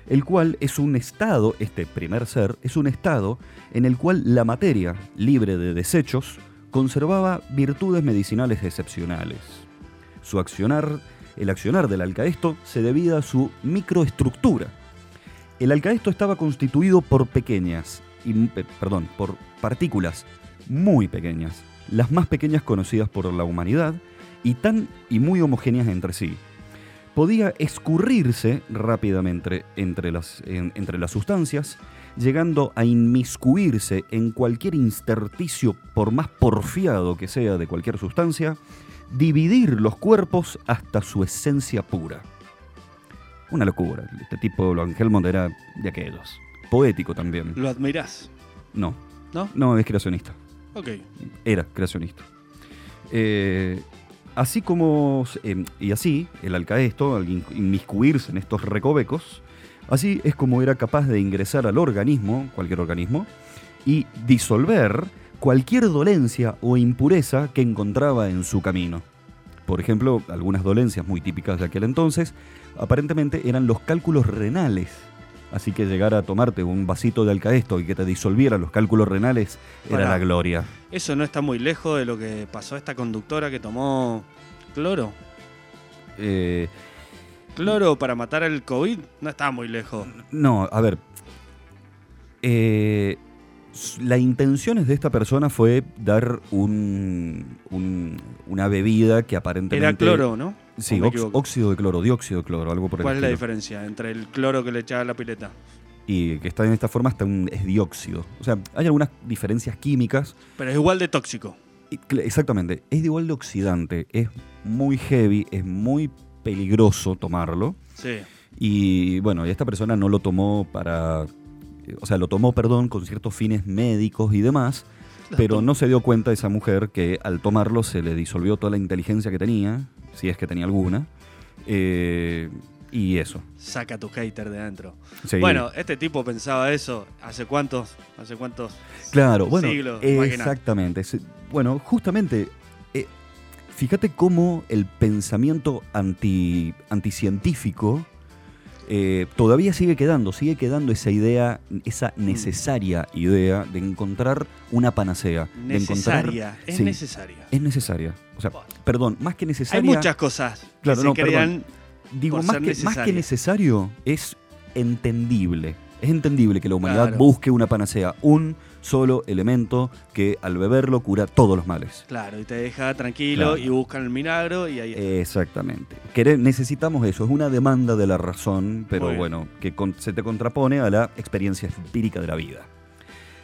[SPEAKER 2] El cual es un estado, este primer ser, es un estado en el cual la materia, libre de desechos, conservaba virtudes medicinales excepcionales. Su accionar, el accionar del alcaesto, se debía a su microestructura. El alcaesto estaba constituido por pequeñas, y- pe- perdón, por partículas muy pequeñas, las más pequeñas conocidas por la humanidad y tan y muy homogéneas entre sí. Podía escurrirse rápidamente entre las, en- entre las sustancias, llegando a inmiscuirse en cualquier intersticio, por más porfiado que sea de cualquier sustancia, dividir los cuerpos hasta su esencia pura. Una locura. Este tipo, Van Helmont, era de aquellos. Poético también.
[SPEAKER 1] Lo admirás,
[SPEAKER 2] No,
[SPEAKER 1] ¿no?
[SPEAKER 2] no es creacionista
[SPEAKER 1] Ok.
[SPEAKER 2] era creacionista. Eh, así como, eh, y así, el alcaesto, al in- inmiscuirse en estos recovecos, así es como era capaz de ingresar al organismo, cualquier organismo, y disolver cualquier dolencia o impureza que encontraba en su camino. Por ejemplo, algunas dolencias muy típicas de aquel entonces aparentemente eran los cálculos renales. Así que llegar a tomarte un vasito de alcaesto y que te disolvieran los cálculos renales era
[SPEAKER 1] Pará.
[SPEAKER 2] la gloria.
[SPEAKER 1] Eso no está muy lejos de lo que pasó a esta conductora que tomó cloro.
[SPEAKER 2] Eh,
[SPEAKER 1] Cloro para matar el COVID no está muy lejos.
[SPEAKER 2] No, a ver. Eh, s- la intención de esta persona fue dar un, un- una bebida que aparentemente...
[SPEAKER 1] Era cloro, ¿no? ¿O
[SPEAKER 2] Sí,
[SPEAKER 1] me
[SPEAKER 2] ox-
[SPEAKER 1] equivoco?
[SPEAKER 2] óxido de cloro, dióxido de cloro, algo por el
[SPEAKER 1] ¿Cuál es la
[SPEAKER 2] estilo.
[SPEAKER 1] diferencia entre el cloro que le echaba a la pileta?
[SPEAKER 2] Y que está en esta forma hasta un, es dióxido. O sea, hay algunas diferencias químicas.
[SPEAKER 1] Pero es igual de tóxico.
[SPEAKER 2] Y cl- Exactamente, es de igual de oxidante, es muy heavy, es muy peligroso tomarlo.
[SPEAKER 1] Sí.
[SPEAKER 2] Y bueno, y esta persona no lo tomó para. eh, O sea, lo tomó, perdón, con ciertos fines médicos y demás, pero no se dio cuenta esa mujer que al tomarlo se le disolvió toda la inteligencia que tenía, si es que tenía alguna. eh, y eso.
[SPEAKER 1] Saca tu hater de adentro.
[SPEAKER 2] Sí.
[SPEAKER 1] Bueno, este tipo pensaba eso hace cuántos, hace cuántos
[SPEAKER 2] Claro, bueno,
[SPEAKER 1] siglos. más que nada.
[SPEAKER 2] exactamente. Se- Bueno, justamente, eh, fíjate cómo el pensamiento anti, anticientífico eh, todavía sigue quedando, sigue quedando esa idea, esa
[SPEAKER 1] Mm.
[SPEAKER 2] necesaria idea de encontrar una panacea. de encontrar-
[SPEAKER 1] Necesaria, es
[SPEAKER 2] Sí,
[SPEAKER 1] necesaria.
[SPEAKER 2] Es necesaria. O sea, perdón, más que
[SPEAKER 1] Hay
[SPEAKER 2] necesaria.
[SPEAKER 1] muchas cosas
[SPEAKER 2] Claro,
[SPEAKER 1] que
[SPEAKER 2] no,
[SPEAKER 1] se
[SPEAKER 2] perdón.
[SPEAKER 1] crean
[SPEAKER 2] Digo,
[SPEAKER 1] por
[SPEAKER 2] más
[SPEAKER 1] ser
[SPEAKER 2] que, más que
[SPEAKER 1] necesarias.
[SPEAKER 2] necesario, es entendible. Es entendible que la humanidad
[SPEAKER 1] Claro.
[SPEAKER 2] busque una panacea, un solo elemento que al beberlo cura todos los males.
[SPEAKER 1] Claro, y te deja tranquilo
[SPEAKER 2] Claro. Eh.
[SPEAKER 1] y buscan el milagro y ahí está.
[SPEAKER 2] Exactamente. Quere- necesitamos eso, es una demanda de la razón, pero
[SPEAKER 1] Muy bien.
[SPEAKER 2] bueno, que con- se te contrapone a la experiencia empírica de la vida.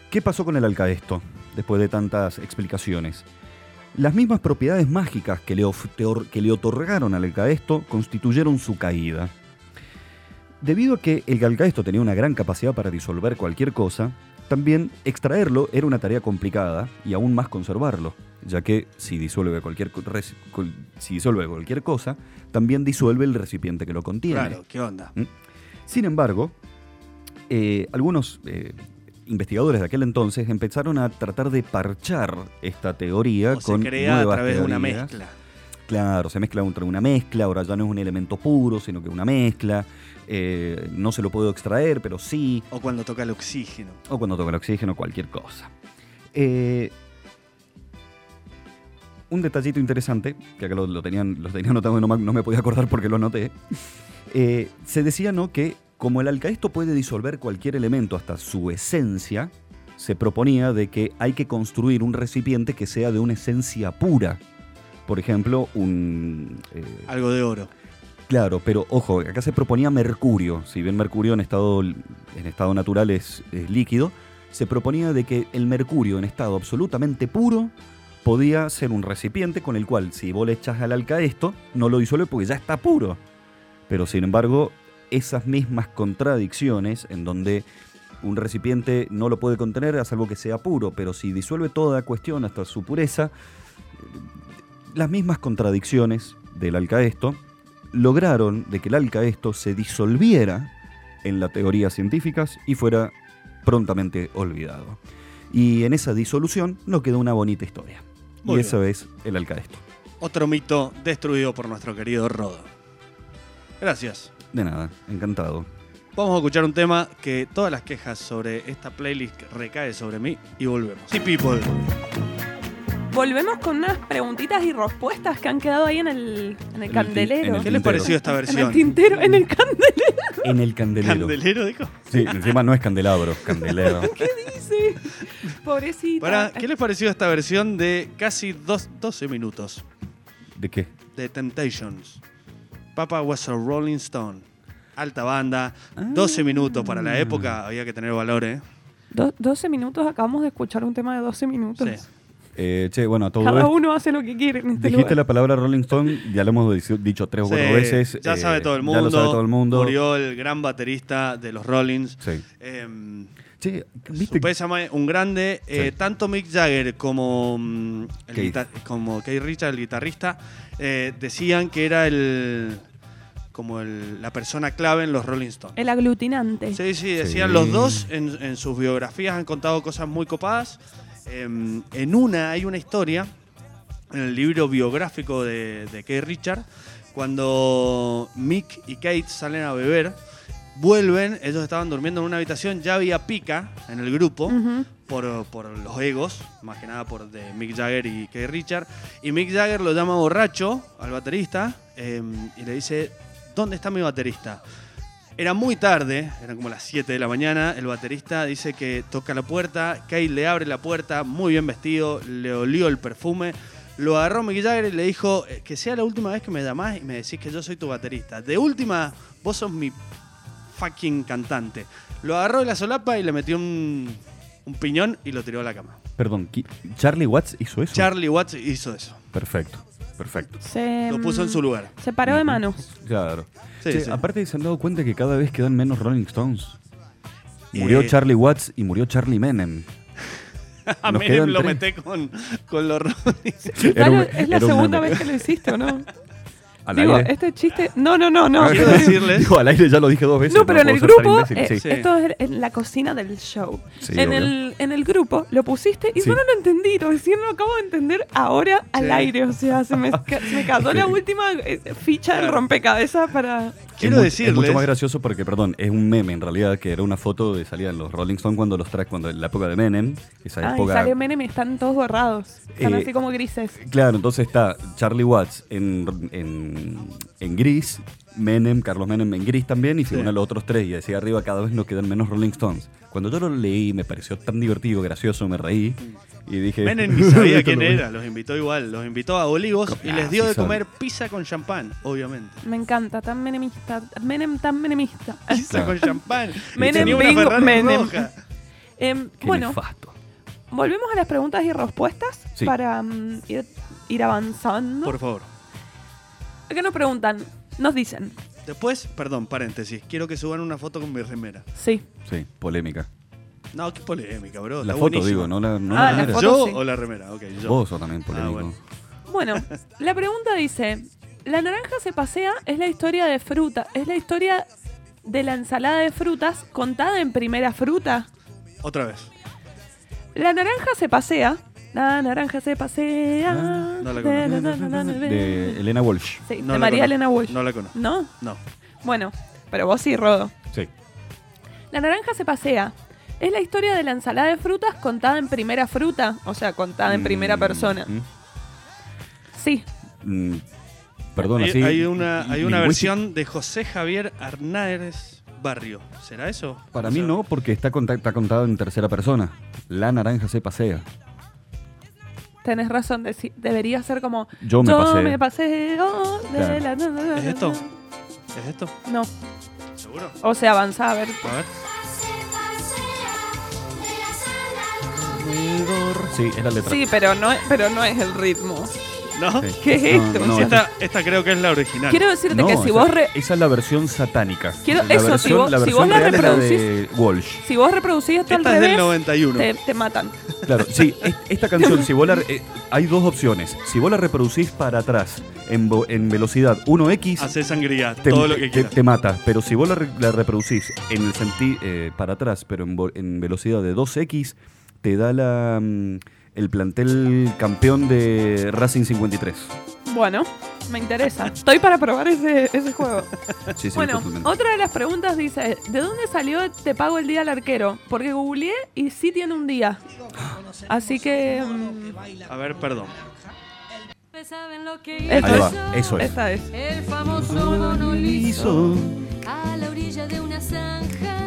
[SPEAKER 2] ¿Qué pasó con el alcaesto después de tantas explicaciones? Las mismas propiedades mágicas que le, of- te or- que le otorgaron al alcaesto constituyeron su caída. Debido a que el alcaesto tenía una gran capacidad para disolver cualquier cosa, también extraerlo era una tarea complicada y aún más conservarlo, ya que si disuelve cualquier, co- res- col- si disuelve cualquier cosa, también disuelve el recipiente que lo contiene. ¿Mm?
[SPEAKER 1] Claro, ¿qué onda?
[SPEAKER 2] Sin embargo, eh, algunos eh, investigadores de aquel entonces empezaron a tratar de parchar esta teoría
[SPEAKER 1] O
[SPEAKER 2] con
[SPEAKER 1] se crea a
[SPEAKER 2] nuevas
[SPEAKER 1] través de una
[SPEAKER 2] teorías.
[SPEAKER 1] mezcla.
[SPEAKER 2] Claro, se mezcla entre una mezcla, ahora ya no es un elemento puro, sino que una mezcla. eh, no se lo puedo extraer, pero sí.
[SPEAKER 1] O cuando toca el oxígeno.
[SPEAKER 2] O cuando toca el oxígeno, cualquier cosa. Eh, un detallito interesante, que acá lo, lo tenían, lo tenía anotado y no, ma- no me podía acordar porque lo anoté. Eh, se decía, ¿no?, que como el alcaesto puede disolver cualquier elemento hasta su esencia, se proponía de que hay que construir un recipiente que sea de una esencia pura. Por ejemplo, un... eh,
[SPEAKER 1] Algo de oro.
[SPEAKER 2] Claro, pero ojo, acá se proponía mercurio. Si bien mercurio en estado, en estado natural es, es líquido, se proponía de que el mercurio en estado absolutamente puro podía ser un recipiente con el cual, si vos le echas al alcaesto, no lo disuelve porque ya está puro. Pero sin embargo, esas mismas contradicciones en donde un recipiente no lo puede contener a salvo que sea puro, pero si disuelve toda cuestión hasta su pureza, las mismas contradicciones del alcaesto lograron de que el alcaesto se disolviera en las teorías científicas y fuera prontamente olvidado. Y en esa disolución nos quedó una bonita historia.
[SPEAKER 1] Muy
[SPEAKER 2] y eso es el alcaesto.
[SPEAKER 1] Otro mito destruido por nuestro querido Rodo. Gracias.
[SPEAKER 2] De nada, encantado.
[SPEAKER 1] Vamos a escuchar un tema que todas las quejas sobre esta playlist recae sobre mí y volvemos. Sí, people.
[SPEAKER 3] Volvemos con unas preguntitas y respuestas que han quedado ahí en el, en el
[SPEAKER 2] tin- en
[SPEAKER 3] candelero.
[SPEAKER 2] el
[SPEAKER 1] ¿Qué
[SPEAKER 2] tintero.
[SPEAKER 1] les pareció esta
[SPEAKER 3] En el
[SPEAKER 1] versión?
[SPEAKER 3] tintero, en el candelero.
[SPEAKER 2] En el candelero.
[SPEAKER 1] ¿Candelero, dijo?
[SPEAKER 2] Sí, encima no es candelabro, candelero.
[SPEAKER 3] ¿Qué dice? Pobrecita.
[SPEAKER 1] Pará, ¿qué les pareció esta versión de casi dos, 12 minutos
[SPEAKER 2] ¿De qué?
[SPEAKER 1] de Temptations? Papa was a Rolling Stone. Alta banda, 12 minutos para la época, había que tener valor, ¿eh?
[SPEAKER 3] Do- 12 minutos, acabamos de escuchar un tema de 12 minutos.
[SPEAKER 1] Sí.
[SPEAKER 2] Eh, che, bueno, a todo
[SPEAKER 3] Cada
[SPEAKER 2] esto-
[SPEAKER 3] uno hace lo que quiere en este
[SPEAKER 2] Dijiste
[SPEAKER 3] lugar.
[SPEAKER 2] la palabra Rolling Stone, ya lo hemos dicho- dicho tres o cuatro
[SPEAKER 1] Sí,
[SPEAKER 2] veces.
[SPEAKER 1] Ya
[SPEAKER 2] eh,
[SPEAKER 1] sabe todo el mundo.
[SPEAKER 2] Ya lo sabe todo el mundo.
[SPEAKER 1] Murió el gran baterista de los Rollins.
[SPEAKER 2] Sí.
[SPEAKER 1] Em,
[SPEAKER 2] Che,
[SPEAKER 1] su
[SPEAKER 2] ¿viste?
[SPEAKER 1] pésame, un grande. Eh, tanto Mick Jagger como, mm, el
[SPEAKER 2] Keith.
[SPEAKER 1] guitar- como Keith Richards, el guitarrista, eh, decían que era el como el- la persona clave en los Rolling Stones.
[SPEAKER 3] El aglutinante.
[SPEAKER 1] Sí, sí, decían
[SPEAKER 2] Sí.
[SPEAKER 1] los dos en, en sus biografías han contado cosas muy copadas Em, en una hay una historia, en el libro biográfico de, de Kate Richard, cuando Mick y Kate salen a beber, vuelven, ellos estaban durmiendo en una habitación, ya había pica en el grupo,
[SPEAKER 3] Ujú.
[SPEAKER 1] por, por los egos, más que nada por de Mick Jagger y Keith Richard. Y Mick Jagger lo llama borracho al baterista eh, y le dice, ¿dónde está mi baterista? Era muy tarde, eran como las 7 de la mañana, el baterista dice que toca la puerta, Kate le abre la puerta, muy bien vestido, le olió el perfume, lo agarró Mick Jagger y le dijo, "Eh, que sea la última vez que me llamás y me decís que yo soy tu baterista. De última, vos sos mi fucking cantante. Lo agarró de la solapa y le metió un, un piñón y lo tiró a la cama.
[SPEAKER 2] Perdón, ¿qui- ¿Charlie Watts hizo eso?
[SPEAKER 1] Charlie Watts hizo eso.
[SPEAKER 2] perfecto, perfecto.
[SPEAKER 3] Se, mm,
[SPEAKER 1] Lo puso en su lugar.
[SPEAKER 3] Se paró de manos.
[SPEAKER 2] Claro.
[SPEAKER 1] Sí,
[SPEAKER 2] Che,
[SPEAKER 1] sí.
[SPEAKER 2] Aparte se han dado cuenta que cada vez quedan menos Rolling Stones. Murió
[SPEAKER 1] Eh.
[SPEAKER 2] Charlie Watts y murió Charlie Menem.
[SPEAKER 1] A
[SPEAKER 2] Nos
[SPEAKER 1] Ah, Menem
[SPEAKER 2] quedan
[SPEAKER 1] lo
[SPEAKER 2] tres.
[SPEAKER 1] meté con, con los Rollins.
[SPEAKER 2] Era un-
[SPEAKER 3] es la
[SPEAKER 2] era un
[SPEAKER 3] segunda
[SPEAKER 2] meme.
[SPEAKER 3] vez que lo hiciste, ¿o no?
[SPEAKER 2] Al
[SPEAKER 3] Digo,
[SPEAKER 2] aire.
[SPEAKER 3] este chiste. No, no, no, no.
[SPEAKER 1] Quiero decirles-
[SPEAKER 2] Digo, al aire ya lo dije dos veces.
[SPEAKER 3] No, pero en
[SPEAKER 2] puedo
[SPEAKER 3] el
[SPEAKER 2] ser tan
[SPEAKER 3] grupo,
[SPEAKER 2] imbécil.
[SPEAKER 3] eh,
[SPEAKER 2] Sí.
[SPEAKER 1] Sí.
[SPEAKER 3] esto es en la cocina del show.
[SPEAKER 2] Sí,
[SPEAKER 3] en,
[SPEAKER 2] obvio.
[SPEAKER 3] el, en el grupo lo pusiste y
[SPEAKER 2] Sí.
[SPEAKER 3] yo no lo entendí, recién lo acabo de entender ahora al aire. O sea, se me, ca- se me cayó la última eh, ficha del rompecabezas para.
[SPEAKER 1] Quiero
[SPEAKER 2] es, mu- es
[SPEAKER 1] decirles.
[SPEAKER 2] mucho más gracioso porque, perdón, es un meme en realidad que era una foto de salida de los Rolling Stones cuando los track, cuando en la época de Menem, esa
[SPEAKER 3] Ay,
[SPEAKER 2] época.
[SPEAKER 3] sale Menem y están todos borrados. Están
[SPEAKER 2] Eh,
[SPEAKER 3] así como grises.
[SPEAKER 2] Claro, entonces está Charlie Watts en, en, en gris, Menem, Carlos Menem en gris también, y se
[SPEAKER 1] Sí.
[SPEAKER 2] unen los otros tres. Y decía arriba, cada vez nos quedan menos Rolling Stones. Cuando yo lo leí, me pareció tan divertido, gracioso, me reí. Y dije.
[SPEAKER 1] Menem ni
[SPEAKER 2] esto
[SPEAKER 1] sabía
[SPEAKER 2] lo
[SPEAKER 1] quién
[SPEAKER 2] voy a-
[SPEAKER 1] era, los invitó igual, los invitó a Olivos y
[SPEAKER 2] Ah,
[SPEAKER 1] les dio
[SPEAKER 2] sí
[SPEAKER 1] de
[SPEAKER 2] sabe.
[SPEAKER 1] comer pizza con champán, obviamente.
[SPEAKER 3] Me encanta, tan menemista. Menem tan menemista.
[SPEAKER 1] Pizza
[SPEAKER 2] Claro.
[SPEAKER 1] con champán. Y
[SPEAKER 3] Menem
[SPEAKER 1] tenía una
[SPEAKER 3] bingo,
[SPEAKER 1] Ferrari
[SPEAKER 3] Menem.
[SPEAKER 1] roja.
[SPEAKER 3] Em,
[SPEAKER 2] Qué
[SPEAKER 3] bueno,
[SPEAKER 2] nefasto.
[SPEAKER 3] volvemos a las preguntas y respuestas
[SPEAKER 2] Sí.
[SPEAKER 3] para mm, ir, ir avanzando.
[SPEAKER 1] Por favor.
[SPEAKER 3] Acá nos preguntan, nos dicen,
[SPEAKER 1] Después, perdón, paréntesis, quiero que suban una foto con mi remera.
[SPEAKER 3] sí,
[SPEAKER 2] Sí, polémica.
[SPEAKER 1] No, qué polémica, bro.
[SPEAKER 2] La
[SPEAKER 1] está
[SPEAKER 2] foto,
[SPEAKER 1] buenísimo.
[SPEAKER 2] digo, no la. No
[SPEAKER 3] Ah,
[SPEAKER 2] la
[SPEAKER 3] la
[SPEAKER 2] remera.
[SPEAKER 3] foto.
[SPEAKER 1] ¿Yo
[SPEAKER 3] sí.
[SPEAKER 1] o la remera? Ok, yo. Ah,
[SPEAKER 2] Vos sos también polémico.
[SPEAKER 1] bueno.
[SPEAKER 3] Bueno, la pregunta dice, la naranja se pasea es la historia de fruta, es la historia de la ensalada de frutas contada en primera fruta.
[SPEAKER 1] Otra vez.
[SPEAKER 3] La naranja se pasea, la naranja se pasea.
[SPEAKER 2] Ah,
[SPEAKER 1] no la
[SPEAKER 3] de,
[SPEAKER 1] conozco.
[SPEAKER 2] De Elena Walsh.
[SPEAKER 3] Sí,
[SPEAKER 1] No
[SPEAKER 3] de
[SPEAKER 1] la
[SPEAKER 3] María
[SPEAKER 1] conozco.
[SPEAKER 3] Elena Walsh.
[SPEAKER 1] No la conozco.
[SPEAKER 3] ¿No?
[SPEAKER 1] No.
[SPEAKER 3] Bueno, pero vos sí, Rodo.
[SPEAKER 2] Sí.
[SPEAKER 3] La naranja se pasea. Es la historia de la ensalada de frutas contada en primera fruta, o sea, contada en primera
[SPEAKER 2] Mm,
[SPEAKER 3] persona.
[SPEAKER 2] mm.
[SPEAKER 3] Sí,
[SPEAKER 2] Mm, Perdón,
[SPEAKER 1] Hay,
[SPEAKER 2] así.
[SPEAKER 1] hay una, hay una
[SPEAKER 2] lingüística-
[SPEAKER 1] versión de José Javier Hernández Barrio. ¿Será eso?
[SPEAKER 2] Para
[SPEAKER 1] O
[SPEAKER 2] mí
[SPEAKER 1] sea,
[SPEAKER 2] no, porque está, conta- está contado en tercera persona. La naranja se pasea.
[SPEAKER 3] tenés razón, deci- debería ser como
[SPEAKER 2] Yo me paseo.
[SPEAKER 3] paseo de
[SPEAKER 2] Claro.
[SPEAKER 3] la- na, na, na,
[SPEAKER 1] ¿Es
[SPEAKER 3] na,
[SPEAKER 1] esto?
[SPEAKER 3] na.
[SPEAKER 1] ¿Es esto?
[SPEAKER 3] No,
[SPEAKER 1] ¿Seguro?
[SPEAKER 3] o sea, avanza a ver.
[SPEAKER 1] A ver.
[SPEAKER 2] Sí, es la letra.
[SPEAKER 3] Sí, pero no, es- pero no es el ritmo.
[SPEAKER 1] ¿No?
[SPEAKER 2] Sí.
[SPEAKER 3] ¿Qué es
[SPEAKER 2] No,
[SPEAKER 3] esto?
[SPEAKER 2] no,
[SPEAKER 3] O sea,
[SPEAKER 1] Este, Esta, esta creo que es la original.
[SPEAKER 3] Quiero decirte
[SPEAKER 2] No,
[SPEAKER 3] que si
[SPEAKER 2] esa-
[SPEAKER 3] vos, re-
[SPEAKER 2] Esa es la versión satánica.
[SPEAKER 3] Quiero-
[SPEAKER 2] la
[SPEAKER 3] eso, si
[SPEAKER 2] versión,
[SPEAKER 3] vos-
[SPEAKER 2] la,
[SPEAKER 3] si
[SPEAKER 2] versión
[SPEAKER 3] vos la
[SPEAKER 2] real es de Walsh.
[SPEAKER 3] si vos reproducís esto
[SPEAKER 1] Esta
[SPEAKER 3] al
[SPEAKER 1] es del
[SPEAKER 3] revés,
[SPEAKER 1] 91.
[SPEAKER 3] te, te matan.
[SPEAKER 2] Claro, sí, es- esta canción, si vos la re- eh, hay dos opciones. Si vos la reproducís para atrás en, vo- en velocidad 1x,
[SPEAKER 1] Hace sangría, todo lo que
[SPEAKER 2] te-
[SPEAKER 1] quieras.
[SPEAKER 2] te mata. Pero si vos la, re- la reproducís en el senti- eh, para atrás, pero en, vo- en velocidad de 2x, te da la, mm, el plantel campeón de Racing 53.
[SPEAKER 3] Bueno, me interesa. Estoy para probar ese, ese juego.
[SPEAKER 2] Sí, sí,
[SPEAKER 3] Bueno,
[SPEAKER 2] totalmente.
[SPEAKER 3] otra de las preguntas dice, ¿de dónde salió Te pago el día al arquero? Porque googleé y sí tiene un día. Así que... mm,
[SPEAKER 1] A ver, perdón.
[SPEAKER 3] Esto
[SPEAKER 2] Ahí
[SPEAKER 3] es-
[SPEAKER 2] va, eso es.
[SPEAKER 3] Esta es.
[SPEAKER 11] El famoso mono liso a la orilla de una zanja.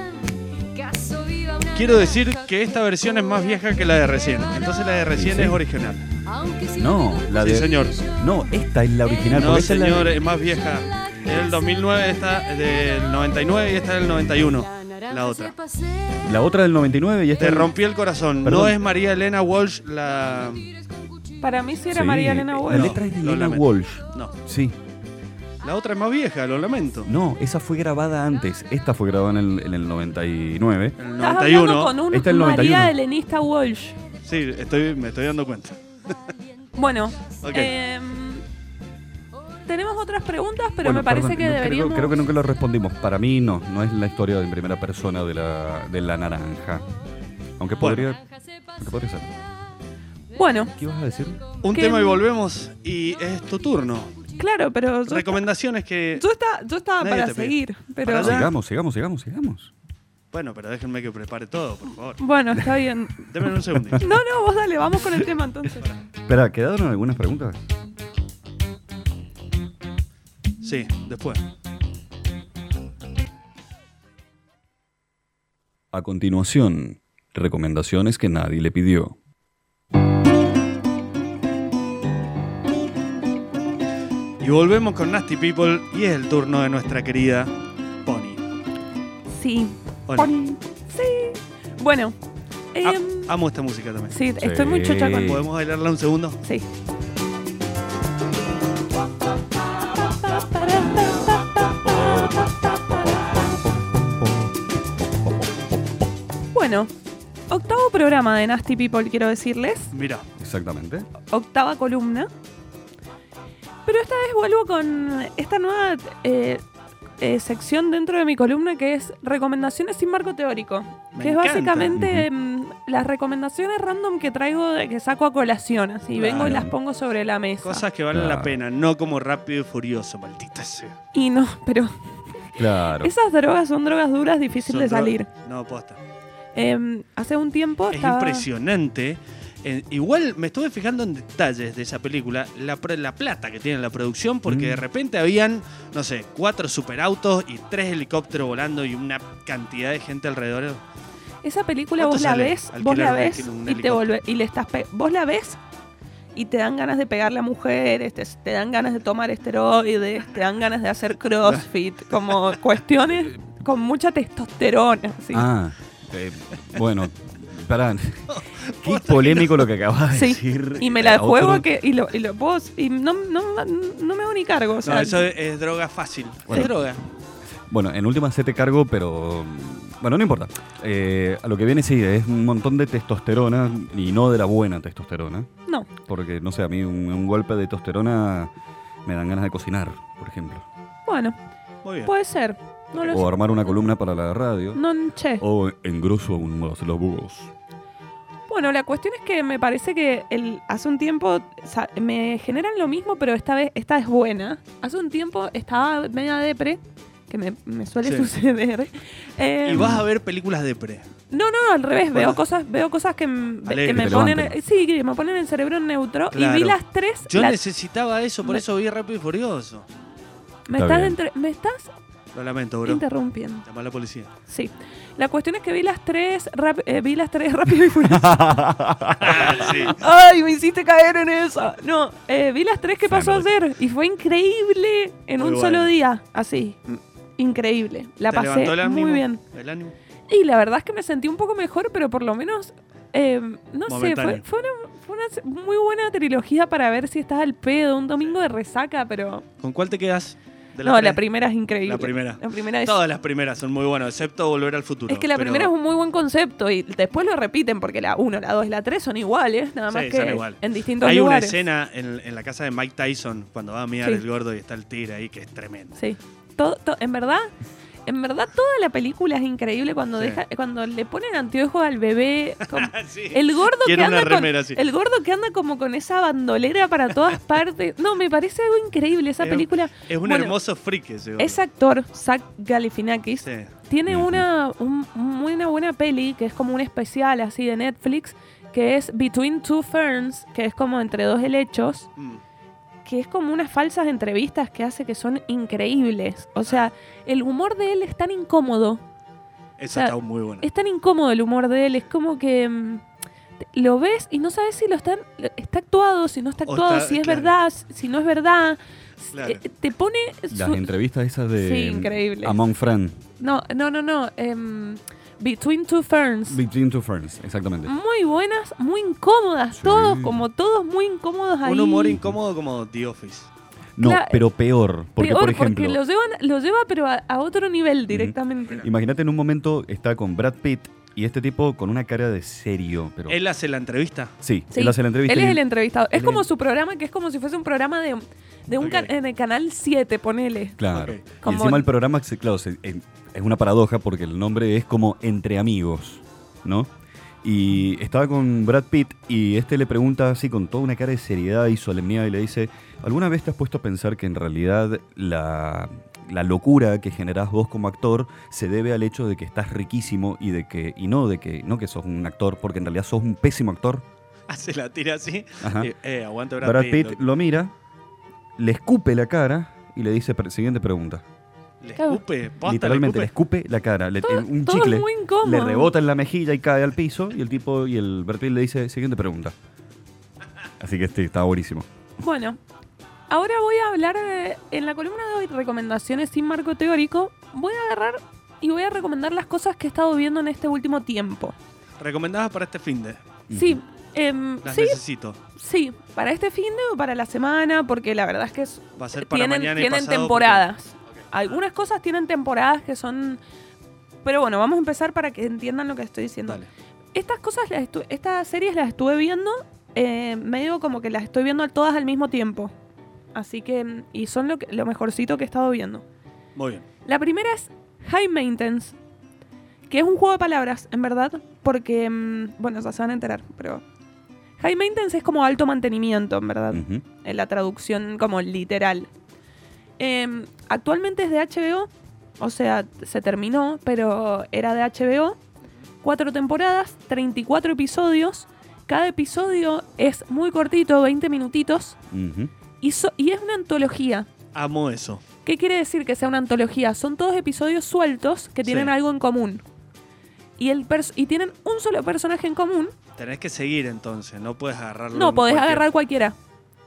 [SPEAKER 11] Caso viva una
[SPEAKER 1] Quiero decir que esta versión es más vieja que la de recién. Entonces la de recién
[SPEAKER 2] Sí, sí.
[SPEAKER 1] es original.
[SPEAKER 11] Aunque si
[SPEAKER 2] No, la
[SPEAKER 1] Sí,
[SPEAKER 2] de...
[SPEAKER 1] señor.
[SPEAKER 2] No, esta
[SPEAKER 3] Eh,
[SPEAKER 2] es la original.
[SPEAKER 1] No,
[SPEAKER 2] porque esta es la-
[SPEAKER 1] señor, eh, es más vieja. Es del 2009, esta es del 99 y esta es del 91. La otra.
[SPEAKER 2] la, otra del 99 y esta
[SPEAKER 1] Te
[SPEAKER 2] del-
[SPEAKER 1] rompí el corazón.
[SPEAKER 2] Perdón.
[SPEAKER 1] No es María Elena Walsh la.
[SPEAKER 3] Para mí sí era
[SPEAKER 2] Sí,
[SPEAKER 3] María Elena
[SPEAKER 2] La
[SPEAKER 3] Walsh.
[SPEAKER 2] letra es de
[SPEAKER 1] Lo
[SPEAKER 2] Elena
[SPEAKER 1] lamento.
[SPEAKER 2] Walsh.
[SPEAKER 1] No.
[SPEAKER 2] Sí.
[SPEAKER 1] La otra es más vieja, lo lamento.
[SPEAKER 2] No, esa fue grabada antes. Esta fue grabada en el, en el 99.
[SPEAKER 1] En el
[SPEAKER 3] Estás hablando
[SPEAKER 1] 91.
[SPEAKER 3] con un
[SPEAKER 2] Esta es el
[SPEAKER 3] María
[SPEAKER 2] 91.
[SPEAKER 3] Helenista Walsh.
[SPEAKER 1] Sí, estoy, me estoy dando cuenta.
[SPEAKER 3] Bueno,
[SPEAKER 1] Ok.
[SPEAKER 3] em, tenemos otras preguntas, pero
[SPEAKER 2] Bueno,
[SPEAKER 3] me parece
[SPEAKER 2] perdón,
[SPEAKER 3] que
[SPEAKER 2] no, creo-
[SPEAKER 3] deberíamos...
[SPEAKER 2] Creo, que nunca lo respondimos. Para mí no, no es la historia en primera persona de la, de la naranja. Aunque podría, aunque podría ser.
[SPEAKER 3] Bueno,
[SPEAKER 2] ¿Qué ibas a decir?
[SPEAKER 1] Un
[SPEAKER 3] ¿Qué?
[SPEAKER 1] tema y volvemos y es tu turno.
[SPEAKER 3] claro, pero yo,
[SPEAKER 1] Recomendaciones que...
[SPEAKER 3] yo, está- yo estaba
[SPEAKER 1] Nadie
[SPEAKER 3] para
[SPEAKER 1] te pidió.
[SPEAKER 3] seguir, pero...
[SPEAKER 1] Para allá.
[SPEAKER 2] Sigamos, sigamos, sigamos, sigamos.
[SPEAKER 1] Bueno, pero déjenme que prepare todo, por favor.
[SPEAKER 3] Bueno, está bien.
[SPEAKER 1] Denme un segundito.
[SPEAKER 3] No, no, vos dale, vamos con el tema entonces.
[SPEAKER 2] Espera, ¿quedaron algunas preguntas?
[SPEAKER 1] Sí, después.
[SPEAKER 2] A continuación, recomendaciones que nadie le pidió.
[SPEAKER 1] Y volvemos con Nasty People y es el turno de nuestra querida Pony.
[SPEAKER 3] Sí.
[SPEAKER 1] Hola.
[SPEAKER 3] Pon- Sí. Bueno.
[SPEAKER 1] Ah,
[SPEAKER 3] em,
[SPEAKER 1] amo esta música también.
[SPEAKER 3] sí, estoy muy chocha con...
[SPEAKER 1] ¿Podemos bailarla un segundo?
[SPEAKER 3] Sí. Bueno, octavo programa de Nasty People, quiero decirles.
[SPEAKER 1] Mira,
[SPEAKER 2] Exactamente.
[SPEAKER 3] Octava columna. Pero esta vez vuelvo con esta nueva eh, eh, sección dentro de mi columna que es recomendaciones sin marco teórico.
[SPEAKER 1] Me
[SPEAKER 3] que es
[SPEAKER 1] encanta.
[SPEAKER 3] básicamente mm, las recomendaciones random que traigo, de- que saco a colación. Así vengo y las
[SPEAKER 2] Claro.
[SPEAKER 3] pongo sobre la mesa.
[SPEAKER 1] cosas que valen
[SPEAKER 2] Claro.
[SPEAKER 1] la pena, no como rápido y furioso, maldita sea.
[SPEAKER 3] Y no, pero
[SPEAKER 2] Claro.
[SPEAKER 3] esas drogas son drogas duras, difícil
[SPEAKER 1] Son
[SPEAKER 3] de
[SPEAKER 1] dro-
[SPEAKER 3] salir.
[SPEAKER 1] No, posta.
[SPEAKER 3] Em, hace un tiempo
[SPEAKER 1] Es
[SPEAKER 3] estaba-
[SPEAKER 1] impresionante. Eh, igual me estuve fijando en detalles de esa película, la, pro- la plata que tiene la producción, porque
[SPEAKER 2] Mm.
[SPEAKER 1] de repente habían, no sé, cuatro superautos y tres helicópteros volando y una cantidad de gente alrededor.
[SPEAKER 3] Esa película
[SPEAKER 1] ¿Cuánto
[SPEAKER 3] vos la
[SPEAKER 1] sale
[SPEAKER 3] ves, vos
[SPEAKER 1] alquilar
[SPEAKER 3] la
[SPEAKER 1] un-
[SPEAKER 3] ves
[SPEAKER 1] un
[SPEAKER 3] y te
[SPEAKER 1] helicóptero?
[SPEAKER 3] volve- y le estás pe- vos la ves y te dan ganas de pegarle a mujeres, te, te dan ganas de tomar esteroides, te dan ganas de hacer crossfit, como cuestiones con mucha testosterona. ¿sí?
[SPEAKER 2] Ah, eh, bueno, pará. Qué polémico lo que acabas de
[SPEAKER 3] Sí,
[SPEAKER 2] decir. Eh,
[SPEAKER 3] y me la
[SPEAKER 2] Otro-
[SPEAKER 3] juego que, y lo, y lo puedo- y no, no, no me hago ni cargo. o sea,
[SPEAKER 1] no, eso es, es droga fácil.
[SPEAKER 2] Bueno.
[SPEAKER 1] es droga.
[SPEAKER 2] Bueno, en última se te cargo, pero. mm, Bueno, no importa. Eh, a lo que viene sí, es un montón de testosterona y no de la buena testosterona.
[SPEAKER 3] no.
[SPEAKER 2] Porque, no sé, a mí un, un golpe de testosterona me dan ganas de cocinar, por ejemplo.
[SPEAKER 3] Bueno,
[SPEAKER 1] Muy bien.
[SPEAKER 3] puede ser. No lo
[SPEAKER 2] O
[SPEAKER 3] sé.
[SPEAKER 2] armar una columna para la radio.
[SPEAKER 3] No, che.
[SPEAKER 2] O engroso aún más los voz.
[SPEAKER 3] Bueno, la cuestión es que me parece que el, hace un tiempo sa- me generan lo mismo, pero esta vez esta es buena. Hace un tiempo estaba media depre, que me, me suele
[SPEAKER 1] Sí.
[SPEAKER 3] suceder. Eh,
[SPEAKER 1] Y vas a ver películas de pre.
[SPEAKER 3] No, no, al revés.
[SPEAKER 1] Bueno.
[SPEAKER 3] Veo cosas, veo cosas que, m-
[SPEAKER 1] Alegre,
[SPEAKER 3] que me
[SPEAKER 2] te
[SPEAKER 3] ponen,
[SPEAKER 2] levantan.
[SPEAKER 3] sí, que me ponen el cerebro en neutro.
[SPEAKER 1] Claro.
[SPEAKER 3] Y vi las tres.
[SPEAKER 1] Yo
[SPEAKER 3] la-
[SPEAKER 1] necesitaba eso, por
[SPEAKER 3] Me-
[SPEAKER 1] eso vi Rápido y Furioso.
[SPEAKER 3] me,
[SPEAKER 2] Está
[SPEAKER 3] estás
[SPEAKER 2] bien.
[SPEAKER 3] entre- me estás
[SPEAKER 1] Lo lamento, bro.
[SPEAKER 3] interrumpiendo.
[SPEAKER 1] Llamá a la policía.
[SPEAKER 3] Sí. La cuestión es que vi las tres, rap- eh, vi las tres rápido y furioso.
[SPEAKER 1] sí.
[SPEAKER 3] ¡Ay, me hiciste caer en esa! No, eh, vi las tres que pasó
[SPEAKER 2] Sandwich.
[SPEAKER 3] ayer y fue increíble en
[SPEAKER 1] Muy
[SPEAKER 3] un
[SPEAKER 1] bueno. Mm.
[SPEAKER 3] solo día. Así, increíble. La
[SPEAKER 1] Te
[SPEAKER 3] pasé
[SPEAKER 1] levantó el ánimo,
[SPEAKER 3] muy bien.
[SPEAKER 1] El ánimo.
[SPEAKER 3] Y la verdad es que me sentí un poco mejor, pero por lo menos, eh, no sé, fue,
[SPEAKER 1] Momentáneo.
[SPEAKER 3] fue una, fue una se- muy buena trilogía para ver si estás al pedo, un domingo de resaca, pero...
[SPEAKER 1] ¿Con cuál te quedas? De las
[SPEAKER 3] no,
[SPEAKER 1] tres.
[SPEAKER 3] la primera es increíble.
[SPEAKER 1] La primera.
[SPEAKER 3] La primera es...
[SPEAKER 1] Todas las primeras son muy buenas, excepto Volver al Futuro.
[SPEAKER 3] Es que la
[SPEAKER 1] pero-
[SPEAKER 3] primera es un muy buen concepto y después lo repiten porque la 1, la 2 y la 3 son iguales, nada más
[SPEAKER 1] Sí, son
[SPEAKER 3] que
[SPEAKER 1] igual.
[SPEAKER 3] en distintos
[SPEAKER 1] Hay una
[SPEAKER 3] lugares.
[SPEAKER 1] escena en, en la casa de Mike Tyson cuando va a mirar
[SPEAKER 3] Sí.
[SPEAKER 1] el gordo y está el tigre ahí que es tremendo.
[SPEAKER 3] Sí. Todo, to- en verdad, en verdad toda la película es increíble cuando
[SPEAKER 1] Sí. Ah,
[SPEAKER 3] deja, cuando le ponen anteojos al bebé. con-
[SPEAKER 1] Sí.
[SPEAKER 3] el gordo que
[SPEAKER 1] Quiero una
[SPEAKER 3] anda con-
[SPEAKER 1] remera así.
[SPEAKER 3] el gordo que anda como con esa bandolera para todas partes. No, me parece algo increíble esa
[SPEAKER 1] Es-
[SPEAKER 3] película.
[SPEAKER 1] Es un
[SPEAKER 3] Bueno,
[SPEAKER 1] hermoso freak ese gordo.
[SPEAKER 3] Ese actor, Zach Galifianakis,
[SPEAKER 1] Sí.
[SPEAKER 3] tiene
[SPEAKER 2] Ujú.
[SPEAKER 3] una, un- muy una buena peli que es como un especial así de Netflix que es Between Two Ferns, que es como entre dos helechos
[SPEAKER 1] Mm.
[SPEAKER 3] que es como unas falsas entrevistas que hace que son increíbles. O sea, el humor de él es tan incómodo.
[SPEAKER 1] Esa
[SPEAKER 3] O sea,
[SPEAKER 1] está muy buena.
[SPEAKER 3] Es tan incómodo el humor de él. Es como que mm, te- lo ves y no sabes si lo están, lo- está actuado, si no está
[SPEAKER 1] O
[SPEAKER 3] actuado,
[SPEAKER 1] está-
[SPEAKER 3] si es
[SPEAKER 1] claro.
[SPEAKER 3] verdad, si- si no es verdad. S-
[SPEAKER 1] Claro.
[SPEAKER 3] eh, Te pone...
[SPEAKER 2] Las
[SPEAKER 3] su-
[SPEAKER 2] entrevistas esas de.
[SPEAKER 3] Sí, increíble.
[SPEAKER 2] Among Friends.
[SPEAKER 3] no, no, no, no. em, Between Two Ferns.
[SPEAKER 2] Between Two Friends, exactamente.
[SPEAKER 3] muy buenas, muy incómodas,
[SPEAKER 2] Sí.
[SPEAKER 3] todos, como todos muy incómodos ahí.
[SPEAKER 1] Un humor incómodo como The Office.
[SPEAKER 2] No,
[SPEAKER 3] Cla-
[SPEAKER 2] pero peor. Porque,
[SPEAKER 3] Peor,
[SPEAKER 2] por ejemplo.
[SPEAKER 3] porque lo, llevan, lo lleva pero a, a otro nivel directamente.
[SPEAKER 2] Imagínate en un momento está con Brad Pitt y este tipo con una cara de serio. Pero...
[SPEAKER 1] Él hace la entrevista.
[SPEAKER 2] sí,
[SPEAKER 3] Sí,
[SPEAKER 2] él hace la entrevista.
[SPEAKER 3] Él
[SPEAKER 2] y-
[SPEAKER 3] es el entrevistado.
[SPEAKER 2] él
[SPEAKER 3] Es
[SPEAKER 2] es
[SPEAKER 3] como
[SPEAKER 2] el-
[SPEAKER 3] su programa, que es como si fuese un programa de, de un
[SPEAKER 1] Ok.
[SPEAKER 3] can- en el canal 7, ponele.
[SPEAKER 2] Claro.
[SPEAKER 1] Ok.
[SPEAKER 2] Y
[SPEAKER 3] Como-
[SPEAKER 2] encima el programa, se- claro, se- en- es una paradoja porque el nombre es como Entre Amigos, ¿no? Y estaba con Brad Pitt y este le pregunta así con toda una cara de seriedad y solemnidad y le dice, ¿alguna vez te has puesto a pensar que en realidad la, la locura que generás vos como actor se debe al hecho de que estás riquísimo y de que y no de que no que sos un actor porque en realidad sos un pésimo actor?
[SPEAKER 1] Ah, se la tira así.
[SPEAKER 2] Ajá.
[SPEAKER 1] Y, eh, aguanta Brad,
[SPEAKER 2] Brad, Pitt
[SPEAKER 1] loco.
[SPEAKER 2] lo mira, le escupe la cara y le dice pre- siguiente pregunta.
[SPEAKER 1] Le escupe, posta,
[SPEAKER 2] Literalmente
[SPEAKER 1] le
[SPEAKER 2] le
[SPEAKER 1] escupe.
[SPEAKER 2] escupe la cara, le, un
[SPEAKER 3] todo es
[SPEAKER 2] chicle,
[SPEAKER 3] muy incómodo.
[SPEAKER 2] le rebota en la mejilla y cae al piso y el tipo y el Brad Pitt le dice siguiente pregunta. Así que este está buenísimo.
[SPEAKER 3] Bueno, ahora voy a hablar de- en la columna de hoy, recomendaciones sin marco teórico. Voy a agarrar y voy a recomendar las cosas que he estado viendo en este último tiempo.
[SPEAKER 1] Recomendadas para este fin de.
[SPEAKER 3] Sí, em,
[SPEAKER 1] Las
[SPEAKER 3] sí,
[SPEAKER 1] necesito.
[SPEAKER 3] sí, para este fin de o para la semana, porque la verdad es que es-
[SPEAKER 1] Va a ser para
[SPEAKER 3] tienen,
[SPEAKER 1] mañana y
[SPEAKER 3] tienen
[SPEAKER 1] pasado,
[SPEAKER 3] temporadas. Algunas cosas tienen temporadas que son... Pero bueno, vamos a empezar para que entiendan lo que estoy diciendo.
[SPEAKER 1] Dale.
[SPEAKER 3] Estas cosas, las estu- estas series las estuve viendo, eh, medio como que las estoy viendo todas al mismo tiempo. Así que, mm, y son lo, que- lo mejorcito que he estado viendo.
[SPEAKER 1] Muy bien.
[SPEAKER 3] La primera es High Maintenance, que es un juego de palabras, en verdad, porque, mm, bueno, ya se van a enterar, pero... High Maintenance es como alto mantenimiento, en verdad
[SPEAKER 2] Ujú.
[SPEAKER 3] en la traducción como literal. Eh, actualmente es de HBO, o sea, se terminó, pero era de HBO. Cuatro temporadas, 34 episodios. Cada episodio es muy cortito, 20 minutitos,
[SPEAKER 2] Ujú.
[SPEAKER 3] y, so- y es una antología.
[SPEAKER 1] Amo eso.
[SPEAKER 3] ¿Qué quiere decir que sea una antología? Son todos episodios sueltos que tienen
[SPEAKER 1] Sí.
[SPEAKER 3] algo en común. Y, el pers- y tienen un solo personaje en común,
[SPEAKER 1] Tenés que seguir entonces, no puedes agarrarlo.
[SPEAKER 3] No,
[SPEAKER 1] en
[SPEAKER 3] podés
[SPEAKER 1] cualquier-
[SPEAKER 3] agarrar cualquiera.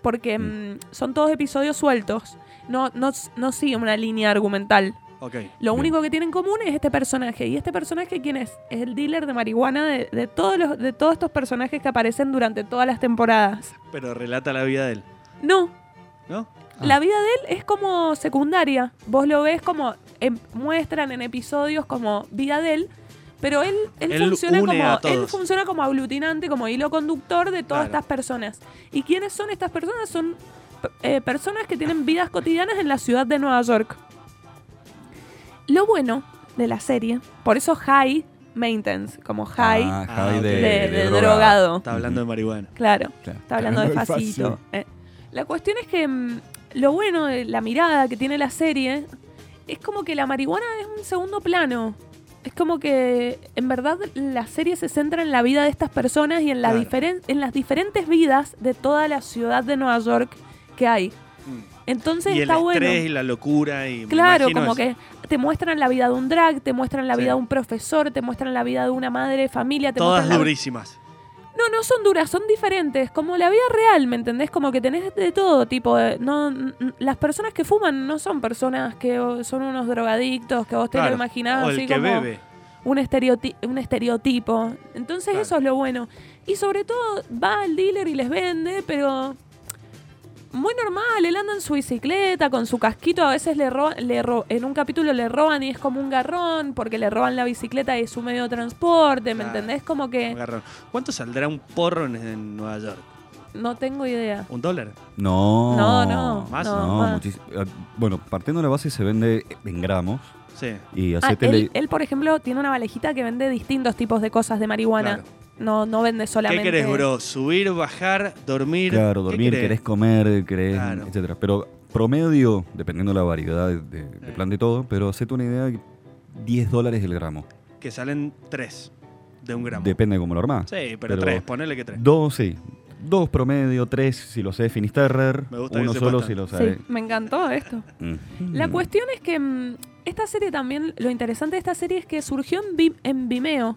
[SPEAKER 3] Porque mm, son todos episodios sueltos. No, no, s- no sigue una línea argumental.
[SPEAKER 1] Ok.
[SPEAKER 3] Lo
[SPEAKER 2] Bien.
[SPEAKER 3] único que tienen en común es este personaje. ¿Y este personaje quién es? Es el dealer de marihuana de, de todos, los, de todos estos personajes que aparecen durante todas las temporadas.
[SPEAKER 1] Pero relata la vida de él,
[SPEAKER 3] No,
[SPEAKER 1] ¿no? Ah.
[SPEAKER 3] la vida de él es como secundaria. Vos lo ves como em- muestran en episodios como vida de él, pero él, él,
[SPEAKER 1] Él
[SPEAKER 3] funciona
[SPEAKER 1] une
[SPEAKER 3] como
[SPEAKER 1] a
[SPEAKER 3] él
[SPEAKER 1] todos.
[SPEAKER 3] funciona como aglutinante, como hilo conductor de todas
[SPEAKER 1] Claro.
[SPEAKER 3] estas personas. ¿Y quiénes son estas personas? Son p- eh, personas que tienen vidas cotidianas en la ciudad de Nueva York. Lo bueno de la serie, por eso High Maintenance, como High
[SPEAKER 2] Ah,
[SPEAKER 1] Ah,
[SPEAKER 2] high
[SPEAKER 1] ok.
[SPEAKER 2] de,
[SPEAKER 3] de,
[SPEAKER 2] de
[SPEAKER 3] de
[SPEAKER 2] drogado.
[SPEAKER 3] drogado.
[SPEAKER 1] Está hablando de marihuana.
[SPEAKER 3] Claro.
[SPEAKER 2] Claro.
[SPEAKER 3] Está hablando
[SPEAKER 2] Claro,
[SPEAKER 3] despacito. eh. La cuestión es que mm, lo bueno de la mirada que tiene la serie es como que la marihuana es un segundo plano. Es como que en verdad la serie se centra en la vida de estas personas y en, la
[SPEAKER 1] Claro.
[SPEAKER 3] diferen- en las diferentes vidas de toda la ciudad de Nueva York que hay.
[SPEAKER 1] Mm.
[SPEAKER 3] Entonces
[SPEAKER 1] y el
[SPEAKER 3] está
[SPEAKER 1] estrés
[SPEAKER 3] bueno.
[SPEAKER 1] y la locura y me
[SPEAKER 3] Claro,
[SPEAKER 1] imagino
[SPEAKER 3] como
[SPEAKER 1] eso.
[SPEAKER 3] que te muestran la vida de un drag, te muestran la
[SPEAKER 1] Sí.
[SPEAKER 3] vida de un profesor, te muestran la vida de una madre de familia, te
[SPEAKER 1] todas
[SPEAKER 3] muestran la-
[SPEAKER 1] durísimas.
[SPEAKER 3] no, no son duras, son diferentes. Como la vida real, ¿me entendés? Como que tenés de todo tipo. de- no, n- n- las personas que fuman no son personas que oh, son unos drogadictos, que vos te
[SPEAKER 1] Claro.
[SPEAKER 3] lo imaginás
[SPEAKER 1] o el
[SPEAKER 3] así
[SPEAKER 1] que
[SPEAKER 3] como
[SPEAKER 1] bebe.
[SPEAKER 3] Un, estereoti- un estereotipo. Entonces
[SPEAKER 1] Claro.
[SPEAKER 3] eso es lo bueno. Y sobre todo va al dealer y les vende, pero muy normal. Él anda en su bicicleta, con su casquito. A veces le roban, le ro- en un capítulo le roban y es como un garrón porque le roban la bicicleta y es su medio de transporte, ¿me
[SPEAKER 1] Claro.
[SPEAKER 3] entendés? Como
[SPEAKER 1] un
[SPEAKER 3] que
[SPEAKER 1] garrón. ¿Cuánto saldrá un porro en, en Nueva York?
[SPEAKER 3] no tengo idea.
[SPEAKER 1] ¿Un dólar?
[SPEAKER 2] No.
[SPEAKER 3] No, no,
[SPEAKER 1] Más,
[SPEAKER 3] no,
[SPEAKER 2] No,
[SPEAKER 3] más.
[SPEAKER 2] muchis- ah, Bueno, partiendo de la base se vende en gramos
[SPEAKER 1] Sí.
[SPEAKER 2] y
[SPEAKER 3] Ah,
[SPEAKER 2] hacete
[SPEAKER 3] él, él, por ejemplo, tiene una valejita que vende distintos tipos de cosas de marihuana.
[SPEAKER 1] Claro.
[SPEAKER 3] No, no vende solamente.
[SPEAKER 1] ¿Qué querés, bro? ¿Subir, bajar, dormir?
[SPEAKER 2] Claro,
[SPEAKER 1] ¿Qué
[SPEAKER 2] dormir, querés? comer, querés,
[SPEAKER 1] Claro.
[SPEAKER 2] etcétera. Pero promedio, dependiendo de la variedad de, de- de plan de todo, pero hacete una idea, 10 dólares el gramo.
[SPEAKER 1] Que salen tres de un gramo.
[SPEAKER 2] Depende de cómo lo armás.
[SPEAKER 1] sí, pero,
[SPEAKER 2] pero-
[SPEAKER 1] tres, ponele que tres.
[SPEAKER 2] Dos, sí. Dos promedio, tres si lo sé de Finisterrer,
[SPEAKER 1] Me gusta que
[SPEAKER 2] uno
[SPEAKER 1] sepas
[SPEAKER 2] solo
[SPEAKER 1] tanto.
[SPEAKER 2] si lo sabe.
[SPEAKER 3] Sí, me encantó esto.
[SPEAKER 2] Mm.
[SPEAKER 3] La cuestión es que mm, esta serie también, lo interesante de esta serie es que surgió en, Vi- en Vimeo.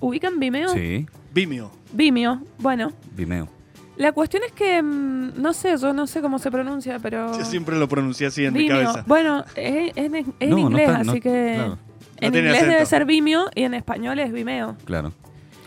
[SPEAKER 3] ¿Ubican Vimeo?
[SPEAKER 2] Sí,
[SPEAKER 1] Vimeo.
[SPEAKER 3] Vimeo, bueno.
[SPEAKER 2] Vimeo.
[SPEAKER 3] La cuestión es que, mm, no sé, yo no sé cómo se pronuncia, pero...
[SPEAKER 1] Yo siempre lo pronuncié así en mi
[SPEAKER 3] Vimeo.
[SPEAKER 1] cabeza.
[SPEAKER 3] Bueno, es, es en- es en
[SPEAKER 2] No, no
[SPEAKER 3] inglés,
[SPEAKER 2] está- no-
[SPEAKER 3] así que...
[SPEAKER 2] claro.
[SPEAKER 3] En
[SPEAKER 1] tiene
[SPEAKER 3] inglés debe
[SPEAKER 1] acento.
[SPEAKER 3] ser Vimeo y en español es Vimeo.
[SPEAKER 2] Claro.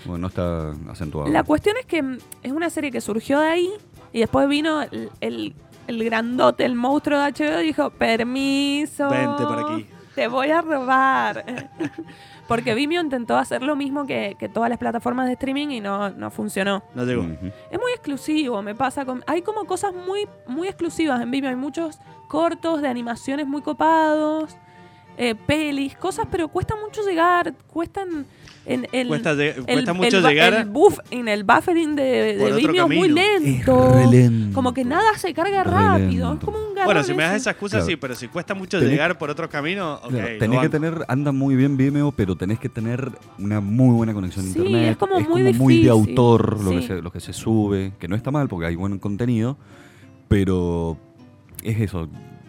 [SPEAKER 2] Bueno, no está acentuado.
[SPEAKER 3] La cuestión es que mm, es una serie que surgió de ahí y después vino el, el- el grandote, el monstruo de HBO y dijo, permiso.
[SPEAKER 1] Vente para aquí.
[SPEAKER 3] Te voy a robar. Porque Vimeo intentó hacer lo mismo que, que todas las plataformas de streaming y no, no funcionó.
[SPEAKER 1] No llegó.
[SPEAKER 2] Ujú.
[SPEAKER 3] Es muy exclusivo, me pasa con... Hay como cosas muy, muy exclusivas en Vimeo. Hay muchos cortos de animaciones muy copados. eh, pelis, cosas, pero cuesta mucho llegar, cuestan... En el,
[SPEAKER 1] Cuesta lleg-
[SPEAKER 3] el-
[SPEAKER 1] cuesta
[SPEAKER 3] el
[SPEAKER 1] mucho
[SPEAKER 3] ba-
[SPEAKER 1] llegar
[SPEAKER 3] el buff- en el buffering de,
[SPEAKER 1] Por
[SPEAKER 3] de
[SPEAKER 1] otro
[SPEAKER 3] Vimeo es muy
[SPEAKER 1] camino.
[SPEAKER 3] lento.
[SPEAKER 2] Es re lento.
[SPEAKER 3] Como que nada se carga
[SPEAKER 2] Re
[SPEAKER 3] rápido. Es
[SPEAKER 2] lento.
[SPEAKER 3] como un
[SPEAKER 1] Bueno,
[SPEAKER 3] garrón
[SPEAKER 1] si me das
[SPEAKER 3] ese.
[SPEAKER 1] esa excusa,
[SPEAKER 2] Claro.
[SPEAKER 1] sí, pero si cuesta mucho
[SPEAKER 2] Tenés-
[SPEAKER 1] llegar por otro camino, ok.
[SPEAKER 2] Claro,
[SPEAKER 1] lo
[SPEAKER 2] tenés que
[SPEAKER 1] banco.
[SPEAKER 2] tener, anda muy bien Vimeo, pero tenés que tener una muy buena conexión a
[SPEAKER 3] Sí,
[SPEAKER 2] internet.
[SPEAKER 3] es como muy
[SPEAKER 2] de
[SPEAKER 3] difícil,
[SPEAKER 2] autor lo, que
[SPEAKER 3] sí.
[SPEAKER 2] se, lo que se sube, que no está mal porque hay buen contenido, pero es eso.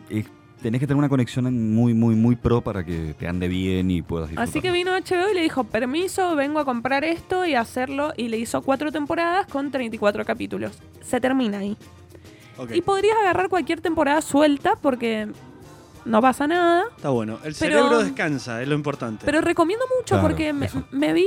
[SPEAKER 2] es- tenés que tener una conexión en- muy, muy, muy pro para que te ande bien y puedas disfrutar.
[SPEAKER 3] Así que vino HBO y le dijo, permiso, vengo a comprar esto y hacerlo. Y le hizo cuatro temporadas con 34 capítulos. Se termina ahí.
[SPEAKER 1] Ok,
[SPEAKER 3] Y podrías agarrar cualquier temporada suelta porque no pasa nada.
[SPEAKER 1] Está bueno.
[SPEAKER 3] Pero-
[SPEAKER 1] El cerebro descansa, es lo importante.
[SPEAKER 3] Pero recomiendo mucho
[SPEAKER 2] Claro,
[SPEAKER 3] porque me,
[SPEAKER 2] eso.
[SPEAKER 3] me vi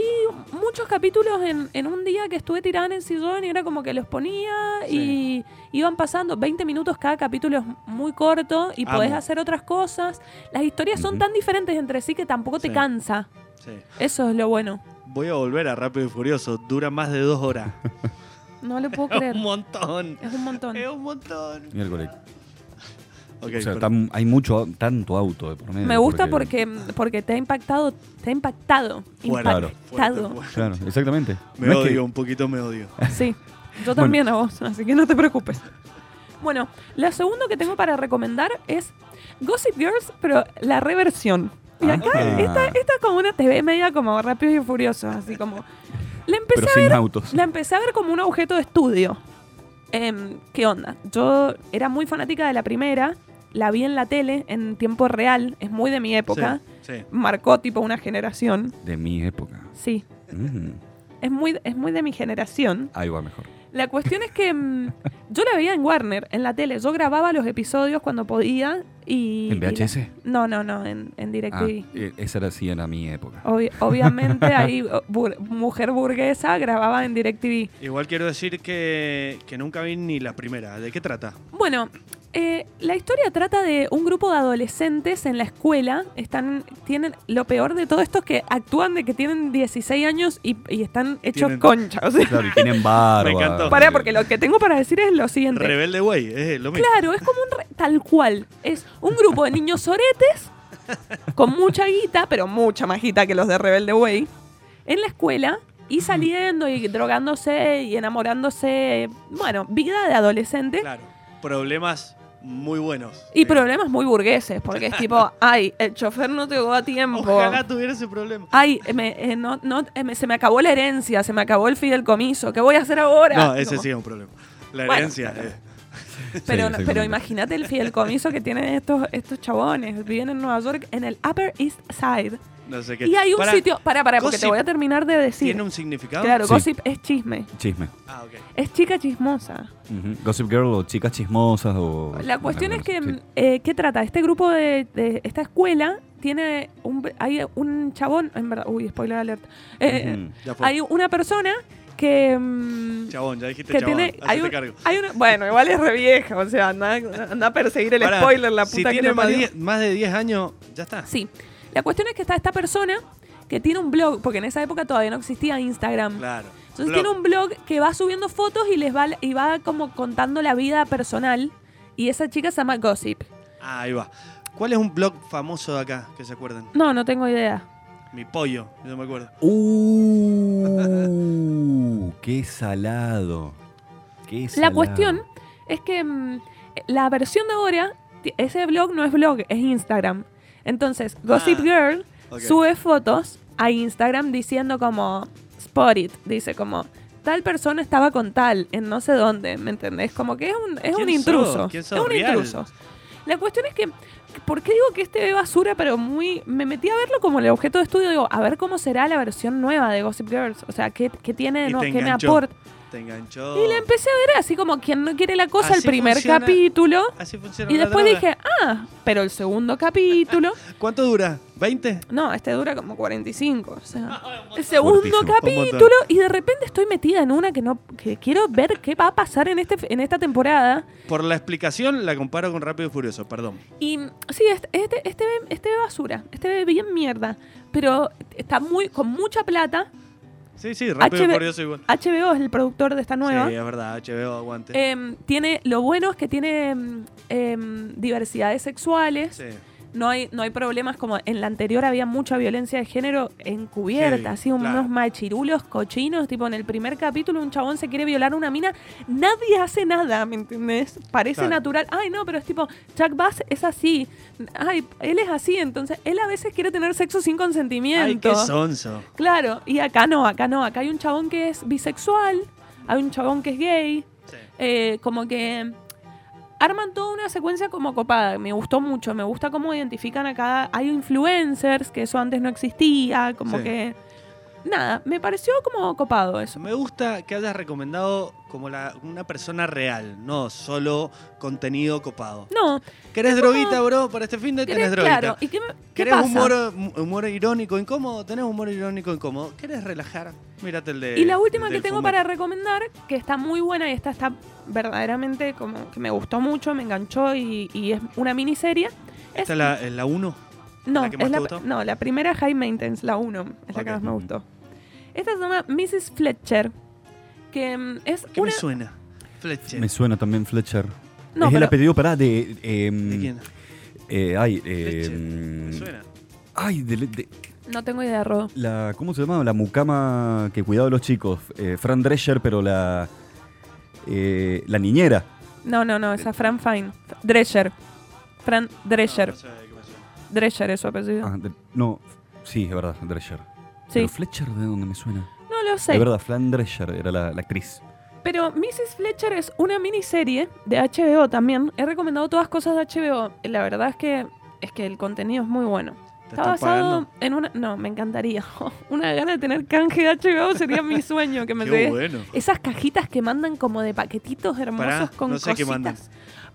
[SPEAKER 3] muchos capítulos en, en un día que estuve tirada en el sillón y era como que los ponía
[SPEAKER 1] Sí.
[SPEAKER 3] y iban pasando 20 minutos cada capítulo es muy corto y
[SPEAKER 1] Amo.
[SPEAKER 3] podés hacer otras cosas. Las historias son
[SPEAKER 2] Ujú.
[SPEAKER 3] tan diferentes entre sí que tampoco
[SPEAKER 1] Sí.
[SPEAKER 3] te cansa.
[SPEAKER 1] Sí.
[SPEAKER 3] Eso es lo bueno.
[SPEAKER 1] Voy a volver a Rápido y Furioso. Dura más de dos horas.
[SPEAKER 3] No lo puedo
[SPEAKER 1] es
[SPEAKER 3] creer.
[SPEAKER 1] un montón.
[SPEAKER 3] Es un montón.
[SPEAKER 1] Es un montón.
[SPEAKER 2] Miércoles.
[SPEAKER 1] Ok,
[SPEAKER 2] o sea,
[SPEAKER 1] pero-
[SPEAKER 2] tam- hay mucho, au- tanto auto de por
[SPEAKER 1] Eh,
[SPEAKER 2] medio.
[SPEAKER 3] Me gusta porque, porque te ha impactado, te ha impactado.
[SPEAKER 1] Fuerte,
[SPEAKER 2] Claro.
[SPEAKER 1] fuerte,
[SPEAKER 3] Impactado.
[SPEAKER 1] fuerte.
[SPEAKER 2] Claro, exactamente.
[SPEAKER 1] Me
[SPEAKER 2] No es
[SPEAKER 1] odio,
[SPEAKER 2] que-
[SPEAKER 1] un poquito me odio.
[SPEAKER 3] Sí, yo también a vos, así que no te preocupes. Bueno, la segunda que tengo para recomendar es Gossip Girls, pero la reversión. Y acá
[SPEAKER 2] Ah.
[SPEAKER 3] esta, esta es como una TV media como rápido y furioso, así como... La empecé,
[SPEAKER 2] pero
[SPEAKER 3] a
[SPEAKER 2] sin
[SPEAKER 3] ver,
[SPEAKER 2] autos.
[SPEAKER 3] la empecé a ver como un objeto de estudio. Em, ¿Qué onda? Yo era muy fanática de la primera, la vi en la tele en tiempo real, es muy de mi época,
[SPEAKER 1] Sí, sí.
[SPEAKER 3] marcó tipo una generación,
[SPEAKER 2] De mi época.
[SPEAKER 3] sí,
[SPEAKER 2] Mm,
[SPEAKER 3] es muy, es muy de mi generación.
[SPEAKER 2] ahí va mejor.
[SPEAKER 3] La cuestión es que mm, yo la veía en Warner, en la tele. Yo grababa los episodios cuando podía y...
[SPEAKER 2] ¿En
[SPEAKER 3] y la-
[SPEAKER 2] VHS?
[SPEAKER 3] no, no, no, en, en
[SPEAKER 2] Ah,
[SPEAKER 3] DirecTV.
[SPEAKER 2] eh, esa era sí, era mi época.
[SPEAKER 3] Obvi- obviamente ahí o, bur- mujer burguesa grababa en DirecTV.
[SPEAKER 1] Igual quiero decir que, que nunca vi ni la primera. ¿De qué trata?
[SPEAKER 3] Bueno, eh, la historia trata de un grupo de adolescentes en la escuela. Están, tienen, lo peor de todo esto es que actúan de que tienen 16 años y, y están hechos
[SPEAKER 1] Tienen-
[SPEAKER 3] concha. O sea,
[SPEAKER 2] Claro, y tienen barba.
[SPEAKER 1] Me encantó.
[SPEAKER 3] pará, porque lo que tengo para decir es lo siguiente.
[SPEAKER 1] Rebelde Way, es lo mismo.
[SPEAKER 3] Claro, es como un re- tal cual. Es un grupo de niños soretes con mucha guita, pero mucha más guita que los de Rebelde Way, en la escuela y saliendo y drogándose y enamorándose. Bueno, vida de adolescente.
[SPEAKER 1] Claro. Problemas muy buenos.
[SPEAKER 3] Y
[SPEAKER 1] Eh,
[SPEAKER 3] problemas muy burgueses, porque es tipo, ay, el chofer no te llegó a tiempo.
[SPEAKER 1] Ojalá tuviera ese problema.
[SPEAKER 3] Ay, me- eh, no, no, eh, me- se me acabó la herencia, se me acabó el fideicomiso, ¿qué voy a hacer ahora?
[SPEAKER 1] No, ese
[SPEAKER 3] Como-
[SPEAKER 1] sí es un problema. La
[SPEAKER 3] Bueno,
[SPEAKER 1] herencia. eh.
[SPEAKER 3] Pero, pero
[SPEAKER 2] Sí, seguramente.
[SPEAKER 3] imagínate el fideicomiso que tienen estos, estos chabones. Viven en Nueva York, en el Upper East Side.
[SPEAKER 1] No sé qué.
[SPEAKER 3] Y hay un
[SPEAKER 1] Pará,
[SPEAKER 3] sitio. Para, para, porque
[SPEAKER 1] Gossip
[SPEAKER 3] te voy a terminar de decir.
[SPEAKER 1] ¿Tiene un significado?
[SPEAKER 3] Claro,
[SPEAKER 2] Sí.
[SPEAKER 3] gossip es chisme.
[SPEAKER 2] Chisme.
[SPEAKER 1] Ah, ok.
[SPEAKER 3] Es chica chismosa.
[SPEAKER 2] Ujú. Gossip Girl o chicas chismosas
[SPEAKER 1] Ah,
[SPEAKER 2] o...
[SPEAKER 3] La cuestión es que,
[SPEAKER 2] Sí.
[SPEAKER 3] eh, ¿qué trata? Este grupo de, de esta escuela tiene un, hay un chabón, en verdad, uy, spoiler alert. Eh,
[SPEAKER 2] Ujú.
[SPEAKER 1] Ya fue.
[SPEAKER 3] Hay una persona que... mm,
[SPEAKER 1] Chabón, ya dijiste
[SPEAKER 3] que
[SPEAKER 1] chabón.
[SPEAKER 3] tiene.
[SPEAKER 1] hacete
[SPEAKER 3] Hay un-
[SPEAKER 1] cargo.
[SPEAKER 3] hay una- bueno, igual es re vieja, o sea, anda, anda a perseguir el
[SPEAKER 1] Pará,
[SPEAKER 3] spoiler, la puta
[SPEAKER 1] si
[SPEAKER 3] que
[SPEAKER 1] tiene
[SPEAKER 3] lo
[SPEAKER 1] más,
[SPEAKER 3] parió.
[SPEAKER 1] diez- más de 10 años, ya está.
[SPEAKER 3] Sí. La cuestión es que está esta persona que tiene un blog, porque en esa época todavía no existía Instagram.
[SPEAKER 1] Claro.
[SPEAKER 3] Entonces
[SPEAKER 1] Blog.
[SPEAKER 3] tiene un blog que va subiendo fotos y les va y va como contando la vida personal. Y esa chica se llama Gossip.
[SPEAKER 1] Ah, ahí va. ¿Cuál es un blog famoso de acá que se acuerdan?
[SPEAKER 3] No, no tengo idea.
[SPEAKER 1] Mi pollo, yo me acuerdo.
[SPEAKER 2] ¡Uh! ¡Qué salado! ¡Qué
[SPEAKER 3] La
[SPEAKER 2] salado!
[SPEAKER 3] cuestión es que mm, la versión de ahora, ti- ese blog no es blog, es Instagram. Entonces, Gossip
[SPEAKER 1] Ah,
[SPEAKER 3] Girl
[SPEAKER 1] ok.
[SPEAKER 3] sube fotos a Instagram diciendo como Spot it, dice como tal persona estaba con tal en no sé dónde, ¿me entendés? Como que es un, es un
[SPEAKER 1] ¿Quién
[SPEAKER 3] intruso.
[SPEAKER 1] sos? ¿Quién
[SPEAKER 3] Es
[SPEAKER 1] sos?
[SPEAKER 3] un
[SPEAKER 1] Real.
[SPEAKER 3] intruso. La cuestión es que, ¿por qué digo que este ve basura? Pero muy. Me metí a verlo como el objeto de estudio, digo, a ver cómo será la versión nueva de Gossip Girls. O sea, ¿qué, qué tiene de
[SPEAKER 1] Y
[SPEAKER 3] nuevo?
[SPEAKER 1] te
[SPEAKER 3] ¿Qué me
[SPEAKER 1] enganchó.
[SPEAKER 3] aporta?
[SPEAKER 1] Te enganchó.
[SPEAKER 3] Y la empecé a ver así como quien no quiere la cosa el
[SPEAKER 1] Así
[SPEAKER 3] primer
[SPEAKER 1] funciona.
[SPEAKER 3] capítulo.
[SPEAKER 1] Así funciona.
[SPEAKER 3] Y
[SPEAKER 1] la
[SPEAKER 3] después
[SPEAKER 1] droga.
[SPEAKER 3] dije, ah, pero el segundo capítulo.
[SPEAKER 1] ¿Cuánto dura? ¿20?
[SPEAKER 3] No, este dura como 45. O sea, el
[SPEAKER 2] Fuertísimo.
[SPEAKER 3] segundo
[SPEAKER 2] Un
[SPEAKER 3] capítulo. Y de repente estoy metida en una que no. que quiero ver qué va a pasar en, este, en esta temporada.
[SPEAKER 1] Por la explicación la comparo con Rápido y Furioso, perdón.
[SPEAKER 3] Y mm, sí, este, este, este, ve- este ve basura. Este ve bien mierda. Pero está muy, con mucha plata.
[SPEAKER 1] Sí, sí, Rápido y
[SPEAKER 3] HB
[SPEAKER 1] Furioso igual.
[SPEAKER 3] HBO es el Eh, productor de esta nueva.
[SPEAKER 1] Sí, es verdad, HBO, aguante.
[SPEAKER 3] Em, tiene, lo bueno es que tiene em, em, diversidades sexuales.
[SPEAKER 1] sí.
[SPEAKER 3] no hay, no hay problemas como en la anterior había mucha violencia de género encubierta,
[SPEAKER 1] Sí,
[SPEAKER 3] así unos
[SPEAKER 1] claro.
[SPEAKER 3] machirulos cochinos, tipo en el primer capítulo un chabón se quiere violar a una mina, nadie hace nada, ¿me entendés? Parece
[SPEAKER 1] Claro.
[SPEAKER 3] natural, ay no, pero es tipo, Chuck Bass es así, ay, él es así, entonces él a veces quiere tener sexo sin consentimiento.
[SPEAKER 1] Ay, qué sonso.
[SPEAKER 3] Claro, y acá no, acá no, acá hay un chabón que es bisexual, hay un chabón que es gay, eh, como que arman toda una secuencia como copada, me gustó mucho, me gusta cómo identifican a cada, hay influencers, que eso antes no existía, como
[SPEAKER 1] Sí.
[SPEAKER 3] que... Nada, me pareció como copado eso.
[SPEAKER 1] Me gusta que hayas recomendado como la, una persona real, no solo contenido copado.
[SPEAKER 3] No.
[SPEAKER 1] ¿Querés
[SPEAKER 3] es como-
[SPEAKER 1] droguita, bro? Para este fin de
[SPEAKER 3] ¿Querés-
[SPEAKER 1] tenés droguita.
[SPEAKER 3] Claro, ¿y qué, me- qué
[SPEAKER 1] ¿Querés
[SPEAKER 3] pasa?
[SPEAKER 1] humor, humor irónico incómodo? Tenés humor irónico incómodo. ¿Querés relajar? Mírate el de.
[SPEAKER 3] Y la última
[SPEAKER 1] el
[SPEAKER 3] que
[SPEAKER 1] del
[SPEAKER 3] tengo
[SPEAKER 1] fumet.
[SPEAKER 3] para recomendar, que está muy buena y esta está verdaderamente como que me gustó mucho, me enganchó y, y es una miniserie. Es,
[SPEAKER 1] ¿Esta es la- es la 1?
[SPEAKER 3] no,
[SPEAKER 1] la que más
[SPEAKER 3] es
[SPEAKER 1] te
[SPEAKER 3] la,
[SPEAKER 1] gustó?
[SPEAKER 3] no, la primera High Maintenance, la 1, es la que más me gustó. Esta se llama Mrs. Fletcher, que mm, es
[SPEAKER 1] ¿Qué
[SPEAKER 3] una...
[SPEAKER 1] me suena? Fletcher.
[SPEAKER 2] Me suena también Fletcher.
[SPEAKER 3] No,
[SPEAKER 2] es el
[SPEAKER 3] pero-
[SPEAKER 2] apellido, pará, de. eh,
[SPEAKER 1] ¿De quién?
[SPEAKER 2] eh, ay, eh,
[SPEAKER 1] ¿Me suena?
[SPEAKER 2] Ay, de, de-
[SPEAKER 3] No tengo idea, Rodo.
[SPEAKER 2] la, ¿cómo se llamaba? La mucama que cuidaba a los chicos. eh, Fran Drescher, pero la. eh, la niñera.
[SPEAKER 3] No, no, no, esa es Fran Fine. Drescher. Fran Drescher. Drescher es su apellido.
[SPEAKER 2] Ah, de- no, sí, es verdad, Drescher.
[SPEAKER 3] Sí.
[SPEAKER 2] Pero Fletcher, ¿de dónde me suena?
[SPEAKER 3] No lo sé.
[SPEAKER 2] De verdad, Fran Drescher era la, la actriz.
[SPEAKER 3] Pero Mrs. Fletcher es una miniserie de HBO también. He recomendado todas cosas de HBO. La verdad es que es que el contenido es muy bueno.
[SPEAKER 1] ¿Te
[SPEAKER 3] Está
[SPEAKER 1] están
[SPEAKER 3] basado
[SPEAKER 1] pagando?
[SPEAKER 3] en una. No, me encantaría. una gana de tener canje de HBO sería mi sueño que me
[SPEAKER 1] Qué
[SPEAKER 3] llegue.
[SPEAKER 1] bueno.
[SPEAKER 3] Esas cajitas que mandan como de paquetitos hermosos
[SPEAKER 1] Pará,
[SPEAKER 3] con
[SPEAKER 1] no sé qué
[SPEAKER 3] cositas.
[SPEAKER 1] mandan.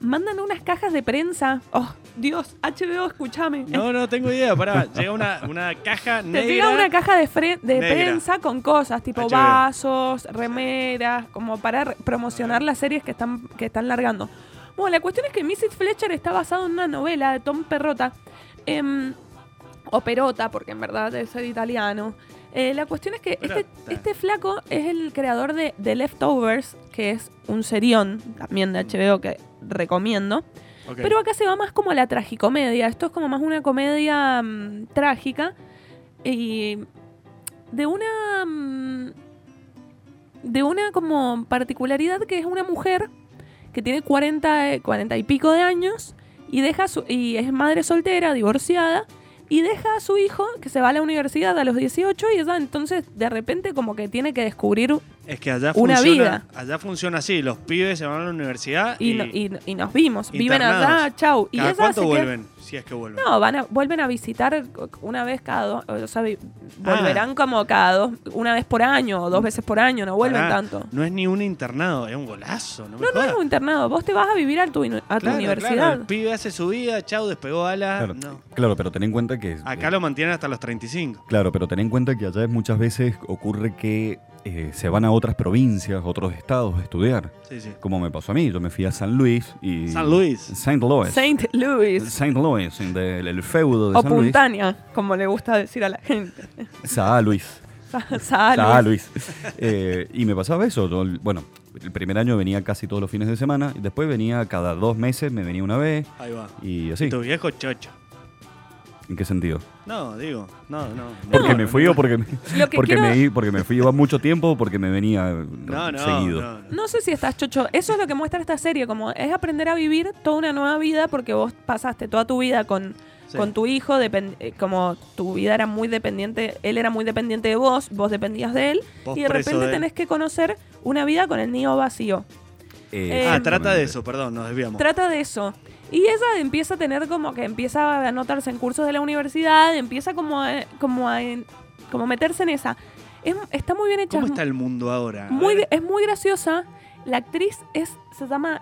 [SPEAKER 3] Mandan unas cajas de prensa. Oh, Dios, HBO, escúchame.
[SPEAKER 1] No, no tengo idea. Pará, llega una, una caja
[SPEAKER 3] Te
[SPEAKER 1] negra.
[SPEAKER 3] llega una caja de, fre- de
[SPEAKER 1] negra.
[SPEAKER 3] prensa con cosas, tipo
[SPEAKER 1] HBO.
[SPEAKER 3] vasos, remeras, como para re- promocionar las series que están, que están largando. Bueno, la cuestión es que Mrs. Fletcher está basado en una novela de Tom Perrota, em, o Perota, porque en verdad es ser italiano. Eh, la cuestión es que este,
[SPEAKER 1] Perota.
[SPEAKER 3] este flaco es el creador de The Leftovers, que es un serión también de HBO que recomiendo.
[SPEAKER 1] Ok.
[SPEAKER 3] Pero acá se va más como a la tragicomedia. Esto es como más una comedia mm, trágica. Y de una. mm, de una como particularidad que es una mujer que tiene 40, eh, 40 y pico de años y, deja su- y es madre soltera, divorciada. Y deja a su hijo que se va a la universidad a los 18 y ella entonces de repente como que tiene que descubrir
[SPEAKER 1] Es que allá
[SPEAKER 3] Una
[SPEAKER 1] funciona, allá funciona así. Los pibes se van a la universidad
[SPEAKER 3] y,
[SPEAKER 1] y.
[SPEAKER 3] no- y no- y nos vimos. Viven
[SPEAKER 1] internados.
[SPEAKER 3] allá, chau. Y
[SPEAKER 1] ¿Cada
[SPEAKER 3] ella
[SPEAKER 1] cuánto
[SPEAKER 3] se queda-
[SPEAKER 1] vuelven? Si es que vuelven.
[SPEAKER 3] No, van a- vuelven a visitar una vez cada dos, o sea, vi-
[SPEAKER 1] Ah.
[SPEAKER 3] volverán como cada dos, una vez por año o dos veces por año, no vuelven
[SPEAKER 1] Mm. Pará,
[SPEAKER 3] tanto.
[SPEAKER 1] No es ni un internado, es un golazo. No,
[SPEAKER 3] No,
[SPEAKER 1] me
[SPEAKER 3] no
[SPEAKER 1] jodas.
[SPEAKER 3] es un internado, vos te vas a vivir a tu, inu- a tu
[SPEAKER 1] Claro, claro,
[SPEAKER 3] universidad.
[SPEAKER 1] el pibe hace su vida, chau, despegó ala.
[SPEAKER 2] Claro,
[SPEAKER 1] no.
[SPEAKER 2] claro, pero ten en cuenta que.
[SPEAKER 1] Acá lo mantienen hasta los 35.
[SPEAKER 2] Claro, pero ten en cuenta que allá muchas veces ocurre que eh, se van a otras provincias, otros estados a estudiar.
[SPEAKER 1] Sí, sí.
[SPEAKER 2] Como me pasó a mí, yo me fui a San Luis y...
[SPEAKER 1] San Luis.
[SPEAKER 2] Saint Louis.
[SPEAKER 3] Saint Louis
[SPEAKER 2] Saint Louis, en de- el feudo de
[SPEAKER 3] o
[SPEAKER 2] San Luis.
[SPEAKER 3] Puntania, como le gusta decir a la gente.
[SPEAKER 2] San Luis.
[SPEAKER 3] Sa-
[SPEAKER 2] San
[SPEAKER 3] Salud.
[SPEAKER 2] Luis. Eh, y me pasaba eso. yo, bueno, el primer año venía casi todos los fines de semana. Y después venía cada dos meses, me venía una vez.
[SPEAKER 1] Ahí va.
[SPEAKER 2] Y así.
[SPEAKER 1] Tu viejo chocho.
[SPEAKER 2] ¿En qué sentido?
[SPEAKER 1] No, digo, no, no.
[SPEAKER 2] ¿Porque
[SPEAKER 1] no,
[SPEAKER 2] me
[SPEAKER 1] no,
[SPEAKER 2] fui
[SPEAKER 1] no.
[SPEAKER 2] o porque me,
[SPEAKER 3] Lo que
[SPEAKER 2] porque
[SPEAKER 3] quiero-
[SPEAKER 2] me, i- porque me fui? Iba mucho tiempo o porque me venía eh,
[SPEAKER 1] No, no,
[SPEAKER 2] seguido.
[SPEAKER 1] no, no.
[SPEAKER 3] No sé si estás chocho. Eso es lo que muestra esta serie, como es aprender a vivir toda una nueva vida porque vos pasaste toda tu vida con,
[SPEAKER 1] Sí.
[SPEAKER 3] con tu hijo, depend- eh, como tu vida era muy dependiente, él era muy dependiente de vos, vos dependías de él
[SPEAKER 1] Vos
[SPEAKER 3] y de
[SPEAKER 1] preso
[SPEAKER 3] repente
[SPEAKER 1] de él.
[SPEAKER 3] tenés que conocer una vida con el niño vacío.
[SPEAKER 2] Eh,
[SPEAKER 1] Ah,
[SPEAKER 3] Em,
[SPEAKER 1] trata de eso, perdón, nos desviamos.
[SPEAKER 3] Trata de eso. Y ella empieza a tener como que empieza a anotarse en cursos de la universidad, empieza como a, como a en- como meterse en esa. Es- está muy bien hecha.
[SPEAKER 1] ¿Cómo
[SPEAKER 3] es
[SPEAKER 1] está el mundo ahora? A
[SPEAKER 3] muy,
[SPEAKER 1] ver.
[SPEAKER 3] es muy graciosa. La actriz es, se llama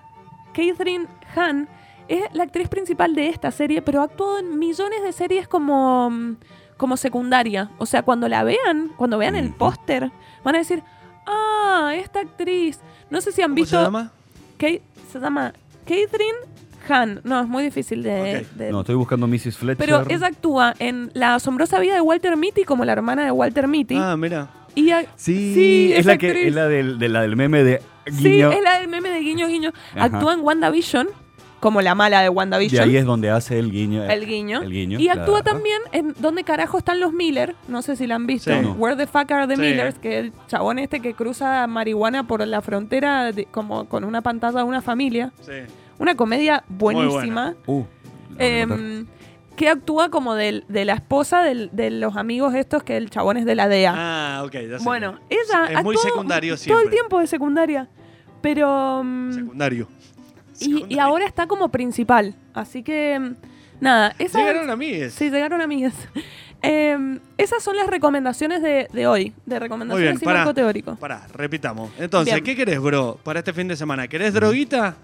[SPEAKER 3] Catherine Hahn. Es la actriz principal de esta serie, pero ha actuado en millones de series como, mm, como secundaria. O sea, cuando la vean, cuando vean el
[SPEAKER 2] Ujú.
[SPEAKER 3] póster, van a decir, ah, esta actriz. No sé si han
[SPEAKER 1] ¿Cómo
[SPEAKER 3] visto...
[SPEAKER 1] se llama?
[SPEAKER 3] Kate- se llama Catherine Hahn. No, es muy difícil de...
[SPEAKER 1] Ok.
[SPEAKER 3] de-
[SPEAKER 2] no, estoy buscando Mrs. Fletcher.
[SPEAKER 3] pero ella actúa en La asombrosa vida de Walter Mitty como la hermana de Walter Mitty.
[SPEAKER 1] Ah, mira.
[SPEAKER 3] y a-
[SPEAKER 2] Sí,
[SPEAKER 3] sí,
[SPEAKER 2] es,
[SPEAKER 3] es
[SPEAKER 2] la que,
[SPEAKER 3] actriz.
[SPEAKER 2] es la del, de la del meme de
[SPEAKER 3] Sí,
[SPEAKER 2] guiño.
[SPEAKER 3] es la del meme de guiño guiño.
[SPEAKER 2] Ajá.
[SPEAKER 3] Actúa en WandaVision como la mala de
[SPEAKER 2] Y
[SPEAKER 3] WandaVision.
[SPEAKER 2] ahí es donde hace el guiño.
[SPEAKER 3] El guiño.
[SPEAKER 2] El guiño.
[SPEAKER 3] Y actúa
[SPEAKER 2] claro.
[SPEAKER 3] también en ¿Dónde carajo están los Miller? No sé si la han visto.
[SPEAKER 2] Sí. No.
[SPEAKER 3] Where the fuck are the
[SPEAKER 2] Sí.
[SPEAKER 3] Millers? Que el chabón este que cruza marihuana por la frontera de- como con una pantalla de una familia. Una comedia buenísima.
[SPEAKER 2] Uh,
[SPEAKER 3] Em, que actúa como del- de, la esposa del- de los amigos estos que el chabón es de la DEA.
[SPEAKER 1] Ah, ok, ya sé.
[SPEAKER 3] Bueno, ella
[SPEAKER 1] Es muy
[SPEAKER 3] actuó
[SPEAKER 1] secundario
[SPEAKER 3] Todo el
[SPEAKER 1] siempre.
[SPEAKER 3] tiempo de secundaria. Pero. mm,
[SPEAKER 1] Secundario.
[SPEAKER 3] y, y ahora está como principal. Así que. mm, Nada. Esas,
[SPEAKER 1] Llegaron amigas.
[SPEAKER 3] Sí, llegaron amigas. Em, esas son las recomendaciones de, de hoy. De
[SPEAKER 1] Muy
[SPEAKER 3] recomendaciones
[SPEAKER 1] bien,
[SPEAKER 3] y
[SPEAKER 1] pará,
[SPEAKER 3] marco teórico.
[SPEAKER 1] Pará, repitamos. Entonces,
[SPEAKER 3] Bien.
[SPEAKER 1] ¿qué querés, bro, para este fin de semana? ¿Querés
[SPEAKER 2] Mm.
[SPEAKER 1] droguita?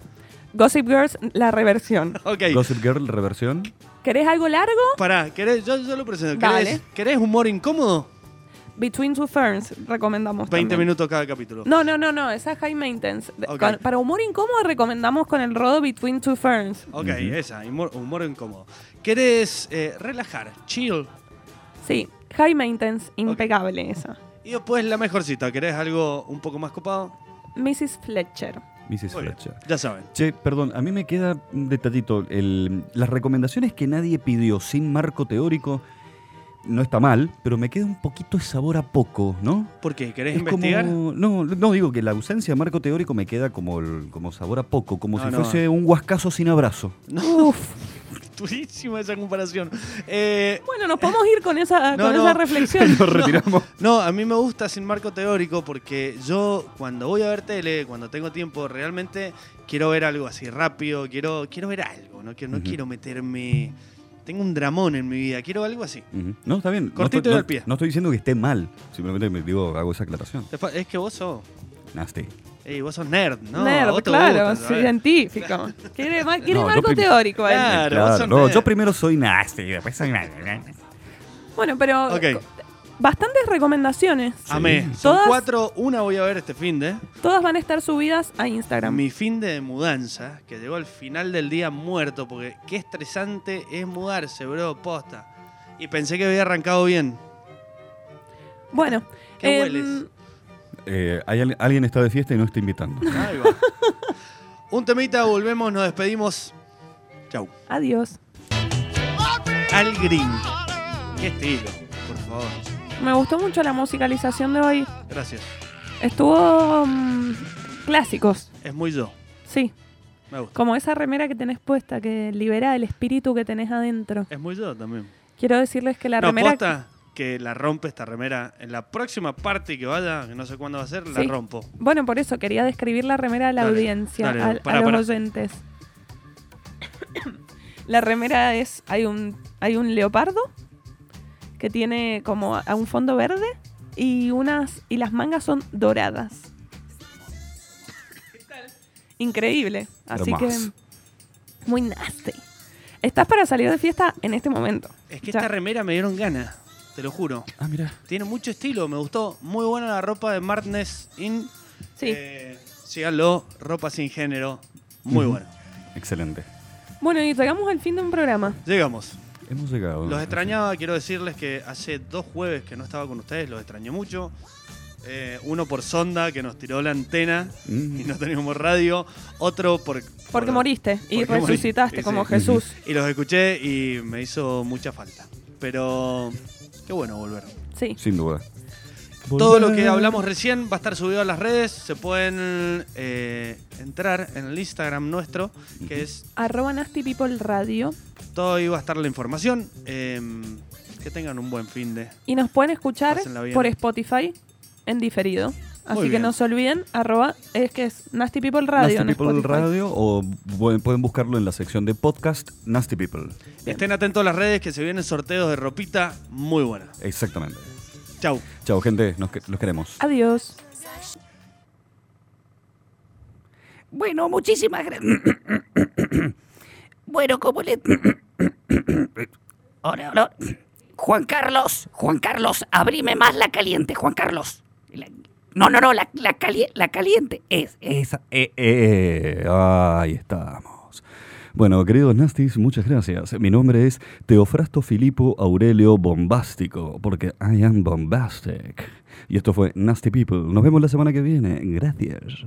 [SPEAKER 3] Gossip Girls, la reversión.
[SPEAKER 1] Ok.
[SPEAKER 2] Gossip Girl reversión.
[SPEAKER 3] ¿Querés algo largo?
[SPEAKER 1] Pará, ¿querés? Yo, yo lo presento.
[SPEAKER 3] Dale.
[SPEAKER 1] ¿Querés, ¿Querés humor incómodo?
[SPEAKER 3] Between Two Ferns, recomendamos.
[SPEAKER 1] 20
[SPEAKER 3] también.
[SPEAKER 1] minutos cada capítulo.
[SPEAKER 3] No, no, no, no, esa es High Maintenance. De-
[SPEAKER 1] Ok.
[SPEAKER 3] con- para humor incómodo recomendamos con el rodo Between Two Ferns.
[SPEAKER 1] Ok, esa, humor, humor incómodo. ¿Querés eh, relajar? Chill.
[SPEAKER 3] Sí, High Maintenance, impecable esa.
[SPEAKER 1] Y después la mejorcita. ¿Querés algo un poco más copado?
[SPEAKER 3] Mrs. Fletcher.
[SPEAKER 2] Mrs.
[SPEAKER 1] Muy bien,
[SPEAKER 2] Fletcher.
[SPEAKER 1] Ya saben.
[SPEAKER 2] Che, perdón, a mí me queda un detallito. El- las recomendaciones que nadie pidió sin marco teórico no está mal, pero me queda un poquito de sabor a poco, ¿no?
[SPEAKER 1] ¿Por qué? ¿Querés
[SPEAKER 2] Es como-
[SPEAKER 1] investigar?
[SPEAKER 2] no, no digo que la ausencia de marco teórico me queda como, el- como sabor a poco, como
[SPEAKER 1] No,
[SPEAKER 2] si
[SPEAKER 1] no.
[SPEAKER 2] fuese un huascazo sin abrazo.
[SPEAKER 1] No. Durísima esa comparación. Eh,
[SPEAKER 3] Bueno, nos podemos ir con esa,
[SPEAKER 1] No,
[SPEAKER 3] con
[SPEAKER 1] no.
[SPEAKER 3] esa reflexión.
[SPEAKER 2] Lo retiramos.
[SPEAKER 1] No, a mí me gusta sin marco teórico porque yo cuando voy a ver tele, cuando tengo tiempo, realmente quiero ver algo así rápido, quiero, quiero ver algo, no, quiero, no
[SPEAKER 2] Ujú.
[SPEAKER 1] quiero meterme... Tengo un dramón en mi vida, quiero algo así.
[SPEAKER 2] Ujú. No, está bien. No
[SPEAKER 1] Cortito
[SPEAKER 2] estoy-
[SPEAKER 1] y
[SPEAKER 2] no-
[SPEAKER 1] al pie.
[SPEAKER 2] No estoy diciendo que esté mal, simplemente me digo, hago esa aclaración.
[SPEAKER 1] Te fa- Es que vos sos...
[SPEAKER 2] Nasty.
[SPEAKER 1] ey, vos sos nerd, ¿no? A
[SPEAKER 3] Nerd,
[SPEAKER 1] vos te
[SPEAKER 3] claro,
[SPEAKER 1] gusta,
[SPEAKER 3] sí,
[SPEAKER 1] ¿sabes?
[SPEAKER 3] científico. Quiere, ma- quiere
[SPEAKER 2] No, yo
[SPEAKER 3] marco
[SPEAKER 2] prim-
[SPEAKER 3] teórico él.
[SPEAKER 1] Claro, vos
[SPEAKER 2] Claro,
[SPEAKER 1] sos
[SPEAKER 2] no,
[SPEAKER 1] nerd.
[SPEAKER 2] yo primero soy nasty, después soy ¿eh? nasty.
[SPEAKER 3] Bueno, pero
[SPEAKER 1] Ok,
[SPEAKER 3] bastantes recomendaciones.
[SPEAKER 1] amé. Son
[SPEAKER 3] Todas-
[SPEAKER 1] cuatro, una voy a ver este fin de...
[SPEAKER 3] Todas van a estar subidas a Instagram.
[SPEAKER 1] Mi fin de mudanza, que llegó al final del día muerto, porque qué estresante es mudarse, bro, posta. Y pensé que había arrancado bien.
[SPEAKER 3] Bueno.
[SPEAKER 1] ¿Qué
[SPEAKER 3] em,
[SPEAKER 1] hueles?
[SPEAKER 2] Eh, hay al- alguien está de fiesta y no está invitando.
[SPEAKER 1] Ahí va. Un temita, volvemos, nos despedimos. Chau.
[SPEAKER 3] Adiós.
[SPEAKER 1] Al Green. Qué estilo, por favor.
[SPEAKER 3] Me gustó mucho la musicalización de hoy.
[SPEAKER 1] Gracias.
[SPEAKER 3] Estuvo mm, clásicos,
[SPEAKER 1] Es muy yo.
[SPEAKER 3] sí.
[SPEAKER 1] Me gusta.
[SPEAKER 3] Como esa remera que tenés puesta que libera el espíritu que tenés adentro.
[SPEAKER 1] Es muy yo también.
[SPEAKER 3] Quiero decirles que la
[SPEAKER 1] no,
[SPEAKER 3] remera...
[SPEAKER 1] posta que la rompe esta remera. En la próxima parte que vaya, que no sé cuándo va a ser, la
[SPEAKER 3] Sí.
[SPEAKER 1] rompo.
[SPEAKER 3] Bueno, por eso quería describir la remera a la
[SPEAKER 1] Dale,
[SPEAKER 3] audiencia,
[SPEAKER 1] dale,
[SPEAKER 3] a- a,
[SPEAKER 1] pará,
[SPEAKER 3] los
[SPEAKER 1] pará.
[SPEAKER 3] oyentes. la remera es... Hay un, hay un leopardo que tiene como a un fondo verde y, unas, y las mangas son doradas. Increíble. Así
[SPEAKER 2] Hermoso.
[SPEAKER 3] que... Muy nasty. Estás para salir de fiesta en este momento.
[SPEAKER 1] Es que
[SPEAKER 3] Ya.
[SPEAKER 1] esta remera me dieron ganas, te lo juro.
[SPEAKER 2] Ah, mira.
[SPEAKER 1] Tiene mucho estilo, me gustó. Muy buena la ropa de Martness In.
[SPEAKER 3] Sí.
[SPEAKER 1] Eh, síganlo, ropa sin género. Muy
[SPEAKER 2] Ujú.
[SPEAKER 1] buena.
[SPEAKER 2] Excelente.
[SPEAKER 3] Bueno, y llegamos al fin de un programa.
[SPEAKER 1] Llegamos.
[SPEAKER 2] Hemos llegado.
[SPEAKER 1] Los extrañaba, quiero decirles que hace dos jueves que no estaba con ustedes, los extrañé mucho. Eh, uno por sonda, que nos tiró la antena
[SPEAKER 2] Mm.
[SPEAKER 1] y no teníamos radio. Otro por...
[SPEAKER 3] Porque
[SPEAKER 1] por-
[SPEAKER 3] moriste y
[SPEAKER 1] porque morí.
[SPEAKER 3] resucitaste
[SPEAKER 1] Sí,
[SPEAKER 3] como
[SPEAKER 1] sí.
[SPEAKER 3] Jesús.
[SPEAKER 1] Y los escuché y me hizo mucha falta. Pero qué bueno volver.
[SPEAKER 3] Sí.
[SPEAKER 2] Sin duda.
[SPEAKER 1] Todo lo que hablamos recién va a estar subido a las redes. Se pueden eh, entrar en el Instagram nuestro, que es
[SPEAKER 3] Arroba Nasty People Radio.
[SPEAKER 1] todo ahí va a estar la información. Eh, que tengan un buen fin de.
[SPEAKER 3] Y nos pueden escuchar
[SPEAKER 1] Pásenla bien.
[SPEAKER 3] por Spotify en diferido. Así que
[SPEAKER 1] bien.
[SPEAKER 3] no se olviden, arroba, es que es Nasty People
[SPEAKER 2] Nasty
[SPEAKER 3] Radio. en
[SPEAKER 2] People
[SPEAKER 3] Spotify.
[SPEAKER 2] Radio o bu- pueden buscarlo en la sección de podcast Nasty People.
[SPEAKER 1] Estén atentos a las redes que se vienen sorteos de ropita muy buena.
[SPEAKER 2] Exactamente.
[SPEAKER 1] Chau.
[SPEAKER 2] Chao, gente. Nos, que- los queremos.
[SPEAKER 3] Adiós.
[SPEAKER 11] Bueno, muchísimas gracias. bueno, como le... Ahora, ahora. Juan Carlos, Juan Carlos, abrime más la caliente, Juan Carlos. La- No, no, no, la, la, cali- la caliente es...
[SPEAKER 2] Esa- eh, eh, eh, ahí estamos. Bueno, queridos Nastis, muchas gracias. Mi nombre es Teofrasto Filipo Aurelio Bombástico, porque I am bombastic. Y esto fue Nasty People. Nos vemos la semana que viene. Gracias.